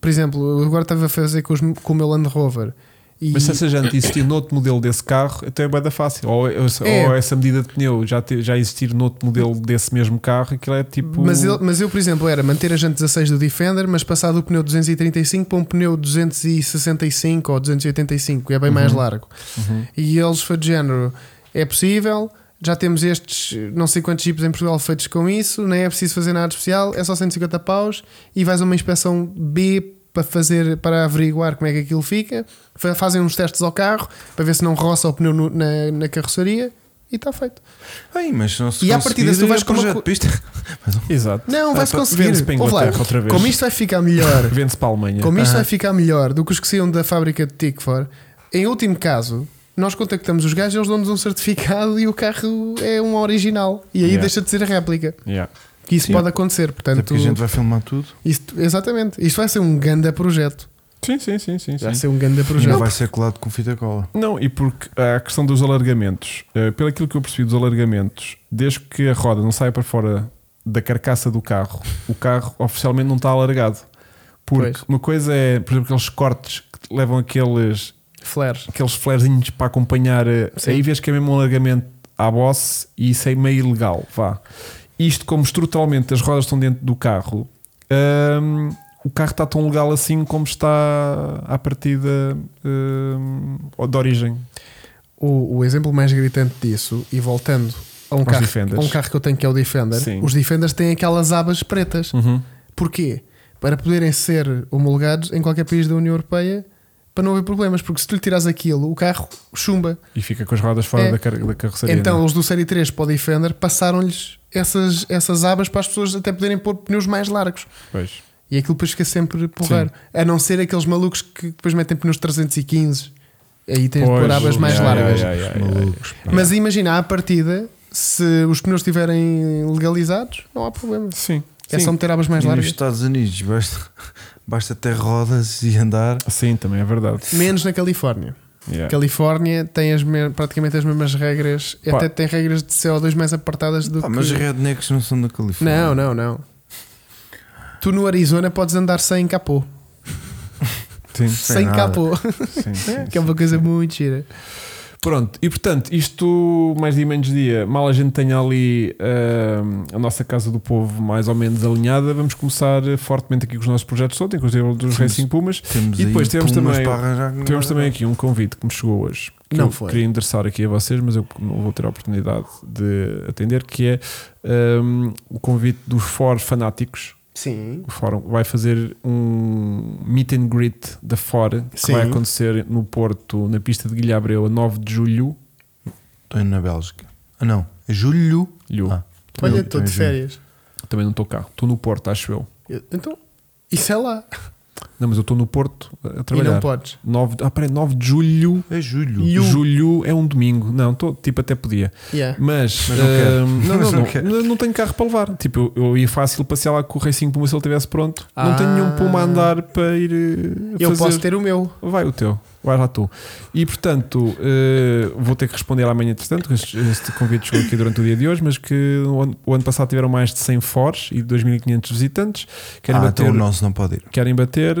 C: por exemplo, eu agora estava a fazer com, os- com o meu Land Rover. E
A: Mas é se essa gente existir noutro modelo desse carro, então é bem da fácil. Ou, ou-
C: É.
A: ou essa medida de pneu já, te- já existir noutro modelo desse mesmo carro, aquilo é tipo.
C: mas, eu, mas eu, por exemplo, era manter a jante 16 do Defender, mas passar do pneu 235 para um pneu 265 ou 285, que é bem
A: Uhum.
C: mais largo. E eles foi de género: é possível, já temos estes não sei quantos chips em Portugal feitos com isso, nem é preciso fazer nada de especial, é só 150 paus e vais a uma inspeção B para fazer para averiguar como é que aquilo fica. Fa- Fazem uns testes ao carro para ver se não roça o pneu no- na, na carroceria e está feito.
B: Ai, mas se não se
C: E à
B: conseguir,
C: partida, se tu vais
B: é
C: com uma
B: projeto
C: co-
B: de pista. Mas um-
A: Exato.
C: Não, vai-se
A: Ah, pá,
C: conseguir.
A: Vende-se para a
C: Ouve lá,
A: Inglaterra outra vez.
C: Como isto vai ficar melhor
A: Vende-se para a Alemanha.
C: Como isto vai ficar melhor do que os que saíam da fábrica de Tickford, em último caso, nós contactamos os gajos, eles dão-nos um certificado e o carro é um original. E aí
A: Yeah.
C: deixa de ser a réplica.
A: Yeah.
C: Que isso
A: Sim.
C: pode acontecer,
B: Até
C: portanto.
B: porque a gente vai filmar tudo.
C: isto- exatamente. Isto vai ser um ganda projeto.
A: Sim, sim, sim, sim. sim.
C: Vai ser um ganda
B: E
C: projeto.
B: não vai ser colado com fita cola.
A: Não, e porque há a questão dos alargamentos, Eh, pelo aquilo que eu percebi dos alargamentos, desde que a roda não saia para fora da carcaça do carro, o carro oficialmente não está alargado. Porque
C: Pois.
A: uma coisa é, por exemplo, aqueles cortes que levam aqueles,
C: Flares.
A: aqueles flarezinhos para acompanhar. eh,
C: Sim.
A: Aí vês que é mesmo um alargamento à à bosse e isso é meio ilegal. Vá. Isto, como estruturalmente as rodas estão dentro do carro, hum, o carro está tão legal assim como está à partida hum, de origem.
C: O, o exemplo mais gritante disso, e voltando a um,
A: Aos
C: carro,
A: Defenders.
C: a um carro que eu tenho que é o Defender,
A: Sim.
C: os Defenders têm aquelas abas pretas.
A: Uhum.
C: Porquê? Para poderem ser homologados em qualquer país da União Europeia para não haver problemas, porque se tu lhe tiras aquilo, o carro chumba.
A: E fica com as rodas fora
C: É.
A: da, car da carroceria.
C: então,
A: não é?
C: os do Série 3 para o Defender passaram-lhes essas, essas abas para as pessoas até poderem pôr pneus mais largos.
A: é? Pois.
C: E aquilo depois fica sempre porreiro. A não ser aqueles malucos que depois metem pneus 315. Aí tens de
A: Pois,
C: pôr abas mais
A: yeah,
C: largas.
A: yeah, yeah, yeah, yeah.
C: Mas imagina, à partida, se os pneus estiverem legalizados, não há problema.
A: Sim.
C: É
A: sim.
C: só meter abas mais
B: E nos
C: largas.
B: Estados Unidos basta, basta ter rodas e andar.
A: Sim, também é verdade.
C: Menos na Califórnia.
A: Yeah.
C: Califórnia tem as me- praticamente as mesmas regras, e
A: Pá.
C: até tem regras de CO2 mais apartadas do
B: Ah,
C: que.
B: mas rednecks não são da Califórnia.
C: Não, não, não. Tu no Arizona podes andar sem capô.
A: Sim,
B: Sem
C: Sem,
B: nada.
C: capô.
A: sim, sim,
C: que é uma coisa muito gira.
A: Pronto, e portanto, isto mais dia menos dia, mal a gente tenha ali ahm, a nossa casa do povo mais ou menos alinhada, vamos começar eh, fortemente aqui com os nossos projetos todos, inclusive o dos
B: Temos-
A: Racing Pumas.
B: Temos
A: E depois
B: aí
A: temos
B: pumas
A: também-
B: para arranjar que
A: Temos
B: não-
A: também aqui um convite que me chegou hoje. Que
C: Não
A: eu
C: foi.
A: Queria endereçar aqui a vocês, mas eu não vou ter a oportunidade de atender, que é ahm, o convite dos For Fanáticos.
C: Sim.
A: O fórum vai fazer um meet and greet da Fora que
C: Sim.
A: vai acontecer no Porto, na pista de Guilhabreu, a 9 de julho.
B: É na Bélgica. Ah, não. É julho.
A: Lho.
B: Ah,
C: Olha,
B: Também-
C: estou de
B: também
C: férias.
A: Também não estou cá, estou no Porto, acho eu.
C: Eu- então, isso é lá.
A: Não, mas eu estou no Porto a- a
C: E
A: trabalhar.
C: não podes.
A: 9, de- ah, peraí, 9 de julho.
B: É julho.
A: Julho. é um domingo. Não, tô, tipo, até podia.
C: Yeah.
A: Mas,
B: Mas não
A: ahm,
B: quero.
A: não, não,
B: Mas não
A: não,
B: quero.
A: não, não tenho carro para levar. Tipo, eu, eu ia fácil passear lá com o Racing Puma se ele estivesse pronto.
C: Ah.
A: Não tenho nenhum Puma a andar para ir. eh,
C: Eu
A: fazer.
C: posso ter o meu.
A: Vai o teu, vai lá tu. E portanto, eh, vou ter que responder amanhã, entretanto, este, este convite chegou aqui durante o dia de hoje, mas que o ano, o ano passado tiveram mais de 100 fores e 2.500 visitantes. Querem
B: Ah,
A: bater
B: então o nosso não pode ir.
A: querem bater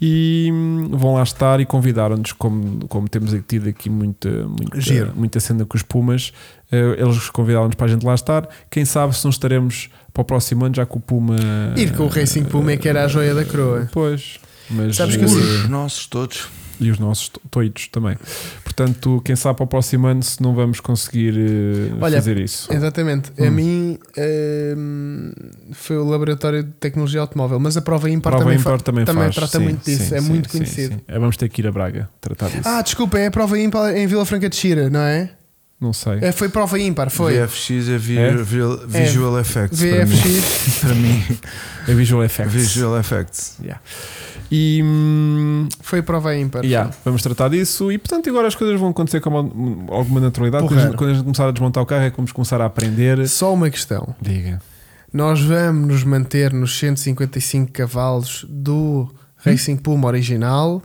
A: e hum, vão lá estar e convidaram-nos, como, como temos tido aqui muita, muita,
C: Giro.
A: muita cena com os Pumas, eh, eles convidaram-nos para a gente lá estar. Quem sabe se não estaremos para o próximo ano, já que o Puma. eh,
C: Ir com o Racing Puma é que era a joia da coroa.
A: Pois. Mas,
C: Sabes que eu
A: eh,
C: sinto-
B: Os nossos todos.
A: e os nossos to- toitos também. Portanto, quem sabe para o próximo ano se não vamos conseguir eh,
C: Olha,
A: fazer isso.
C: Exatamente. A mim hum, foi o Laboratório de Tecnologia Automóvel, mas a prova ímpar
A: Prova
C: também, fa-
A: ímpar também,
C: também
A: faz.
C: trata
A: Sim,
C: muito disso,
A: sim,
C: é muito
A: sim,
C: conhecido.
A: sim. É, vamos ter que ir a Braga tratar disso.
C: Ah, desculpa, é a prova ímpar em Vila Franca de Xira, não é?
A: não sei.
C: é foi prova ímpar, foi.
B: VFX é, vi-
A: É?
B: vi- Visual Effects. para mim.
C: VFX.
B: Para mim.
A: É Visual Effects.
B: Visual Effects.
A: Yeah. E hum,
C: Foi prova ímpar.
A: yeah, vamos tratar disso. E portanto, agora as coisas vão acontecer com alguma- alguma naturalidade. Quando a,
C: Porreiro.
A: gente, quando a gente começar a desmontar o carro, é que vamos começar a aprender.
C: Só uma questão.
A: Diga.
C: Nós vamos nos manter nos 155 cavalos
A: Hum?
C: do Racing Puma original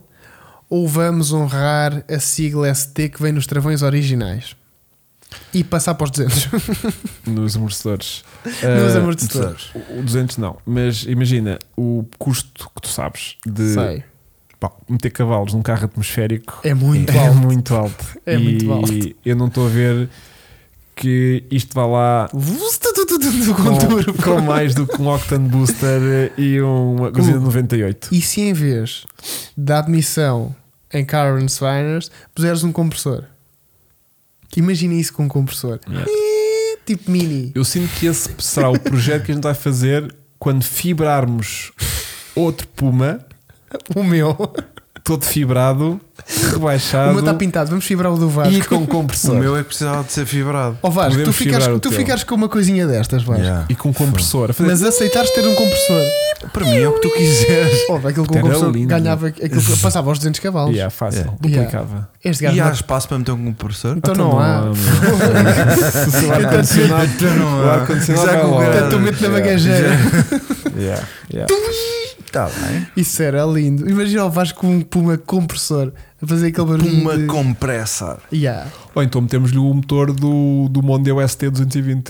C: ou vamos honrar a sigla ST que vem nos travões originais? E passar para os 200.
A: Nos amortecedores.
C: Nos
A: Ah,
C: amortecedores.
A: O 200 não, mas imagina o custo que tu sabes de
C: Sei.
A: pá, meter cavalos num carro atmosférico
C: É muito
A: é
C: alto.
A: muito alto.
C: É
A: e
C: muito alto.
A: eu não estou a ver que isto vá lá
C: Com
A: com,
C: turbo.
A: com mais do que um Octane Booster e um uma coisa de 98.
C: E se em vez da admissão em Karen Sviners puseres um compressor? Imagina isso com um compressor.
A: Yeah.
C: Ih, Tipo mini.
A: Eu sinto que esse será o projeto que a gente vai fazer quando fibrarmos outro Puma,
C: O meu.
A: todo fibrado,
C: O
A: rebaixado
C: meu está pintado. Vamos fibrar o do Vasco.
A: e com
B: O
A: compressor.
B: meu é que precisava de ser fibrado.
C: Ó Vasco, tu,
A: Podemos
C: ficares,
A: fibrar o
C: tu
A: teu.
C: ficares com uma coisinha destas, Vasco.
B: Yeah.
A: E com compressor. A fazer-
C: Mas aceitares ter um compressor.
B: Para mim é o que tu quiseres.
C: Ó, aquele com o
A: Era
C: compressor
A: lindo.
C: ganhava. Aquilo que passava aos 200 cavalos.
A: Yeah, fácil.
B: Yeah.
A: Duplicava.
C: Este gajo.
B: E há
C: não-
B: espaço para meter um compressor?
A: Ah,
C: Então
A: tá
C: não há.
A: Se o ar-condicionado.
B: Então não
A: O
B: há.
A: ar-condicionado
B: Isso é
A: vai
B: com
A: logo.
B: grande.
C: Portanto, eu meto Então na bagageira.
A: Yeah, yeah.
B: Está bem.
C: Isso era lindo. Imagina o Vasco com um puma compressor a fazer aquele barulho.
B: Uma
C: de...
B: compressor.
C: Yeah.
A: Ou então metemos-lhe o motor do, do Mondeo ST220.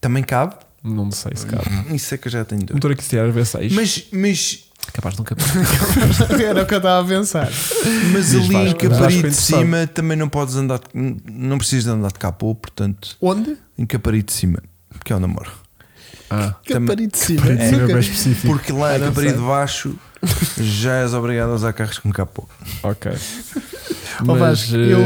B: Também cabe?
A: Não sei se cabe.
B: Isso é que eu já tenho dúvida.
A: Motor aqui se tiver V6.
B: Mas, mas
A: Capaz de nunca.
C: Era o que eu estava a pensar.
B: Mas
A: Diz,
B: ali
A: faz-
B: em
A: faz
B: Caparido
A: bem
B: de cima também não podes andar, de- n- não precisas de andar de capô, portanto,
C: Onde?
B: em Caparido de cima, que é o namoro.
A: Ah,
C: Que
B: Também-
C: parido de cima.
A: para dizer
C: Nunca-
A: bem específico.
B: Porque lá em
C: Ai,
B: Caparido
C: cansado.
B: de baixo já és obrigado a usar carros com capô.
A: Ok.
C: Ó,
A: Mas,
C: Vasco,
A: eh,
C: eu-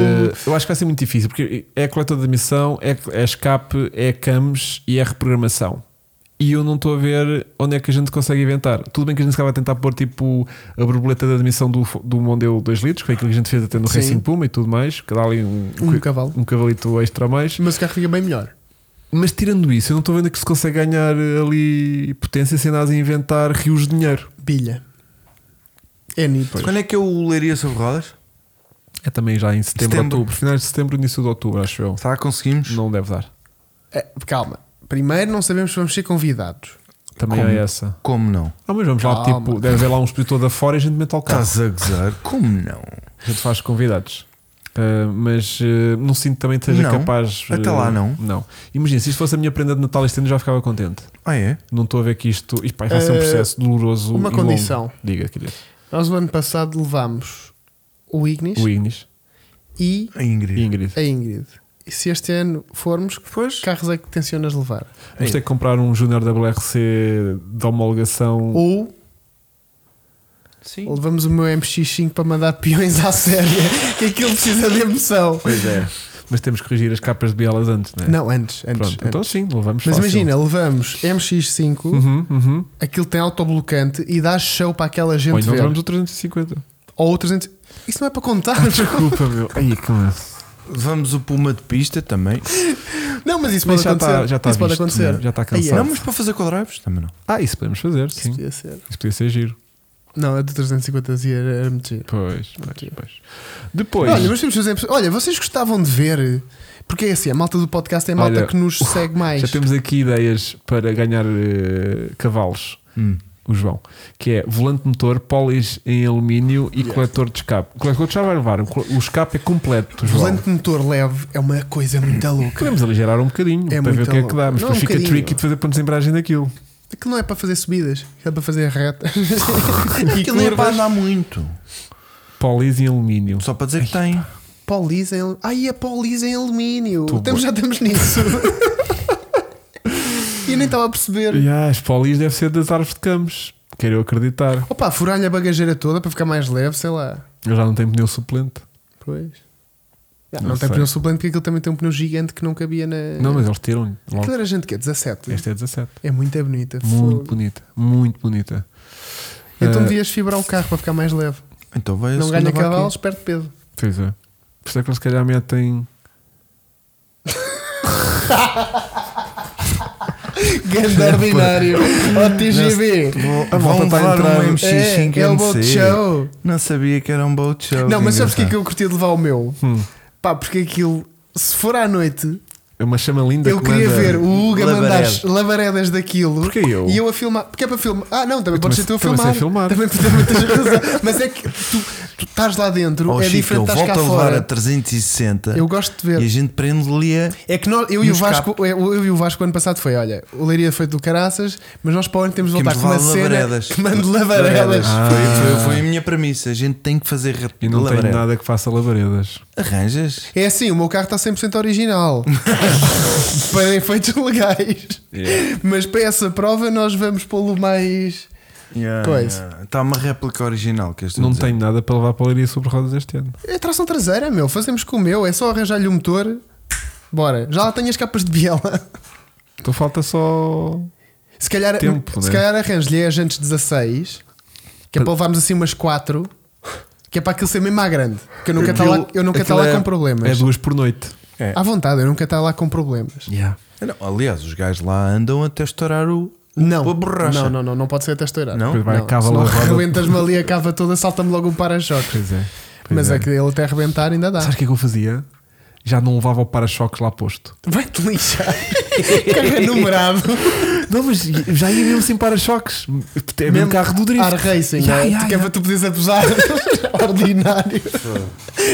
A: eu... acho que vai ser muito difícil porque é coleta de admissão, é, é escape, é CAMS e é reprogramação. E eu não estou a ver onde é que a gente consegue inventar. Tudo bem que a gente se calhar vai tentar pôr tipo a borboleta de admissão do, fo- do Mondeo 2 litros, que foi aquilo que a gente fez até no
C: Sim.
A: Racing Puma e tudo mais, que dá ali um,
C: Um cavalo.
A: um cavalito extra a mais.
C: Mas o carro fica bem melhor.
A: Mas tirando isso, eu não estou vendo que se consegue ganhar ali potência sem nada a inventar rios de dinheiro.
C: Bilha. É nítido.
B: Quando é que eu leiria sobre rodas?
A: É também já em setembro,
B: Setembro.
A: outubro, finais de setembro, início de outubro, acho eu.
B: Será que conseguimos?
A: Não deve dar.
C: É, calma. Primeiro não sabemos se vamos ser convidados.
A: Também
B: Como?
A: é essa.
B: Como não?
A: Ah, mas vamos lá,
C: Calma.
A: tipo, deve haver lá um expositor da fora e a gente mete ao carro.
B: Estás a gozar? Como não?
A: A gente faz convidados. Ah, mas ah, não sinto também que seja
B: Não.
A: capaz.
B: Até
A: ah,
B: lá, não.
A: Não. Imagina, se isto fosse a minha prenda de Natal este ano, já ficava contente.
B: Ah, é?
A: Não estou a ver que isto. Isto pá, vai ser um
C: Eh,
A: processo doloroso.
C: uma
A: e longo.
C: condição.
A: Diga, querido.
C: Nós o ano passado levámos o Ignis
A: O Ignis
C: e
B: A Ingrid.
A: e Ingrid.
C: a Ingrid. E se este ano formos, que carros é que tencionas levar?
A: Vamos ter que comprar um Junior WRC de homologação.
C: Ou
B: Sim.
C: levamos o meu MX5 para mandar peões à séria, que aquilo precisa de emoção.
A: Pois é. Mas temos que corrigir as capas de bielas antes, não é?
C: Não, antes, antes.
A: Pronto,
C: antes.
A: então sim, levamos
C: Mas
A: fácil.
C: imagina, levamos MX5,
A: Uhum, uhum.
C: aquilo tem autoblocante e dá show para aquela gente
A: Ou então
C: ver.
A: levamos o 350.
C: Ou outros ent- Isso não é para contar.
A: Desculpa, meu. Aí, como
B: Vamos o Puma de pista também.
C: não, mas isso
A: Mas
C: pode
A: já
C: acontecer.
A: está- já está
C: isso pode
A: visto,
C: acontecer.
A: né? Já está
C: Aí é.
A: cansado.
B: Não, mas para fazer quadrives também não.
A: Ah, isso podemos fazer,
C: Isso
A: sim.
C: podia ser.
A: Isso podia ser giro.
C: Não, a de 350 era, era muito giro.
A: Pois, pois, pois. Depois.
C: Olha, mas temos de fazer. um Olha, vocês gostavam de ver. Porque é assim, a malta do podcast é a malta
A: Olha,
C: que nos segue mais.
A: Já temos aqui ideias para ganhar eh, cavalos,
C: Hum.
A: o João, que é volante motor, polis em alumínio e coletor de escape. O coletor de escape vai levar, o col- o escape é completo, João.
C: Volante de motor leve é uma coisa muito louca.
A: Podemos aligerar um bocadinho
C: É
A: para ver
C: muito
A: o que é que
C: louco.
A: dá, mas
C: Não,
A: depois
C: um
A: fica
C: bocadinho.
A: tricky de fazer pontos de embreagem daquilo.
C: Aquilo não é para fazer subidas, é para fazer retas. e
B: Aquilo nem é para
C: curvas.
B: andar muito.
A: Polis em alumínio.
B: Só para dizer que tem.
C: Polis em. Ai, é polis em alumínio.
A: Tô
C: Temos,
A: bom.
C: já estamos nisso. e eu nem estava a perceber.
A: E, ah, as polis deve ser das árvores de campos. Quero eu acreditar.
C: Opa, furar-lhe a bagageira toda para ficar mais leve, sei lá.
A: Eu já não tenho pneu suplente.
C: Pois. Ah,
A: Não
C: não tem
A: sei.
C: pneu suplente porque aquilo também tem um pneu gigante que não cabia na.
A: Não, mas eles tiram-lhe. logo.
C: Aquilo era gente que é 17.
A: Esta é 17.
C: É muito é bonita.
A: Muito
C: fogo.
A: bonita, muito bonita.
C: Então
A: Ah,
C: devias fibrar o carro para ficar mais leve.
B: Então vai a
C: não
B: segunda
C: ganha
B: vaca.
C: cavalos, perde peso.
A: Pois é. Por isso é que eles se calhar metem.
C: Grande ordinário. Ó TGV.
B: Vou-
A: A
B: Vão
A: malta está a
B: levar
A: entrar.
B: um MX5
C: então É, é o
B: NC.
C: boat show.
B: Não sabia que era um boat show.
C: Não, mas sabes o que é que
B: engraçado.
C: eu curtia de levar o meu?
A: Hum.
C: Pá, porque aquilo, se for à noite,
A: É uma chama linda.
C: eu
A: que
C: queria
A: manda-
C: ver o Hugo a mandar
B: Labareda.
C: as labaredas daquilo.
A: Porquê eu?
C: E eu a filmar. Porque é para filmar. Ah, não, também
A: Eu
C: podes ser tu
A: também-
C: a filmar.
A: também sei filmar.
C: Também, também tens razão. Mas é que tu, tu estás lá dentro,
B: Oh,
C: é
B: Chico,
C: diferente
B: eu
C: estás
B: volto
C: cá
B: a levar a
C: fora.
B: 360
C: Eu gosto de ver.
B: e a gente prende-lhe a.
C: É que nós, eu, e
B: No
C: o Vasco, eu, eu e o Vasco ano passado foi, olha, o Leiria foi do Caraças, mas nós para o ano temos de
B: Temos
C: voltar
B: de
C: com uma
B: levar
C: cena
B: labaredas.
C: que Ah. mando labaredas.
A: Ah,
B: Ah, Foi, foi- foi a minha premissa. A gente tem que fazer re-
A: E não
B: labareda.
A: tenho nada que faça labaredas.
B: Arranjas?
C: É assim, o meu carro está 100% original. para efeitos legais. Mas para essa prova nós vamos pô-lo mais.
B: Yeah,
C: Pois.
B: yeah. Está uma réplica original que este
A: Não tenho nada para levar para a leiria sobre rodas este ano.
C: É tração traseira, meu. Fazemos com o meu. É só arranjar-lhe o motor. Bora. Já lá tenho as capas de biela.
A: Então falta só.
C: Se calhar,
A: Tempo,
C: se
A: né?
C: calhar arranjo-lhe as antes 16. Que é para levarmos assim umas 4. Que é para aquilo ser mesmo à grande. Que eu nunca está lá, eu nunca tá lá
B: aquilo é-
C: com problemas.
A: É duas por noite.
C: À vontade, eu nunca está lá com problemas.
B: Não, aliás, os gajos lá andam até estourar o.
C: Não,
B: a borracha.
C: não, não, não, não pode ser até estourar.
B: Não?
A: Depois vai a cava
C: senão
A: lá roda.
C: arrebentas-me ali a cava toda, salta-me logo um para-choques.
A: Pois é. Pois
C: Mas é. que ele até arrebentar ainda dá.
A: Sabes o que é que eu fazia? Já não levava o para-choques lá posto.
C: Vai-te lixar. Carro numerado.
A: Não, mas já ia mesmo sem para-choques. É mesmo carro do drift.
C: Ar Racing.
A: Ya,
C: né?
A: ya,
C: que é
A: ya.
C: para tu poderes abusar. ordinário.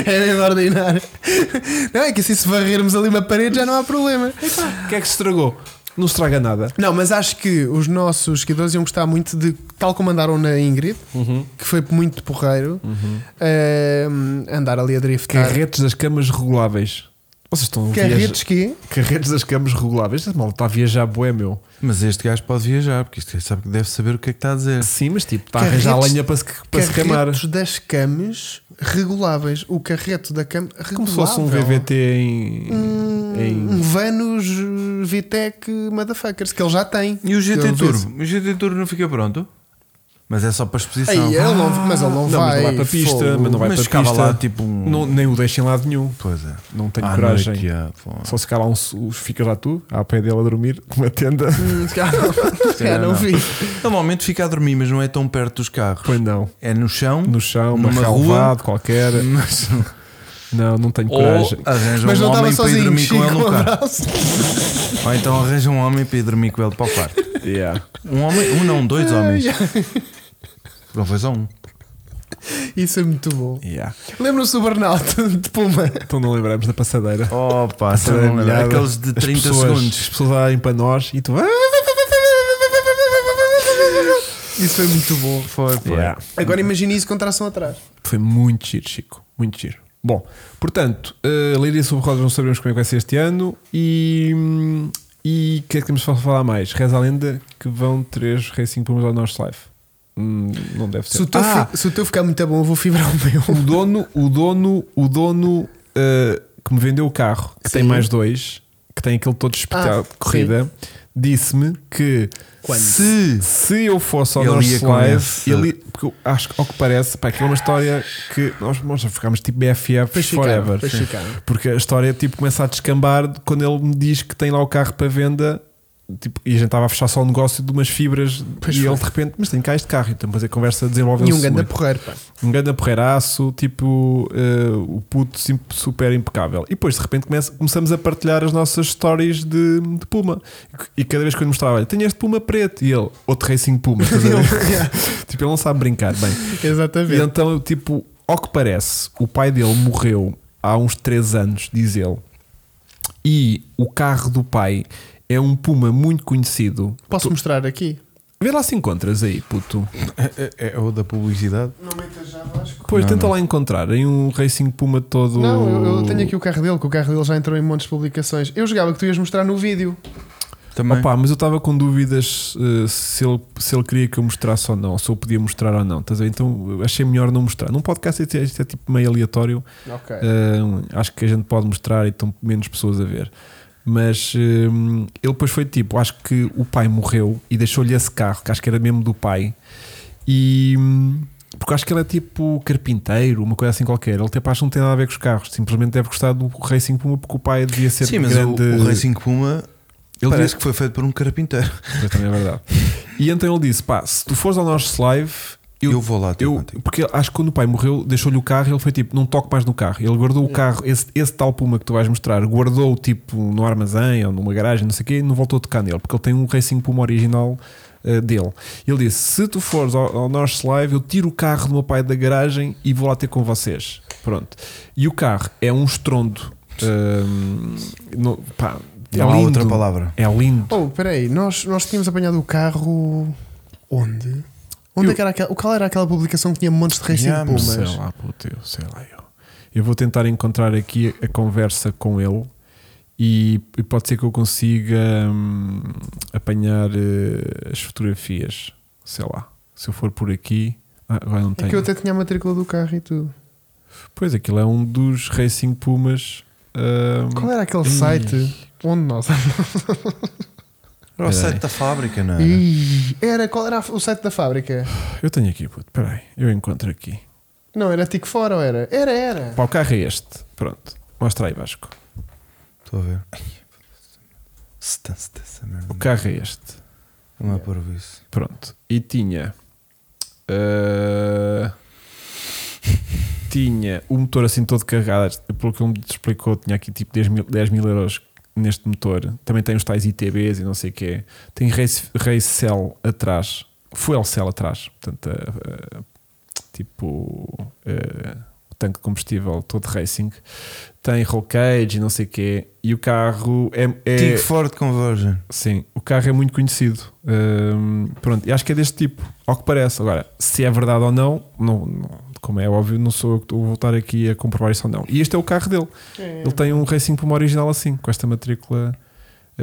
C: É mesmo ordinário. Não, é que assim se varrermos ali uma parede já não há problema.
A: O que é que se estragou? não estraga nada.
C: Não, mas acho que os nossos seguidores iam gostar muito de, tal como andaram na Ingrid,
A: Uhum.
C: que foi muito porreiro, eh, andar ali a driftar.
A: Carretes das camas reguláveis. Vocês estão a
C: Carretes
A: viajar-
C: quê?
A: Carretes das camas reguláveis. Esta malta está a viajar bué, meu.
B: Mas este gajo pode viajar, porque este gajo sabe que deve saber o que é que está a dizer.
A: Sim, mas tipo, está a arranjar
C: Carretes-
A: lenha para se, para se queimar.
C: Carretos das camas reguláveis. O carreto da cama regulável.
A: Como se fosse um VVT em. em-
C: Um Vanos eh, VTEC Motherfuckers, que ele já tem.
B: E o GT
C: Ele
B: Turbo?
C: disse-
B: O GT Turbo não fica pronto? Mas é só para exposição.
C: Ei, ele não- mas ele não,
A: Não, mas
C: vai,
A: não vai para a pista,
C: fogo.
A: mas não vai
B: Mas
A: para a
B: ficava
A: pista.
B: lá, tipo, um-
A: Não- nem o deixem lá de nenhum.
B: Pois é.
A: Ah, Não é- tenho
B: À
A: coragem.
B: noite, já, pô.
A: Só se cá lá um, su- fica lá tu, à pé dele a dormir, com uma tenda.
C: Hum, se calhar não- se calhar não
B: Não.
C: vi.
B: Normalmente fica a dormir, mas não é tão perto dos carros.
A: Pois não.
B: É no chão.
A: No chão, uma
B: Numa rua.
A: relvado qualquer.
B: Mas,
A: Não, não tenho
B: ou
A: coragem.
B: arranja
C: Mas
B: um
C: não estava
B: homem para ir
C: sozinho,
B: dormir
C: Chico.
B: com ele no
C: Um
B: carro.
C: abraço.
B: Ou então arranja um homem para ir dormir com ele para o quarto.
A: Yeah.
B: Um homem, um não, dois homens. Não foi só um.
C: Isso é muito bom.
A: Yeah.
C: Lembram-se do burnout de Puma?
A: Então não lembramos da passadeira.
B: Opa, então,
A: Essa é era
B: são
A: molhada.
B: aqueles de
A: As
B: 30
A: pessoas- As
B: segundos.
A: pessoas a darem para nós e tu.
C: Isso foi muito bom.
B: Foi, foi.
A: Yeah.
C: Agora imagina isso com tração atrás.
A: Foi muito giro, Chico. Muito giro. Bom, portanto, a Leiria sobre Rodas não sabemos como é que vai ser este ano e. hum, E o que é que temos para falar mais? Reza a lenda que vão três Racing Pumas ao nosso live. Hum, não deve ser.
C: Se o, teu
A: Ah,
C: fi- se o teu ficar muito bom, eu vou fibrar o
A: o
C: meu.
A: dono, o dono, o dono uh, que me vendeu o carro, que tem
C: Sim. Ah,
A: mais dois, que tem aquele todo espetado de
C: sim.
A: corrida, disse-me que
C: Quando?
B: Eh,
A: se se eu fosse ao
B: Ele ia
A: nosso
B: com
A: live,
B: esse.
A: ele, porque eu acho que ao que parece, pá, aquilo é uma história que nós, nós já ficámos tipo BFF
C: Pois ficaram,
A: forever.
C: pois
A: Sim.
C: ficaram.
A: Porque a história tipo começa a descambar de quando ele me diz que tem lá o carro para venda. Tipo, e a gente estava a fechar só o negócio de umas fibras
C: Pois
A: e
C: foi.
A: ele de repente, mas tem cá este carro, então depois a conversa desenvolveu-se.
C: E um ganda
A: muito
C: porreiro, pá.
A: um grande porreiraço, tipo eh, o puto sim- super impecável. E depois de repente começa- começamos a partilhar as nossas stories de, de Puma. E cada vez que eu lhe mostrava, olha, tenho este Puma preto e ele, outro Racing Puma. estás a ver? tipo, ele não sabe brincar bem. E
C: Exatamente.
A: então, eu, tipo, ao que parece, o pai dele morreu há uns 3 anos, diz ele. E o carro do pai é um Puma muito conhecido.
C: Posso mostrar aqui?
A: Vê lá se encontras aí, puto.
B: É, é o da publicidade.
C: Não metas já, Vasco.
A: Pois
B: Não,
A: tenta
B: não.
A: lá encontrar em um Racing Puma todo.
C: Não, eu, eu tenho aqui o carro dele, que o carro dele já entrou em montes de publicações. Eu jogava que tu ias mostrar no vídeo.
B: Também.
A: Opa, mas eu estava com dúvidas eh, se, ele, se ele queria que eu mostrasse ou não, ou se eu podia mostrar ou não. Estás a ver? Então eu achei melhor não mostrar. Num podcast isto é, isto é tipo meio aleatório.
C: Ok.
A: Eh, acho que a gente pode mostrar e estão menos pessoas a ver. Mas eh, ele depois foi tipo: acho que o pai morreu e deixou-lhe esse carro, que acho que era mesmo do pai. E. hum, Porque acho que ele é tipo carpinteiro, uma coisa assim qualquer. Ele tipo acho que não tem nada a ver com os carros, simplesmente deve gostar do Racing Puma porque o pai devia ser
B: Sim, mas o-
A: grande.
B: o, Racing Puma. Ele
A: Parece-
B: disse que foi feito por um carpinteiro.
A: Pois também é verdade. E então ele disse: pá, se tu fores ao nosso live,
B: Eu,
A: eu.
B: vou lá ter
A: eu-
B: Tipo, contigo.
A: porque acho que quando o pai morreu, deixou-lhe o carro. Ele foi tipo: Não toque mais no carro. Ele guardou o carro, esse, esse tal Puma que tu vais mostrar, guardou tipo no armazém ou numa garagem, não sei o quê, e não voltou a tocar nele. Porque ele tem um Racing Puma original eh, dele. Ele disse: Se tu fores ao, ao nosso live, eu tiro o carro do meu pai da garagem e vou lá ter com vocês. Pronto. E o carro é um estrondo. Ahm, no- pá, é
B: Não há
A: lindo.
B: outra palavra.
A: É lindo.
C: Oh, peraí, nós, nós tínhamos apanhado o carro. Onde? Onde é que era aquela, qual era aquela publicação que tinha montes de racing
B: Yeah,
C: pumas?
A: Sei lá, puto, eu sei lá eu. Eu vou tentar encontrar aqui a conversa com ele e, e pode ser que eu consiga hum, apanhar eh, as fotografias. Sei lá. Se eu for por aqui. Ah, agora não
C: É
A: tenho.
C: que eu até tinha a matrícula do carro e tudo.
A: Pois aquilo é um dos Racing Pumas. hum,
C: Qual era aquele site? Onde nós?
B: Era
A: Peraí.
B: o site da fábrica, não é?
C: Ih, Era, qual era o site da fábrica?
A: Eu tenho aqui, puto, peraí, eu encontro aqui.
C: Não, era Tico Fora ou era? Era, era.
A: Pá, o carro é este. Pronto. Mostra aí, Vasco.
B: Estou a ver. Ai, Stance dessa merda.
A: O carro é este.
B: Não é por isso.
A: Pronto. E tinha. ah, tinha o motor assim todo carregado. Pelo que ele me explicou, tinha aqui tipo 10 mil, 10 mil euros neste motor. Também tem os tais ITBs e não sei o quê. Tem race, race Cell atrás. eh, Fuel Cell atrás. Portanto, ah, ah, tipo. ah, tanque de combustível todo racing, tem roll cage e não sei o quê, e o carro é. é-
B: Tig Ford Conversion.
A: sim, o carro é muito conhecido. Hum, pronto, e acho que é deste tipo, ao que parece. Agora, se é verdade ou não, não, não- como é óbvio, não sou eu que estou a voltar aqui a comprovar isso ou não. E este é o carro dele. Ele tem um Racing Puma original assim, com esta matrícula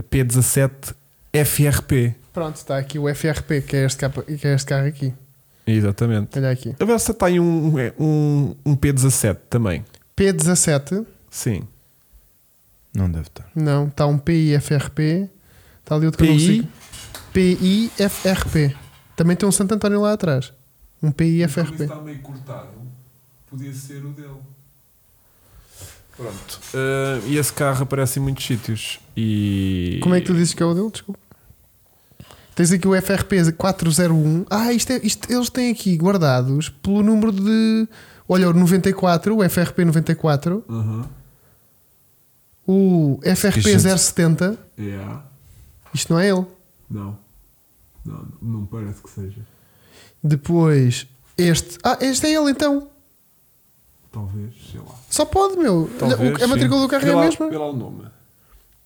A: P17 FRP.
C: Pronto, está aqui o FRP, que é este, capa- que é este carro aqui.
A: Exatamente.
C: Olha aqui.
A: A Versa tem um, um, um P17 também.
C: P17,
A: Sim.
B: Não deve estar.
C: não, está um PIFRP. Está Tá ali outro que eu não
A: PI,
C: consigo. PIFRP. Também tem um Santo António lá atrás. Um PIFRP.
A: meio Então, cortado. Podia ser o dele. Pronto. Ah, e esse carro aparece em muitos sítios. E.
C: Como é que tu dizes que é o dele? Desculpa. Tens aqui o FRP 401. Ah, isto é, isto, eles têm aqui guardados pelo número de. Olha, o 94, o FRP 94,
A: Uhum.
C: o FRP
B: Que gente.
C: 070.
A: Yeah.
C: Isto não é ele.
A: É Não. Não, não parece que seja.
C: Depois, este. Ah, este é ele então.
A: Talvez, sei lá.
C: Só pode, meu. Olha, o- a matrícula do carro é a mesma.
A: o nome.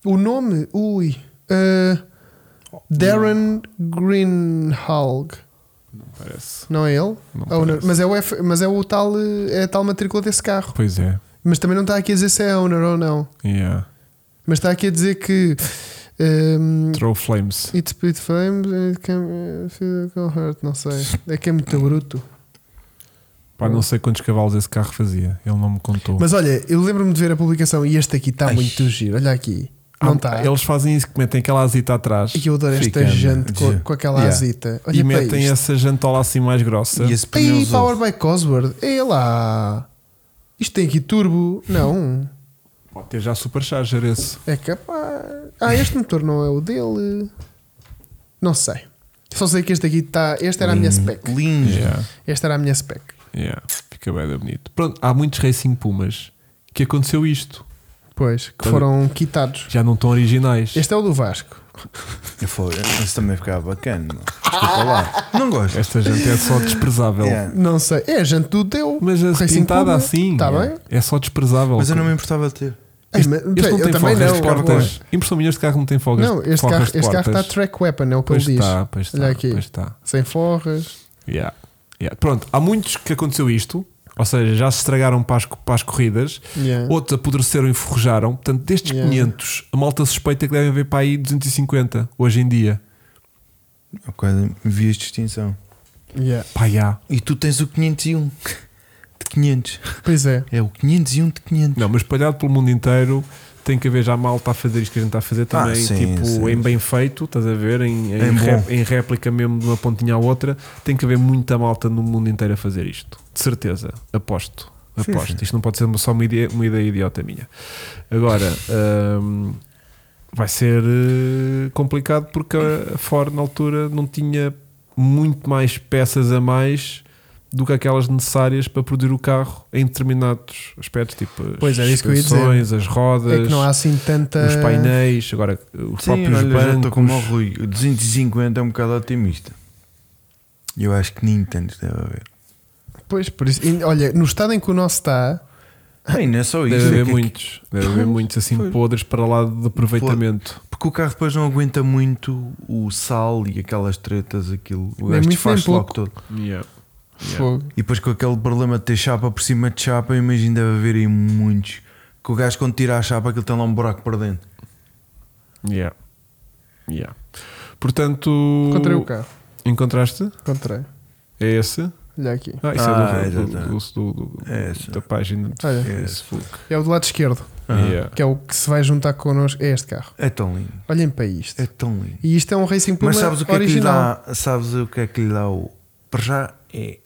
C: O nome, ui. Ah, Darren Greenhalg.
A: Não parece.
C: Não é ele?
A: Não
C: Oh, não.
A: parece.
C: Mas é o, F, mas é o tal, eh, é a tal matrícula desse carro.
A: Pois é.
C: Mas também não está aqui a dizer se é owner ou não.
A: Yeah.
C: Mas está aqui a dizer que. Um,
A: Throw Flames.
C: it split flames, it can eh, physical hurt, não sei. É que é muito bruto.
A: Pá, não sei quantos cavalos esse carro fazia. Ele não me contou.
C: Mas olha, eu lembro-me de ver a publicação e este aqui está
B: Ai.
C: muito giro. Olha aqui.
A: Ah,
C: Não tá. está.
A: Eles fazem isso, que metem aquela azita atrás
C: E eu adoro esta
B: Fica,
C: gente com,
B: giro.
C: com aquela
B: Yeah.
C: asita. Olha
A: e
C: para
A: metem
C: isto.
A: essa jantola assim mais grossa.
B: E esse pneu
C: Ei, Power
B: azul.
C: by Cosworth. É lá. Isto tem aqui turbo. Não.
A: Pode ter já supercharger esse.
C: É capaz. Ah, este motor não é o dele. Não sei. Só sei que este aqui está. Esta era a minha spec.
B: Hum, Lindo.
A: Yeah,
C: Esta era a minha spec.
A: yeah. Fica bem da bonito. Hum. Pronto, há muitos Racing Pumas que aconteceu isto.
C: Pois, que
A: Olha.
C: foram quitados.
A: Já não estão originais.
C: Este é o do Vasco.
B: Eu falei, Isso também ficava bacana. Desculpa lá. Não gosto.
A: Esta gente é só desprezável.
B: Yeah.
C: Não sei. É, a gente do teu.
A: Mas a
C: Racing
A: pintada
C: Puma.
A: assim
C: Tá
A: yeah,
C: bem.
A: é só desprezável.
B: Mas eu não me importava de ter.
C: Ei, mas-
A: Este não
C: eu
A: tem
C: também
A: folgas
C: não.
A: de portas. Impressão minha, este carro não tem folgas
C: Não, este
A: folgas
C: carro,
A: de
C: este carro
A: portas.
C: está track weapon, é o que
A: Pois
C: ele diz.
A: está, pois
C: Olha
A: está,
C: aqui.
A: pois tá. está.
C: Sem forras.
A: Yeah. Yeah. Pronto, há muitos que aconteceu isto, ou seja, já se estragaram para as, para as corridas,
C: Yeah.
A: outros apodreceram e forrejaram. Portanto, destes
C: Yeah.
A: 500, a malta suspeita que devem haver para aí 250 hoje em dia.
B: Eu quase vi É de distinção.
C: Yeah.
A: Pá, já.
B: E tu tens o 501 de 500.
C: Pois é.
B: É o 501 de 500.
A: Não, mas espalhado pelo mundo inteiro. Tem que haver já malta a fazer isto que a gente está a fazer também,
B: Ah, sim,
A: tipo,
B: sim.
A: em bem feito, estás a ver? Em, em,
B: Em bom.
A: ré- em réplica mesmo de uma pontinha à outra. Tem que haver muita malta no mundo inteiro a fazer isto. De certeza. Aposto.
B: Sim,
A: Aposto.
B: sim.
A: Isto não pode ser uma- só uma ideia, uma ideia idiota minha. Agora, hum, vai ser eh, complicado porque a Ford na altura não tinha muito mais peças a mais do que aquelas necessárias para produzir o carro em determinados aspectos, tipo as
C: Pois era isso que eu ia dizer.
A: suspensões, as
C: É
A: rodas,
C: que não há assim tanta.
A: os painéis, agora os
B: Sim,
A: próprios
B: olha, já estou
A: bancos.
B: como o Rui. O 250 é um bocado otimista. Eu acho que Nintendo deve haver.
C: Pois, por isso. e, Olha, no estado em que o nosso está,
B: Bem, não é só
A: Deve
B: isso. é
A: haver
B: que-
A: muitos, deve haver muitos assim
B: Pois.
A: podres para lá de aproveitamento.
B: Porque o carro depois não aguenta muito o sal e aquelas tretas, aquilo. O
C: Nem muito,
B: gajo
C: nem
B: desfaz logo
C: pouco.
B: todo.
A: Yeah. Yeah.
C: fogo.
B: E depois com aquele problema de ter chapa por cima de chapa, eu imagino deve haver aí muitos. Que o gajo quando tira a chapa, aquilo tem lá um buraco para dentro.
A: Yeah. Yeah. Portanto,
C: Encontrei o carro.
A: encontraste?
C: Encontrei.
A: É esse?
C: Olha aqui.
A: Ah, isso
B: Ah,
A: é do, do,
B: exatamente.
A: do- do- do-
B: É esse.
A: da página de
C: Olha.
A: Facebook.
C: É o do lado esquerdo,
A: Yeah.
C: que é o que se vai juntar connosco. É este carro.
B: É tão lindo.
C: Olhem para isto.
B: É tão lindo.
C: E isto é um Racing Puma
B: Mas sabes o que
C: original.
B: é que lhe dá? Sabes o que é que lhe dá o. Para já é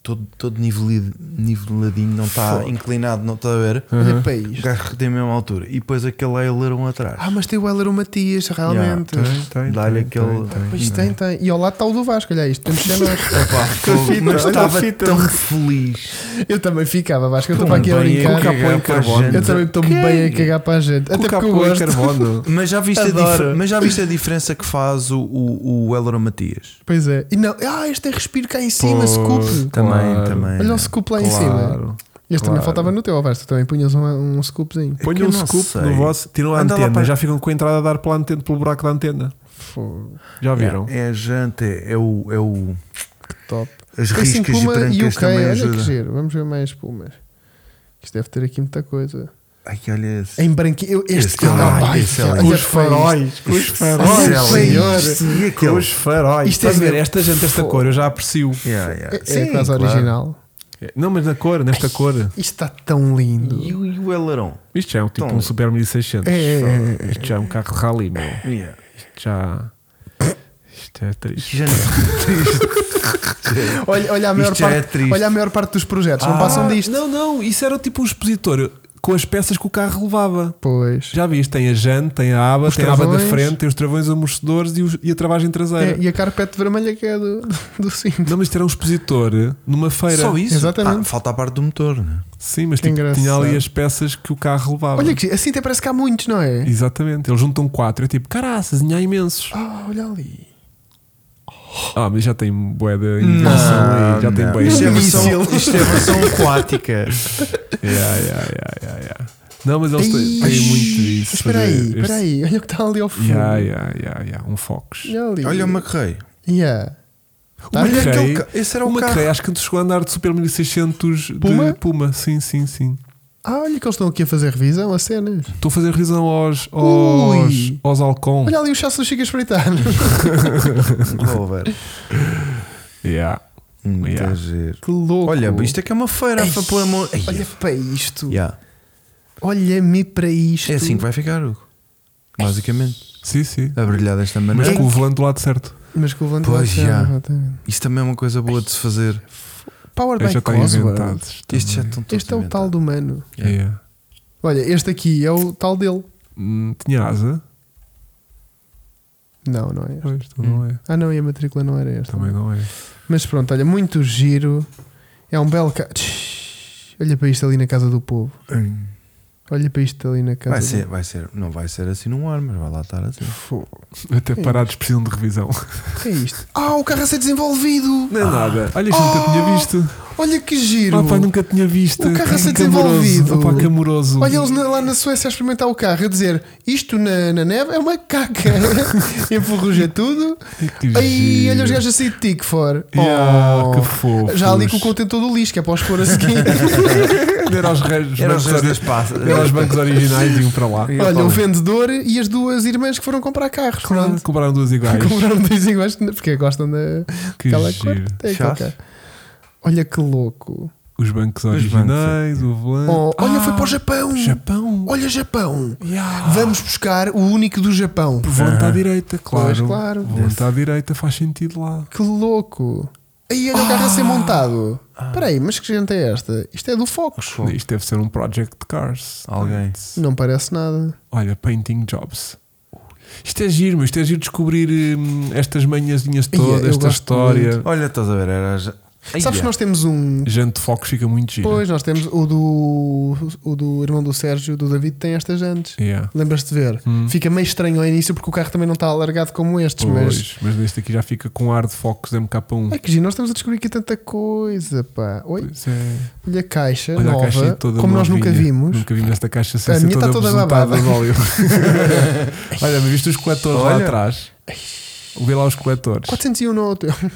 B: todo, todo nivelido- niveladinho, não está
C: Foda.
B: inclinado, não está a ver.
A: Ah.
C: Olhem para
B: O
C: isto.
B: carro tem a mesma altura. E depois aquele aileron atrás.
C: Ah, mas tem o Heller Matias, realmente.
B: Yeah, tem, tem, Dá-lhe
A: tem,
B: aquele.
C: Pois tem, tem. E ao lado está o do Vasco, olha isto. Temos que ser nós.
B: Epá, fogo,
C: fita,
B: mas
C: olha a
B: estava
C: fita.
B: tão feliz.
C: Eu também ficava, Vasco. Eu estou para aqui a
A: bem,
C: brincar.
A: com capô em carbono.
C: Eu também estou bem
B: é?
C: a cagar para a gente. Até porque eu
A: capô em
C: gosto.
A: carbono.
B: Mas já, viste a
C: Adoro.
B: dif- mas já viste a diferença que faz o, o, o Elora Matias?
C: Pois é. E não, ah, este é respiro cá em cima,
A: Pois,
C: scoop.
A: Claro.
C: É,
B: também. É,
C: Olha o scoop lá em
A: Claro.
C: cima. Este também
A: Claro.
C: faltava no teu, Alves. Tu também punhas um, um scoopzinho.
A: Põe
B: que eu
A: um
B: não
A: scoop
B: sei.
A: no vosso, tiram a
B: Anda lá
A: antena,
B: para-
A: já ficam com a entrada a dar pela antena, pelo buraco da antena.
C: Fogo,
A: Já viram?
B: É, é a janta, é, é o, é o.
C: que top.
B: As
C: Tem sim,
B: riscas e
C: assim, Puma e o
B: trancas também
C: Olha que
B: ajudam.
C: giro. Vamos ver mais Pumas. Isto deve ter aqui muita coisa.
B: Ai, olha esse.
C: Em branquinho. eu- Este,
B: Este é lindo,
C: Ai,
B: este é
C: olha,
B: lindo.
C: olha que foi isto.
A: com os
C: faróis,
B: Esse é lindo.
C: senhor.
B: Isto E
A: Com
B: aquele.
A: os faróis.
C: Isto é
A: Estás a ver?
C: mesmo-
A: Esta gente, esta
C: Fo-
A: cor, eu já aprecio.
B: Yeah, yeah.
C: É, é quase
B: claro.
C: original.
A: Não, mas na cor, nesta cor.
C: Isto está tão lindo.
B: E o, e o Elarão?
A: Isto já é um tipo
B: Então-
A: um Super 1600.
C: É, é, é,
A: Isto já é um carro de rally, meu.
B: Yeah.
A: Isto já. Isto é triste.
B: Que janta triste.
C: Olha, olha, a maior
B: Isto já é
C: parte,
B: triste.
C: olha a maior parte dos projetos, Ah, não passam disto.
A: Ah, Não, não, isso era tipo um expositor com as peças que o carro levava.
C: Pois.
A: Já viste? Tem a jante, tem a aba,
C: Os
A: tem a aba da
C: travões.
A: frente, tem os travões amortecedores e, os- e a travagem traseira.
C: É, e a carpete vermelha que é do, do cinto.
A: Não, mas isto era um expositor numa feira.
B: Só isso?
C: Exatamente.
B: Ah, falta a parte do motor, né?
A: Sim, mas
C: Que
A: tipo, tinha
C: engraçado.
A: ali as peças que o carro levava.
C: Olha que assim até parece que há muitos, não é?
A: Exatamente, eles juntam quatro. É tipo, caraças, ainda há imensos.
C: Ah, olha ali.
A: Ah, mas já tem bué de inovação aí, já tem bué.
B: Isto é,
C: Oh. Não.
B: versão,
C: Míssil.
B: isto é versão aquática.
A: Yeah, yeah, yeah, yeah, yeah. Não, mas eles têm,
C: Ei,
A: têm muito disso.
C: Espera
A: fazer
C: aí,
A: este-
C: espera aí. Olha o que está ali ao fundo.
A: Yeah, yeah, yeah, yeah, Um Fox.
C: Olha ali.
B: Olha o McRae.
C: Yeah.
A: Uma
C: Tá?
B: Olha
A: McRae-
B: aquele ca- esse era o
A: uma
B: carro.
A: McRae, acho que chegou a andar de Super 1600
C: Puma?
A: de Puma. Sim, sim, sim.
C: Ah, olha que eles estão aqui a fazer revisão a cenas.
A: Estou a fazer revisão aos, aos,
C: Ui.
A: aos Alcon.
C: Olha ali o chasso do Chico a espreitar.
B: Rover.
A: Yeah.
B: Muito
A: Yeah.
B: giro.
C: que louco.
B: Olha, isto é que é uma feira.
C: Ei,
B: fa- pelo amor. Ei,
C: Olha para isto.
B: yeah.
C: Olha-me para isto.
B: É assim que vai ficar, Hugo. Basicamente.
A: Sim, sim.
B: A brilhar desta
A: Mas é
B: maneira.
A: com o volante do lado certo.
C: Mas que o volante
B: Pois,
C: lá está,
B: já.
C: exatamente.
B: Isto também é uma coisa boa de se fazer.
C: Power
A: Eu já
C: by
A: está
C: Cosworth.
A: inventado.
B: Este já estão todos
C: Este é o tal do mano.
A: Yeah. Yeah.
C: Olha, este aqui é o tal dele.
A: Hum, Tinha asa.
C: Não, não é este.
A: Pois, então não é.
C: Ah, não, e a matrícula não era esta.
A: Também não é.
C: Mas pronto, olha, muito giro. É um belo carro. Olha para isto ali na casa do povo.
B: Hum.
C: Olha para isto ali na casa
B: Vai
C: do
B: ser, vai ser, não vai ser assim num ar, mas vai lá estar assim.
A: Até
C: É.
A: parados precisam de revisão.
C: Que é isto? Ah, o carro a ser desenvolvido!
A: Não é nada. Olha, isto nunca
C: Oh.
A: tinha visto.
C: Olha que giro!
A: Ah, pá, nunca tinha visto.
C: O carro a ser
A: Que amoroso.
C: desenvolvido.
A: Ah, pá, que amoroso.
C: Olha eles na- lá na Suécia a experimentar o carro, a dizer isto na, na neve é uma caca, enferruja tudo.
A: Que
C: Aí
A: giro.
C: olha os gajos assim de tico for.
A: Yeah,
C: Oh.
A: que fofo.
C: Já ali com o contentor do lixo, que é para os pôr a seguir.
A: Era os reis,
B: Era os
A: bancos
B: reis das passas.
A: ori- era os bancos originais e iam para lá.
B: Ia para
C: olha, o
B: ali.
C: vendedor e as duas irmãs que foram comprar carros. Pronto.
A: Compraram duas iguais.
C: Compraram dois iguais porque gostam da,
A: Que
C: daquela
A: giro.
C: cor. Tem
B: Chato.
C: qualquer. Olha que louco.
A: Os bancos
B: bancos,
A: originais, o volante.
C: Oh, olha,
A: Ah,
C: foi para o Japão.
A: Japão. Ah.
C: Olha, Japão.
A: Yeah.
C: Vamos buscar o único do Japão.
A: Por volante à direita, claro.
C: Pois, claro.
A: Volante à direita faz sentido lá.
C: Que louco. Aí olha o carro a
A: Ah.
C: ser montado. Espera aí, mas que gente é esta? Isto é do Focus.
A: Isto deve ser um Project Cars.
B: Alguém.
C: Não parece nada.
A: Olha, Painting Jobs. Isto é giro, meu. Isto é giro descobrir hum, estas manhãzinhas
C: Ia, é, eu
A: todas, esta
C: gosto
A: história.
B: Olha, estás a ver, era já.
A: é.
C: Sabes que nós temos um.
A: Gente de Fox fica muito giro.
C: Pois, nós temos o do, o do irmão do Sérgio, do David, tem estas jantes.
A: Yeah. Hum.
C: Lembras-te de ver?
A: Uhum.
C: Fica meio estranho ao início porque o carro também não está alargado como estes, mas.
A: Pois, mas neste aqui já fica com ar de Fox MK1.
C: Ai que giro, nós estamos a descobrir aqui tanta coisa, pá. Oi,
A: Pois é.
C: olha a caixa
A: Olha
C: nova,
A: a caixa toda
C: como nós nunca
A: novinha.
C: vimos.
A: Nunca vimos esta caixa sem
C: A
A: ser
C: minha
A: toda,
C: está toda
A: besuntada
C: babada.
A: de óleo. Olha, mas viste os coletores lá
B: Olha.
A: atrás? Vê lá os coletores.
C: 401 no outro. é?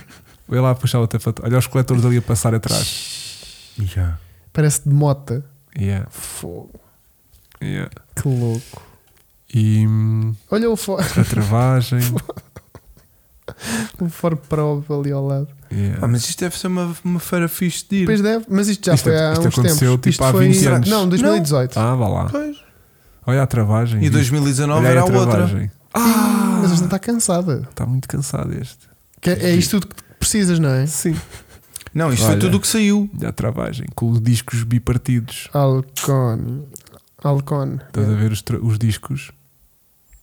A: Vê lá puxar outra foto. Olha os coletores ali a passar atrás.
B: Já.
C: Parece de mota.
A: Yeah,
C: Fogo.
A: yeah.
C: Que louco.
A: E hum,
C: Olha o Ford,
A: a travagem.
C: o Ford Pro ali ao lado.
A: yeah.
B: Ah, mas isto deve ser uma, uma feira fixe de ir.
C: Depois deve, mas isto já
A: Isto-
C: foi há
A: isto
C: uns tempos.
A: aconteceu, tipo,
C: isto
A: há
C: foi
A: 20 anos.
C: Não, 2018.
A: Ah, vá lá.
B: Pois.
A: Olha a travagem.
B: E
A: viste?
B: 2019
A: Olha aí a
B: era a outra.
A: travagem.
C: Mas isto não está cansada.
A: Está muito cansado este.
C: Que é é isto tudo que precisas, não é?
A: Sim.
B: Não, isto
A: Olha.
B: foi tudo o que saiu.
A: Olha a travagem. Com os discos bipartidos.
C: Ah, Alcon. Alcon.
A: Estás a ver os, tra- os discos?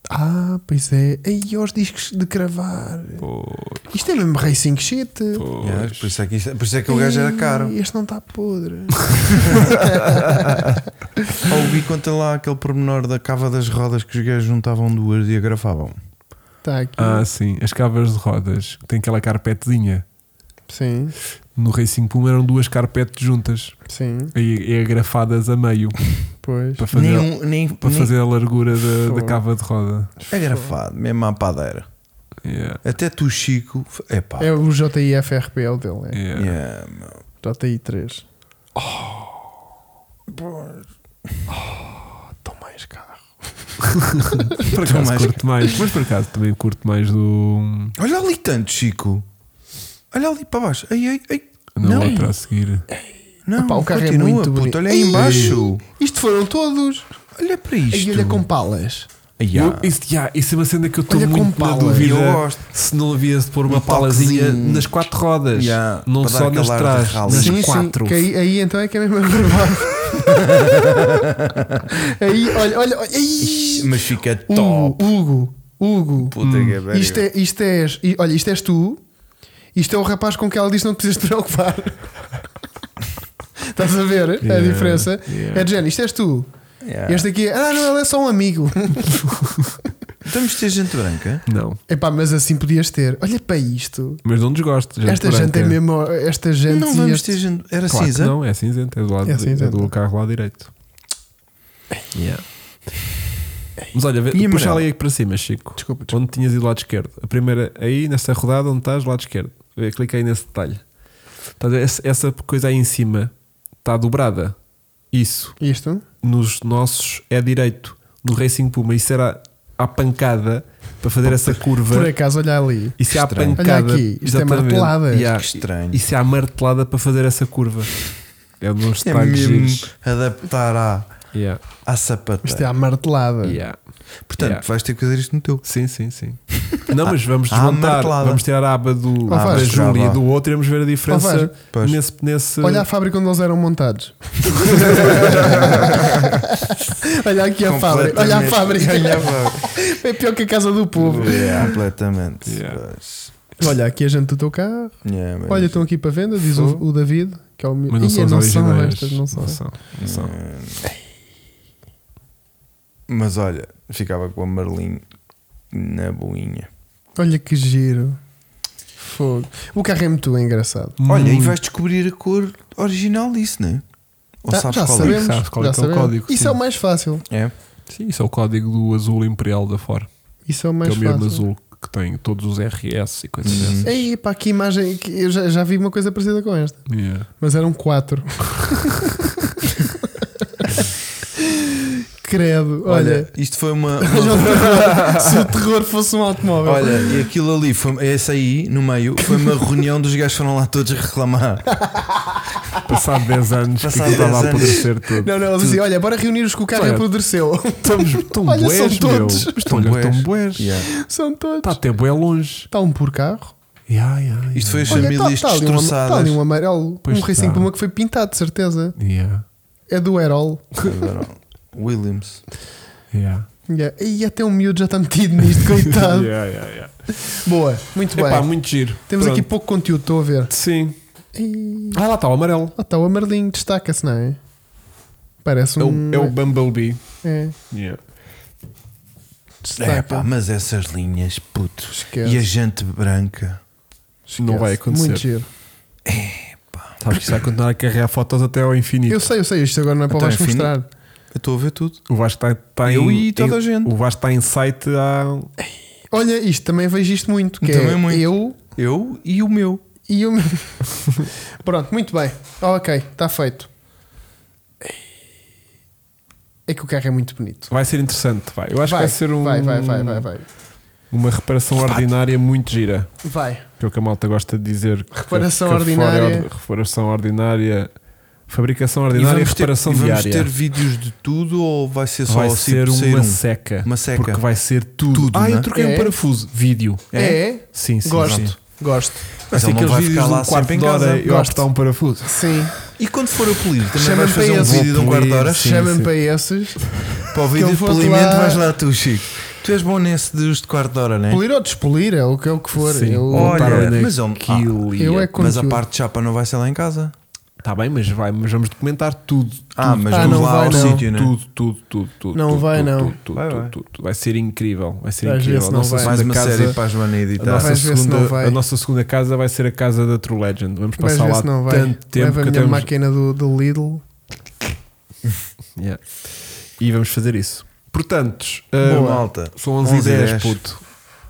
C: Ah, pois é. Aí os discos de cravar.
A: Pois,
C: Isto é mesmo racing shit.
A: pois.
B: Yeah, por, isso é que isto- por isso é que o gajo era
C: Ih,
B: caro.
C: Este não está podre.
B: Ou vi conta lá aquele pormenor da cava das rodas que os gajos juntavam duas e agrafavam.
C: Está aqui.
A: Ah, sim. As cavas de rodas. que Tem aquela carpetezinha.
C: Sim.
A: No Racing Plume eram duas carpetes juntas
C: Sim,
A: e, e agrafadas a meio
C: pois.
A: para fazer,
B: nem, um- nem,
A: para
B: nem-
A: fazer a largura da, da
C: Fogo.
A: cava de roda.
B: É grafado, mesmo à padeira.
A: Yeah,
B: Até tu, Chico. É pá.
C: É o JIFRP, é o dele. É.
A: yeah.
B: Yeah, meu.
C: JI3.
B: Pô,
C: Estão mais carro. é
A: Por
B: Então,
A: acaso
B: mais-
A: curto mais, mas por acaso também curto mais do.
B: Olha ali tanto, Chico. Olha ali para baixo. Ei, ei, ei.
A: Não,
B: Não.
A: outra a seguir.
B: Não,
C: Epá, o carro é
B: continua,
C: muito
B: puto.
C: bonito.
B: Olha aí
C: Ei.
B: embaixo.
C: Isto foram todos.
B: Olha para isto.
C: E olha com palas.
B: Yeah.
A: Eu- isso, yeah, isso é uma cena que eu estou
C: Olha com
A: muito na
C: pala.
A: dúvida.
B: Eu gosto.
A: Se não havia de pôr uma
B: Um
A: palazinha
B: toquezinho.
A: nas quatro rodas,
B: Yeah,
A: não
B: para dar
A: só
B: aquele
A: nas
B: ar de
A: trás,
B: rally.
A: nas
B: Sim,
A: quatro.
C: que aí, aí então é que é mesmo verdade. aí, olha, olha, olha. Aí.
B: Mas fica top.
C: Hugo, Hugo, Hugo.
B: Puta que pariu.
C: Isto, é, isto és. e- Olha, isto és tu. Isto é o rapaz com que ela diz que não te precisas te preocupar. Estás a ver É a
A: Yeah,
C: diferença?
A: yeah.
C: É de género, isto és tu.
B: Yeah.
C: Este aqui é. Ah, não, ele é só um amigo.
B: Estamos a é- ter gente branca.
A: Não,
C: Epá, mas assim podias ter. Olha para isto.
A: mas não desgosto. gente
C: Esta
A: branca.
C: gente é mesmo. Esta gente.
B: Não
C: e
B: vamos
C: este-
B: ter gente. Era assim,
A: Claro que
B: cinza.
A: não, é cinzento, é do, lado,
C: É
A: é
C: cinzento.
A: do carro lá direito. Yeah. Mas olha, vê-
B: E
A: puxa
B: amarelo?
A: ali para cima, Chico.
C: Desculpa, desculpa.
A: Onde tinhas ido lado esquerdo? A primeira, aí nesta rodada, onde estás, lado esquerdo. Vê, Clica aí nesse detalhe. Estás a ver, essa- Essa coisa aí em cima está dobrada. Isso.
C: Isto?
A: Nos nossos é direito. No Racing Puma, isso era à pancada para fazer essa
C: Por
A: curva.
C: acaso, olha ali.
A: Isso é à
B: Estranho.
A: pancada.
C: Olha aqui, isto é
A: Exatamente.
C: martelada.
A: E há-
B: Que Ah, estranho.
A: Isso é à martelada para fazer essa curva. É um dos
B: É
A: detalhes
B: mesmo
A: giros.
B: adaptar à,
A: Yeah.
B: à
C: Isto é
B: sapateira.
C: a martelada.
A: Yeah.
B: Portanto,
A: Yeah.
B: vais ter que fazer isto no teu.
A: Sim, sim, sim. Não, mas vamos
B: Ah,
A: desmontar.
B: martelada.
A: Vamos tirar a aba do,
C: Ah,
A: da
C: vais.
A: Júlia
B: Ah,
A: e do outro e vamos ver a
C: Ah, vais.
A: diferença
B: Pois.
A: nesse, nesse.
C: Olha a fábrica onde eles eram montados. olha aqui é a fábrica. Olha a
B: Completamente.
C: fábrica.
B: Olha a fábrica.
C: É pior que a casa do povo.
B: Yeah, completamente.
A: Yeah.
B: Pois.
C: Olha aqui a gente do teu carro.
B: Yeah, mas-
C: Olha, então, estão aqui para venda, diz o, o David. Que é o meu...
A: É Mas não
C: Ih,
A: são os
C: não são
A: originais.
C: estas, não são.
A: Não são. Não são.
B: Mas olha, ficava com a Marlin na boinha.
C: Olha que giro. Fogo. O carro é muito engraçado.
B: Olha, e
A: Muito.
B: vais descobrir a cor original disso, não é? Ou
C: Já-
B: sabes
C: Tá, já
B: qual
C: sabemos.
A: Sabes qual é
C: já
A: que é o
C: sabemos.
A: código,
C: Isso
A: sim.
C: é o mais fácil.
B: é? É.
A: Sim, isso é o código do azul imperial da Ford.
C: Isso é o
A: Que é
C: mais
A: o mesmo
C: fácil.
A: azul que tem todos os RS e coisas
B: Uhum.
A: dessas.
C: Ei, pá, que imagem. que- eu já, já vi uma coisa parecida com esta.
A: Yeah.
C: Mas eram quatro. Credo, olha. tá
B: Olha, isto foi uma.
C: Olha o terror. Se o terror fosse um automóvel.
B: Olha, e aquilo ali, foi, esse aí, no meio, foi uma reunião dos gajos que foram lá todos reclamar.
A: Passado 10 anos, que
B: Passado
A: aquilo estava
B: 10
A: a
B: anos.
A: apodrecer tudo.
C: Não, não, eles diziam, olha, bora reunir os que o carro
A: Olha.
C: apodreceu.
A: Estamos tão
C: Olha, são
A: boés, meu.
C: todos.
A: Mas Estão tão boés. Está
B: Yeah.
C: São todos. Está
A: até boé longe.
C: um por carro.
A: Yeah, yeah, yeah.
B: Isto foi as
C: Olha,
B: famílias
C: tá- tá ali um am-
B: destroçadas.
C: tá ali um amarelo.
A: Pois
C: um Racing
A: tá.
C: Puma que foi pintado, de certeza.
A: Yeah,
C: É do Herol.
B: Agora, Williams.
A: yeah.
C: Yeah. E até o miúdo já está metido nisto, coitado.
A: Yeah, yeah, yeah.
C: Boa, Tá. muito bem.
A: Epá, muito giro.
C: Temos
A: Pronto.
C: aqui pouco conteúdo, estou a ver.
A: Sim.
C: E...
A: Ah, lá está o amarelo.
C: Lá está o amarelinho, destaca-se, não é? Parece
A: É
C: um.
A: o, é o Bumblebee.
C: É,
A: Yeah.
B: É,
C: destaca.
B: pá, mas essas linhas, putos.
C: Esquece.
B: E a gente branca.
A: Não vai acontecer.
C: Muito giro.
A: Sabes que isto vai continuar a carregar fotos até ao infinito.
C: Eu sei, eu sei, isto agora não é para o
B: Então,
C: Vasco
B: enfim,
C: mostrar.
B: Eu estou a ver tudo.
A: O Vasco está, está
B: Eu
A: em.
B: e toda
A: em-
B: a gente.
A: O Vasco está em site há.
C: Olha, isto também vejo isto muito, que é
B: Também muito.
C: eu
B: Eu e o meu.
C: e o meu. Pronto, muito bem. ok, está feito. É que o carro é muito bonito.
A: Vai ser interessante. Vai. Eu acho que vai ser um,
C: vai, vai, vai, vai, vai.
A: uma reparação ordinária muito gira.
C: Vai.
A: Que é o que a malta gosta de dizer. que-
C: Reparação
A: que a Ford é
C: ordinária.
A: or- reparação ordinária. Fabricação
B: E
A: ordinária e,
B: vamos, ter,
A: reparação
B: e vamos
A: diária.
B: ter vídeos de tudo ou vai ser só
A: vai
B: o
A: ser
B: tipo sair
A: uma
B: um?
A: seca.
B: Uma seca.
A: Porque vai ser tudo.
B: Tudo,
A: ah,
B: né?
A: eu troquei
C: É.
A: um parafuso. Vídeo.
C: É?
A: Sim, sim.
C: gosto,
A: sim.
C: gosto.
A: Mas
B: Mas
C: é
A: assim,
B: ele não
A: aqueles
B: vai
A: vídeos
B: ficar
A: de
B: lá
A: um quarto
B: sempre em
A: de
B: casa.
A: hora eu
C: Gosto.
A: apertar um parafuso.
C: Sim.
B: E quando for a polir, também vais
C: Chama-me
B: fazer
C: para
B: um
C: esse.
B: vídeo de um
A: Vou
B: quarto de
A: polir,
B: hora?
A: sim.
C: Chama-me para esses.
B: Para o
C: Que eu
B: vídeo de
C: vou-te
B: polimento
C: lá-
B: vais lá tu, Chico. Tu és bom nesse dos de quarto de hora, não é?
C: Polir ou despolir, é o que, é o que for.
A: Sim.
C: Eu,
B: Olha,
A: Voltaram
B: mas ele-
A: naquilo e-
C: eu é
B: Mas a
C: conteúdo.
B: parte de chapa não vai ser lá em casa.
C: tá
A: Está bem, mas, vai, mas vamos documentar tudo.
B: Ah, mas
C: Ah,
B: vamos
C: não
B: lá
C: vai,
B: ao
C: não.
B: sítio, né?
A: Tudo, tudo, tudo, tudo.
C: Não
A: tudo,
C: vai,
A: tudo,
C: não.
A: Tudo, tudo,
B: Vai,
A: tudo,
B: vai.
A: tudo. Vai ser incrível. Vai ser
C: Vais ver
A: incrível.
C: se
A: A
C: não
A: nossa
C: vai.
B: Mais
A: segunda
B: uma
A: casa-
B: série para a Joana
A: a
B: editar.
A: nossa,
C: Vais ver se
A: segunda,
C: não vai.
A: a nossa segunda casa vai ser a casa da True Legend. Vamos
C: Vais
A: passar
C: ver
A: lá
C: se não vai.
A: tanto tempo
C: Leva a
A: que
C: minha
A: temos...
C: máquina do, do Lidl.
A: Yeah. E vamos fazer isso. Portanto,
B: Boa,
A: hum,
B: malta.
A: são 11 e
B: 11 e
A: 10,
B: 10.
A: puto.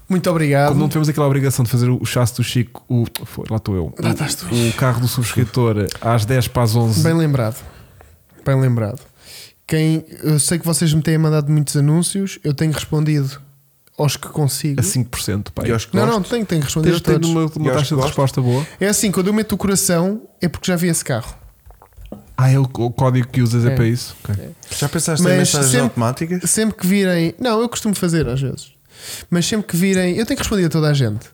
C: Muito obrigado.
A: Como não tivemos aquela obrigação de fazer o chasse do Chico, o, foi, lá estou eu,
C: Lá estás tu.
A: o, o carro do subscritor às 10 para as 11.
C: Bem lembrado. Bem lembrado. Quem, eu sei que vocês me têm mandado muitos anúncios, eu tenho respondido aos que consigo.
A: a 5%, pai.
B: E aos que
C: não,
B: gostam?
C: não, tenho, tenho que responder
A: Assim, Tens
C: a
A: tens
C: todos.
A: uma, uma
B: E aos que
A: taxa de
B: gostam?
A: resposta boa?
C: É assim, quando eu meto o coração é porque já vi esse carro.
A: Ah, é o, o código que usas é,
C: É.
A: para isso? Ok.
B: Já pensaste em
C: Mas
B: mensagens
C: sempre-
B: automáticas?
C: Sempre que virem. Não, eu costumo fazer às vezes. Mas sempre que virem. Eu tenho que responder a toda a gente.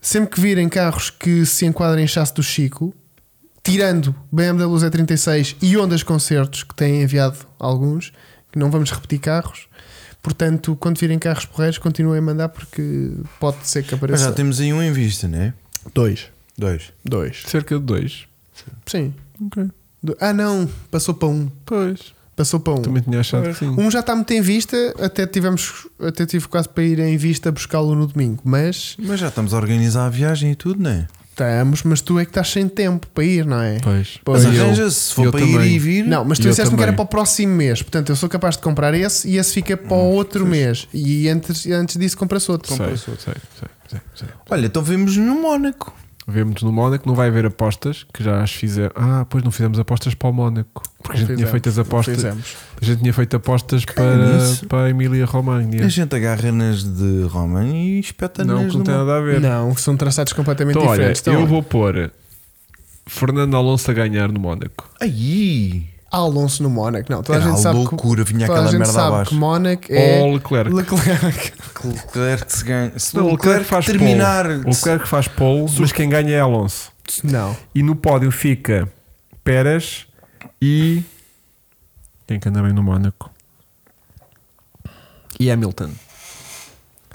C: Sempre que virem carros que se enquadrem em chasse do Chico, tirando BMW Z36 e ondas concertos, que têm enviado alguns, que não vamos repetir carros. Portanto, quando virem carros porreiros, continuem a mandar porque pode ser que
B: Mas
C: apareça.
B: já temos aí um em vista, não é?
C: Dois.
B: Dois.
C: Dois.
A: Cerca de 2.
C: Sim. Do- Ah, não. Passou para um.
A: Pois.
C: Passou para um.
A: Também tinha achado que sim.
C: Um já está muito em vista, até tivemos, até tive quase para ir em vista buscá-lo no domingo, mas
B: Mas já estamos a organizar a viagem e tudo, não é?
C: estamos, mas tu é que estás sem tempo para ir, não é?
A: Pois.
C: Pois.
B: Mas
C: E eu-
B: arranja-se, se
A: eu
B: for para ir
A: também.
B: e vir.
C: Não, mas
A: E
C: tu
A: eu
C: disseste-me que era
A: também.
C: para o próximo mês, portanto eu sou capaz de comprar esse e esse fica para o outro mês. E antes, antes disso compra-se outro.
A: Hum, Sei, sei, sei, sei, sei.
B: Olha, então vemos no Mónaco.
A: Vemos no Mónaco, não vai haver apostas, que já as fizemos. Ah, pois não fizemos apostas para o Mónaco. Porque a gente tinha
C: Fizemos,
A: feito as apostas.
C: Fizemos.
A: A gente tinha feito apostas
B: nisso.
A: para, para a Emília Romagna.
B: A gente agarra nas de Roma e espeta
A: Não,
B: nas
A: que não
B: do
A: tem
B: Mónaco.
A: nada a ver.
C: Não, são traçados completamente
A: então, olha,
C: diferentes.
A: eu
C: então,
A: vou pôr Fernando Alonso a ganhar no Mónaco.
B: Aí!
C: Alonso no Mónaco, não. Toda a
B: Era
C: gente
B: a
C: sabe
B: loucura,
C: que,
B: vinha
C: toda a
B: aquela
C: gente
B: merda
C: sabe
B: abaixo.
C: que Mónaco é
A: Ou Leclerc.
C: Leclerc.
B: Que Leclerc se ganha. Se
A: Não,
B: o Leclerc terminar.
A: pole. O Leclerc faz pole, mas quem ganha é Alonso.
C: Não.
A: E no pódio fica Pérez e. Quem que anda bem no Mónaco? E Hamilton.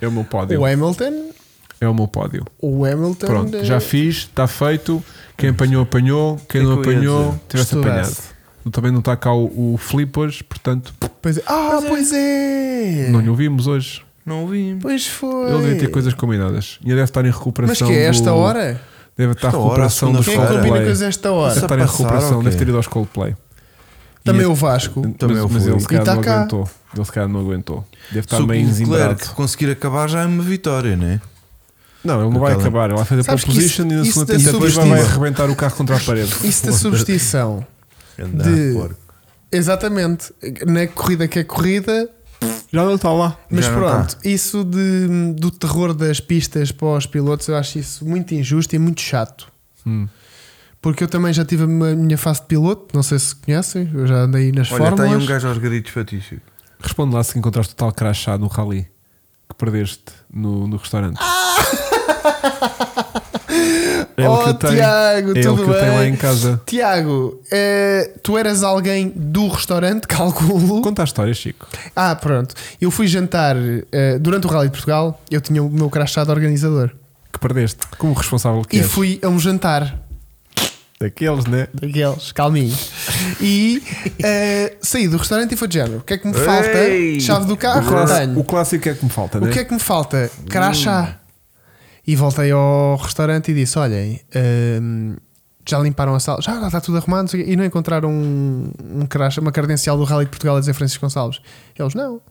A: É o meu pódio.
C: O Hamilton,
A: É o meu pódio.
C: o Hamilton
A: Pronto,
C: eh,
A: já fiz, está feito. Quem apanhou, apanhou. Quem
B: Que
A: não
B: que eu ia
A: apanhou,
B: dizer?
A: tivesse apanhado.
C: Estudasse.
A: Também não está cá o, o Filipe hoje, portanto,
C: Pois é. Ah, pois é!
A: não lhe ouvimos hoje.
B: Não ouvimos.
C: Pois foi!
A: Ele devia ter coisas combinadas. E ele deve estar em recuperação.
C: Mas que é esta
A: do-
C: hora?
A: Deve estar
B: Esta
A: em
B: hora,
A: recuperação dos
C: Quem é que
B: Fora.
C: combina
A: Coldplay.
C: coisas a esta
A: Deve
C: hora?
B: Só
A: estar em
B: passar,
A: recuperação,
B: ok.
A: deve ter ido aos Coldplay.
C: Também
A: E-
C: o Vasco.
B: Também eu
A: mas, mas
B: fui.
A: ele se
C: E
A: calhar
C: tá
A: não
C: cá.
A: aguentou. Ele se calhar não aguentou. Deve
B: Se
A: estar
B: o
A: meio
B: Leclerc
A: desembrado.
B: conseguir acabar, já é uma vitória, não é?
A: Não, ele não vai
B: Aquela-
A: acabar. Ele vai fazer a
C: Sabes
A: pole
C: que isso-
A: position e na
C: isso
A: segunda
C: da
A: tentativa
C: subestima.
A: vai arrebentar o carro contra a parede.
C: Isso da substituição.
B: Andar,
C: De-
B: porco.
C: Exatamente. Na corrida que é corrida,
A: Já não está lá.
C: mas
B: Já não
C: pronto, isso de, do terror das pistas para os pilotos, eu acho isso muito injusto e muito chato.
A: Hum.
C: Porque eu também já tive a minha minha fase de piloto, não sei se conhecem, eu já andei nas
B: Olha, está aí
C: fórmulas.
B: um gajo aos gritos para ti, Chico.
A: Responde lá se encontraste o tal crachá no rally que perdeste no, no restaurante. É o que
C: Ah! oh,
A: eu tenho.
C: Tiago,
A: É o
C: tudo
A: que eu
C: bem?
A: tenho lá em casa.
C: Tiago, eh, tu eras alguém do restaurante, calculo.
A: Conta a história, Chico.
C: Ah, pronto. Eu fui jantar eh, durante o Rally de Portugal, eu tinha o meu crachá de organizador.
A: Que perdeste. Como responsável que
C: E
A: és.
C: fui a um jantar
A: Daqueles, né?
C: daqueles, calminhos. E eh, saí do restaurante e foi de género. O que é que me falta?
B: Ei!
C: Chave do
A: O,
C: carro?
A: clássico-
C: Ah, Tenho.
A: o clássico é que me falta, né? Hum.
C: O que é que me falta? Crachá. E voltei ao restaurante e disse: Olhem, hum, já limparam a sala, já está tudo arrumado, não sei o quê. e não encontraram um, um crachá, uma credencial do Rally de Portugal a dizer Francisco Gonçalves. Eles não.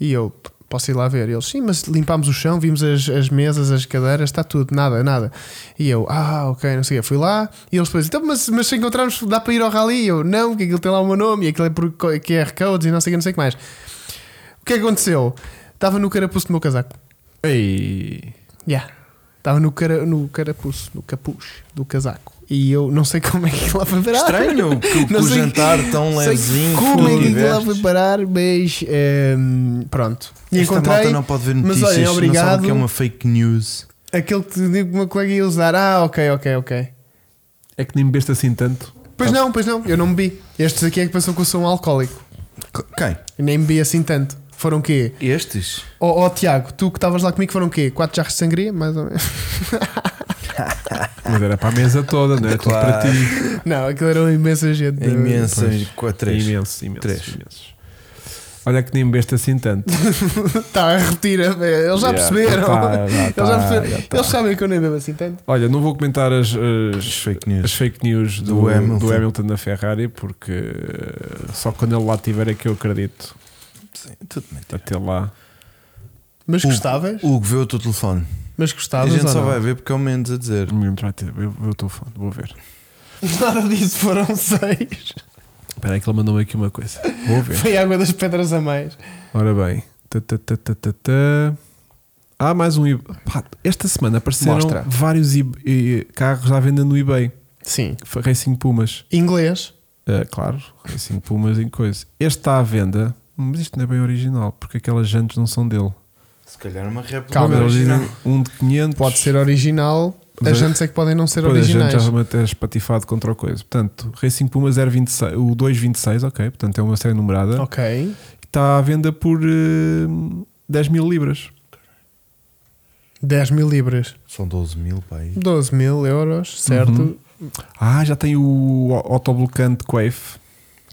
C: E eu posso ir lá ver. Eles, sim, mas limpámos o chão, vimos as, as mesas, as cadeiras, está tudo, nada, nada. E eu, ah, ok, não sei o quê. Fui lá e eles depois, então, mas, mas se encontrarmos, dá para ir ao Rally? E eu, não, que aquilo tem lá o meu nome e aquilo é por co- QR Codes e não sei o que, não sei o que mais. O que é que aconteceu? Estava no carapuço do meu casaco.
A: Ei.
C: Yeah. Estava no, cara, no carapuço, no capuz do casaco. E eu não sei como é que lá foi parar.
B: Estranho que o- que
C: Não
B: o
C: sei-
B: jantar tão
C: sei
B: levezinho
C: Como
B: que
C: é
B: tu
C: que lá
B: tiveste.
C: foi parar, mas ehm, pronto. E
B: Esta
C: encontrei
B: malta não pode ver
C: mas
B: notícias,
C: olhem,
B: não sabe
C: obrigado.
B: o que é uma fake news.
C: aquele que te digo que o meu colega ia usar. Ah, ok, ok, ok.
A: É que nem bebeste assim tanto.
C: Pois
B: Tá.
C: não, pois não, eu não bebi. Estes aqui é que pensam que eu sou um alcoólico.
B: Quem?
C: Eu nem bebi assim tanto. Foram quê?
B: Estes?
C: Oh, oh Tiago, tu que estavas lá comigo foram quê? Quatro jarros de sangria, mais ou menos.
A: Mas era para a mesa toda, não era tudo
B: Claro.
A: para ti.
C: Não, aquilo era um uma imensa gente.
B: É imensa, com a três.
A: Imensos, imensos,
B: Três.
A: imensos. Olha que nem besta assim tanto.
C: Está a repetir. a- Tá, Eles já
A: Yeah,
C: perceberam.
A: já tá, já
C: Eles
A: tá,
C: já perceberam.
A: já tá.
C: Eles sabem que eu nem bebo assim tanto.
A: Olha, não vou comentar as,
B: As
A: as,
B: fake news.
A: as fake news do,
B: Do
A: do,
B: Hamilton.
A: Hamilton. na Ferrari, porque eh, só quando ele lá estiver é que eu acredito.
B: Sim, tudo mentira.
A: Até lá.
C: Mas
B: O-
C: gostavas?
B: Hugo, vê o teu telefone.
C: Mas
B: a
C: gostavas?
B: gente
C: ou
B: só
C: Tá, não?
B: vai ver porque é o menos a dizer.
A: Não me lembro, vai ter- Eu eu estou fã, vou ver.
C: Nada disso foram seis.
A: Espera aí que ele mandou-me aqui uma coisa. Vou ver.
C: Foi água das pedras a mais.
A: Ora bem. Tá, tá, tá, tá, tá, tá. Há mais um. eBay. Pá, esta semana apareceram
C: Mostra.
A: vários eBay- eh, carros à venda no eBay.
C: Sim.
A: Foi Racing Pumas.
C: Inglês.
A: Ah, claro, Racing Pumas em coisa. Este está à venda, mas isto não é bem original, porque aquelas jantes não são dele.
B: Se calhar uma réplica.
C: Calma,
A: Eles dizem
B: original.
A: um de 500.
C: Pode ser original. As
A: Mas-
C: jantes é que podem não ser
A: Pois, a gente
C: originais.
A: já vai ter espatifado contra o coisa. Portanto, Racing Pumas 026, o 226, ok. Portanto, é uma série numerada.
C: Ok.
A: Está à venda por eh, 10 mil libras.
C: 10 mil libras.
B: São 12 mil, pai.
C: 12 mil euros, certo?
A: Uhum. Ah, já tem o au- autoblocante Quave,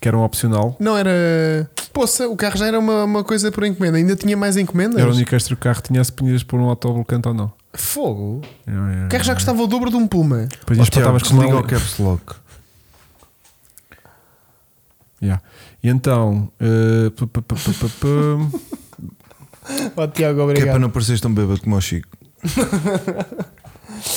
A: que era um opcional.
C: Não era. Poça, o carro já era uma, uma coisa por encomenda. Ainda tinha mais encomendas?
A: Era o único extra que o carro tinha se pedias por um autoblocante ou não.
C: Fogo. O carro já custava o dobro de um Puma.
A: Depois
B: Oh, Tiago,
A: espetavas com
B: desliga
A: uma-
B: o caps lock. é
A: Yeah. E então. eh, pu- pu- pu- pu- pu- pu-
C: Ó Tiago,
B: Que é para
C: obrigado.
B: não pareceres tão bêbado como o Chico.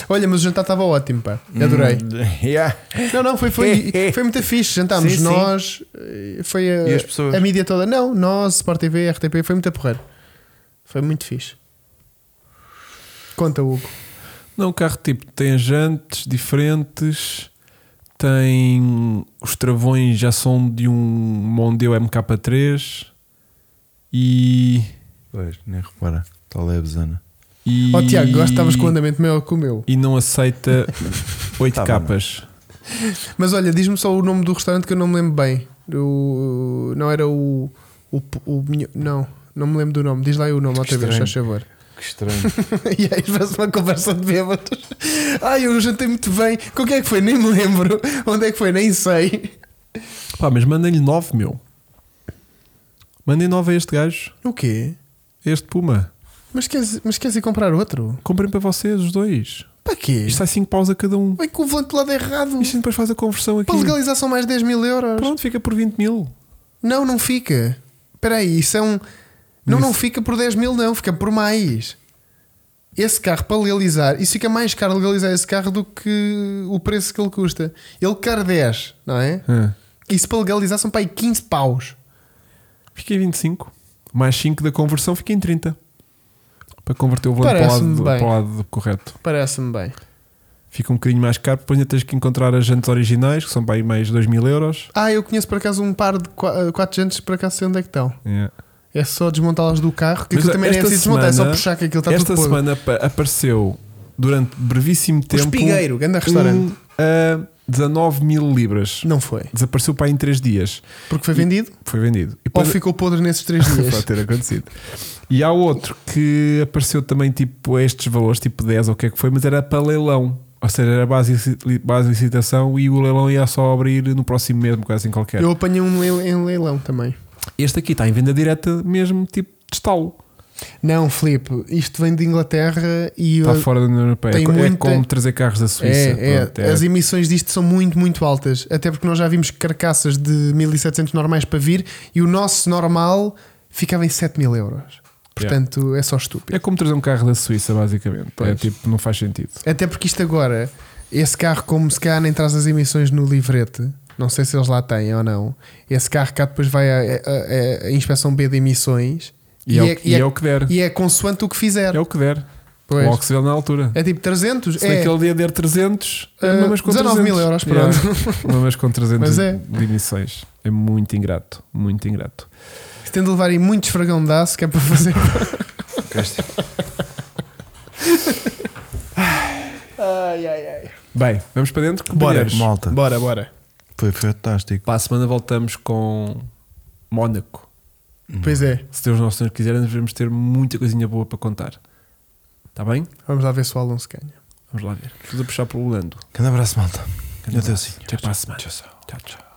C: Olha, mas o jantar estava ótimo, pá. Adorei.
B: Hum, yeah.
C: Não, não, foi, foi, foi muito fixe. Jantámos
B: Sim, sim.
C: nós, eh, foi a,
B: E as pessoas?
C: a mídia toda. Não, nós, Sport TV, RTP, foi muito a porrer. Foi muito fixe. Conta, Hugo.
A: Não, o carro tipo tem as jantes diferentes, tem os travões já são de um Mondeo MK3 e.
B: Pois, nem repara. Tal é a besana.
A: e
C: Ó Tiago, gosto que estavas com um andamento maior que o meu.
A: E não aceita 8
B: Tá bom.
A: capas.
C: Mas olha, diz-me só o nome do restaurante que eu não me lembro bem. O, não era o. o, o Minho- não, não me lembro do nome. Diz lá aí o nome outra vez,
B: estranho.
C: faz favor.
B: Que estranho.
C: e aí faz uma conversa de bêbados. Ai, eu jantei muito bem. Com quem é que foi? Nem me lembro. Onde é que foi? Nem sei.
A: Pá, mas mandem-lhe 9, meu. Mandem 9 a este gajo,
C: O quê?
A: a este Puma.
C: Mas queres, mas queres ir comprar outro?
A: Comprem para vocês os dois.
C: Para quê?
A: Isto sai 5 paus a cada um.
C: Vem com o volante do lado errado.
A: Isto depois faz a conversão aqui.
C: Para legalizar são mais 10 mil euros.
A: Pronto, fica por 20 mil.
C: Não, não fica. Espera aí, isso é um. Não, não fica por 10 mil, não, fica por mais. Esse carro para legalizar, isso fica mais caro legalizar esse carro do que o preço que ele custa. Ele quer 10, não é?
A: Ah.
C: Isso para legalizar são para aí 15 paus.
A: Fiquei 25. Mais 5 da conversão, fiquei em 30. Para converter o valor para o
C: Parece-me
A: lado,
C: bem.
A: para o lado correto.
C: Parece-me bem.
A: Fica um bocadinho mais caro, depois ainda tens que encontrar as jantes originais, que são para aí mais 2 mil euros.
C: Ah, eu conheço por acaso um par de 4 jantes, por acaso sei onde é que estão.
A: Yeah.
C: É só desmontá-las do carro, que
A: Mas
C: aquilo também nem é
A: esta
C: assim desmontar, é só
A: semana-
C: puxar que aquilo está
A: Esta
C: tudo podre.
A: semana apa- apareceu, durante brevíssimo
C: O
A: tempo,
C: Espingueiro, grande
A: um
C: restaurante.
A: a 19 mil libras.
C: Não foi.
A: Desapareceu para aí em 3 dias.
C: Porque foi vendido
A: Foi vendido. E
C: ou
A: depois-
C: ficou podre nesses 3
A: Pode
C: dias?
A: ter acontecido. E há outro que apareceu também tipo a estes valores, tipo 10 ou o que é que foi, mas era para leilão. Ou seja, era base, lici- base de licitação e o leilão ia só abrir no próximo mês, uma coisa assim qualquer.
C: Eu apanhei um leil- em leilão também.
A: Este aqui está em venda direta mesmo, tipo de estalo.
C: Não, Filipe, isto vem de Inglaterra e
A: Está
C: eu-
A: fora da União Europeia.
C: Tem
A: é
C: muita-
A: como trazer carros da Suíça.
C: é, é,
A: Pronto, é.
C: as emissões disto são muito, muito altas. Até porque nós já vimos carcaças de 1700 normais para vir e o nosso normal ficava em 7000 euros. Portanto, é só estúpido.
A: É como trazer um carro da Suíça, basicamente. É
C: Pois.
A: tipo, não faz sentido.
C: Até porque isto agora, esse carro, como se calhar nem traz as emissões no livrete, não sei se eles lá têm ou não. Esse carro cá depois vai à é, à- à- à inspeção B de emissões
A: E, é, o que- e é o que der.
C: e é consoante o que fizer.
A: É o que der.
C: Pois.
A: Logo se vê na altura.
C: É tipo 300?
A: Se
C: é.
A: naquele dia der 300, é
C: Ah,
A: mamas com
C: 19 mil
A: 300.
C: euros,
A: Yeah. Mamas com 300
C: Mas é.
A: de emissões. É muito ingrato, muito ingrato.
C: Isso tem de levar aí muito esfragão de aço que é para fazer. ai, ai, ai.
A: Bem, vamos para dentro?
C: Bora,
A: companheiros?
B: Malta.
C: Bora, bora.
B: Foi fantástico.
A: Para a semana voltamos com Mónaco.
C: Pois é,
A: Se Deus Nosso Senhor quiser, nós vamos ter muita coisinha boa para contar. Está Tá bem?
C: vamos lá ver se o Alonso ganha.
B: Vamos lá ver. Tudo a puxar para o Lando.
A: Grande abraço, malta. Meu Deus.
B: Até para a semana. Tchau, tchau.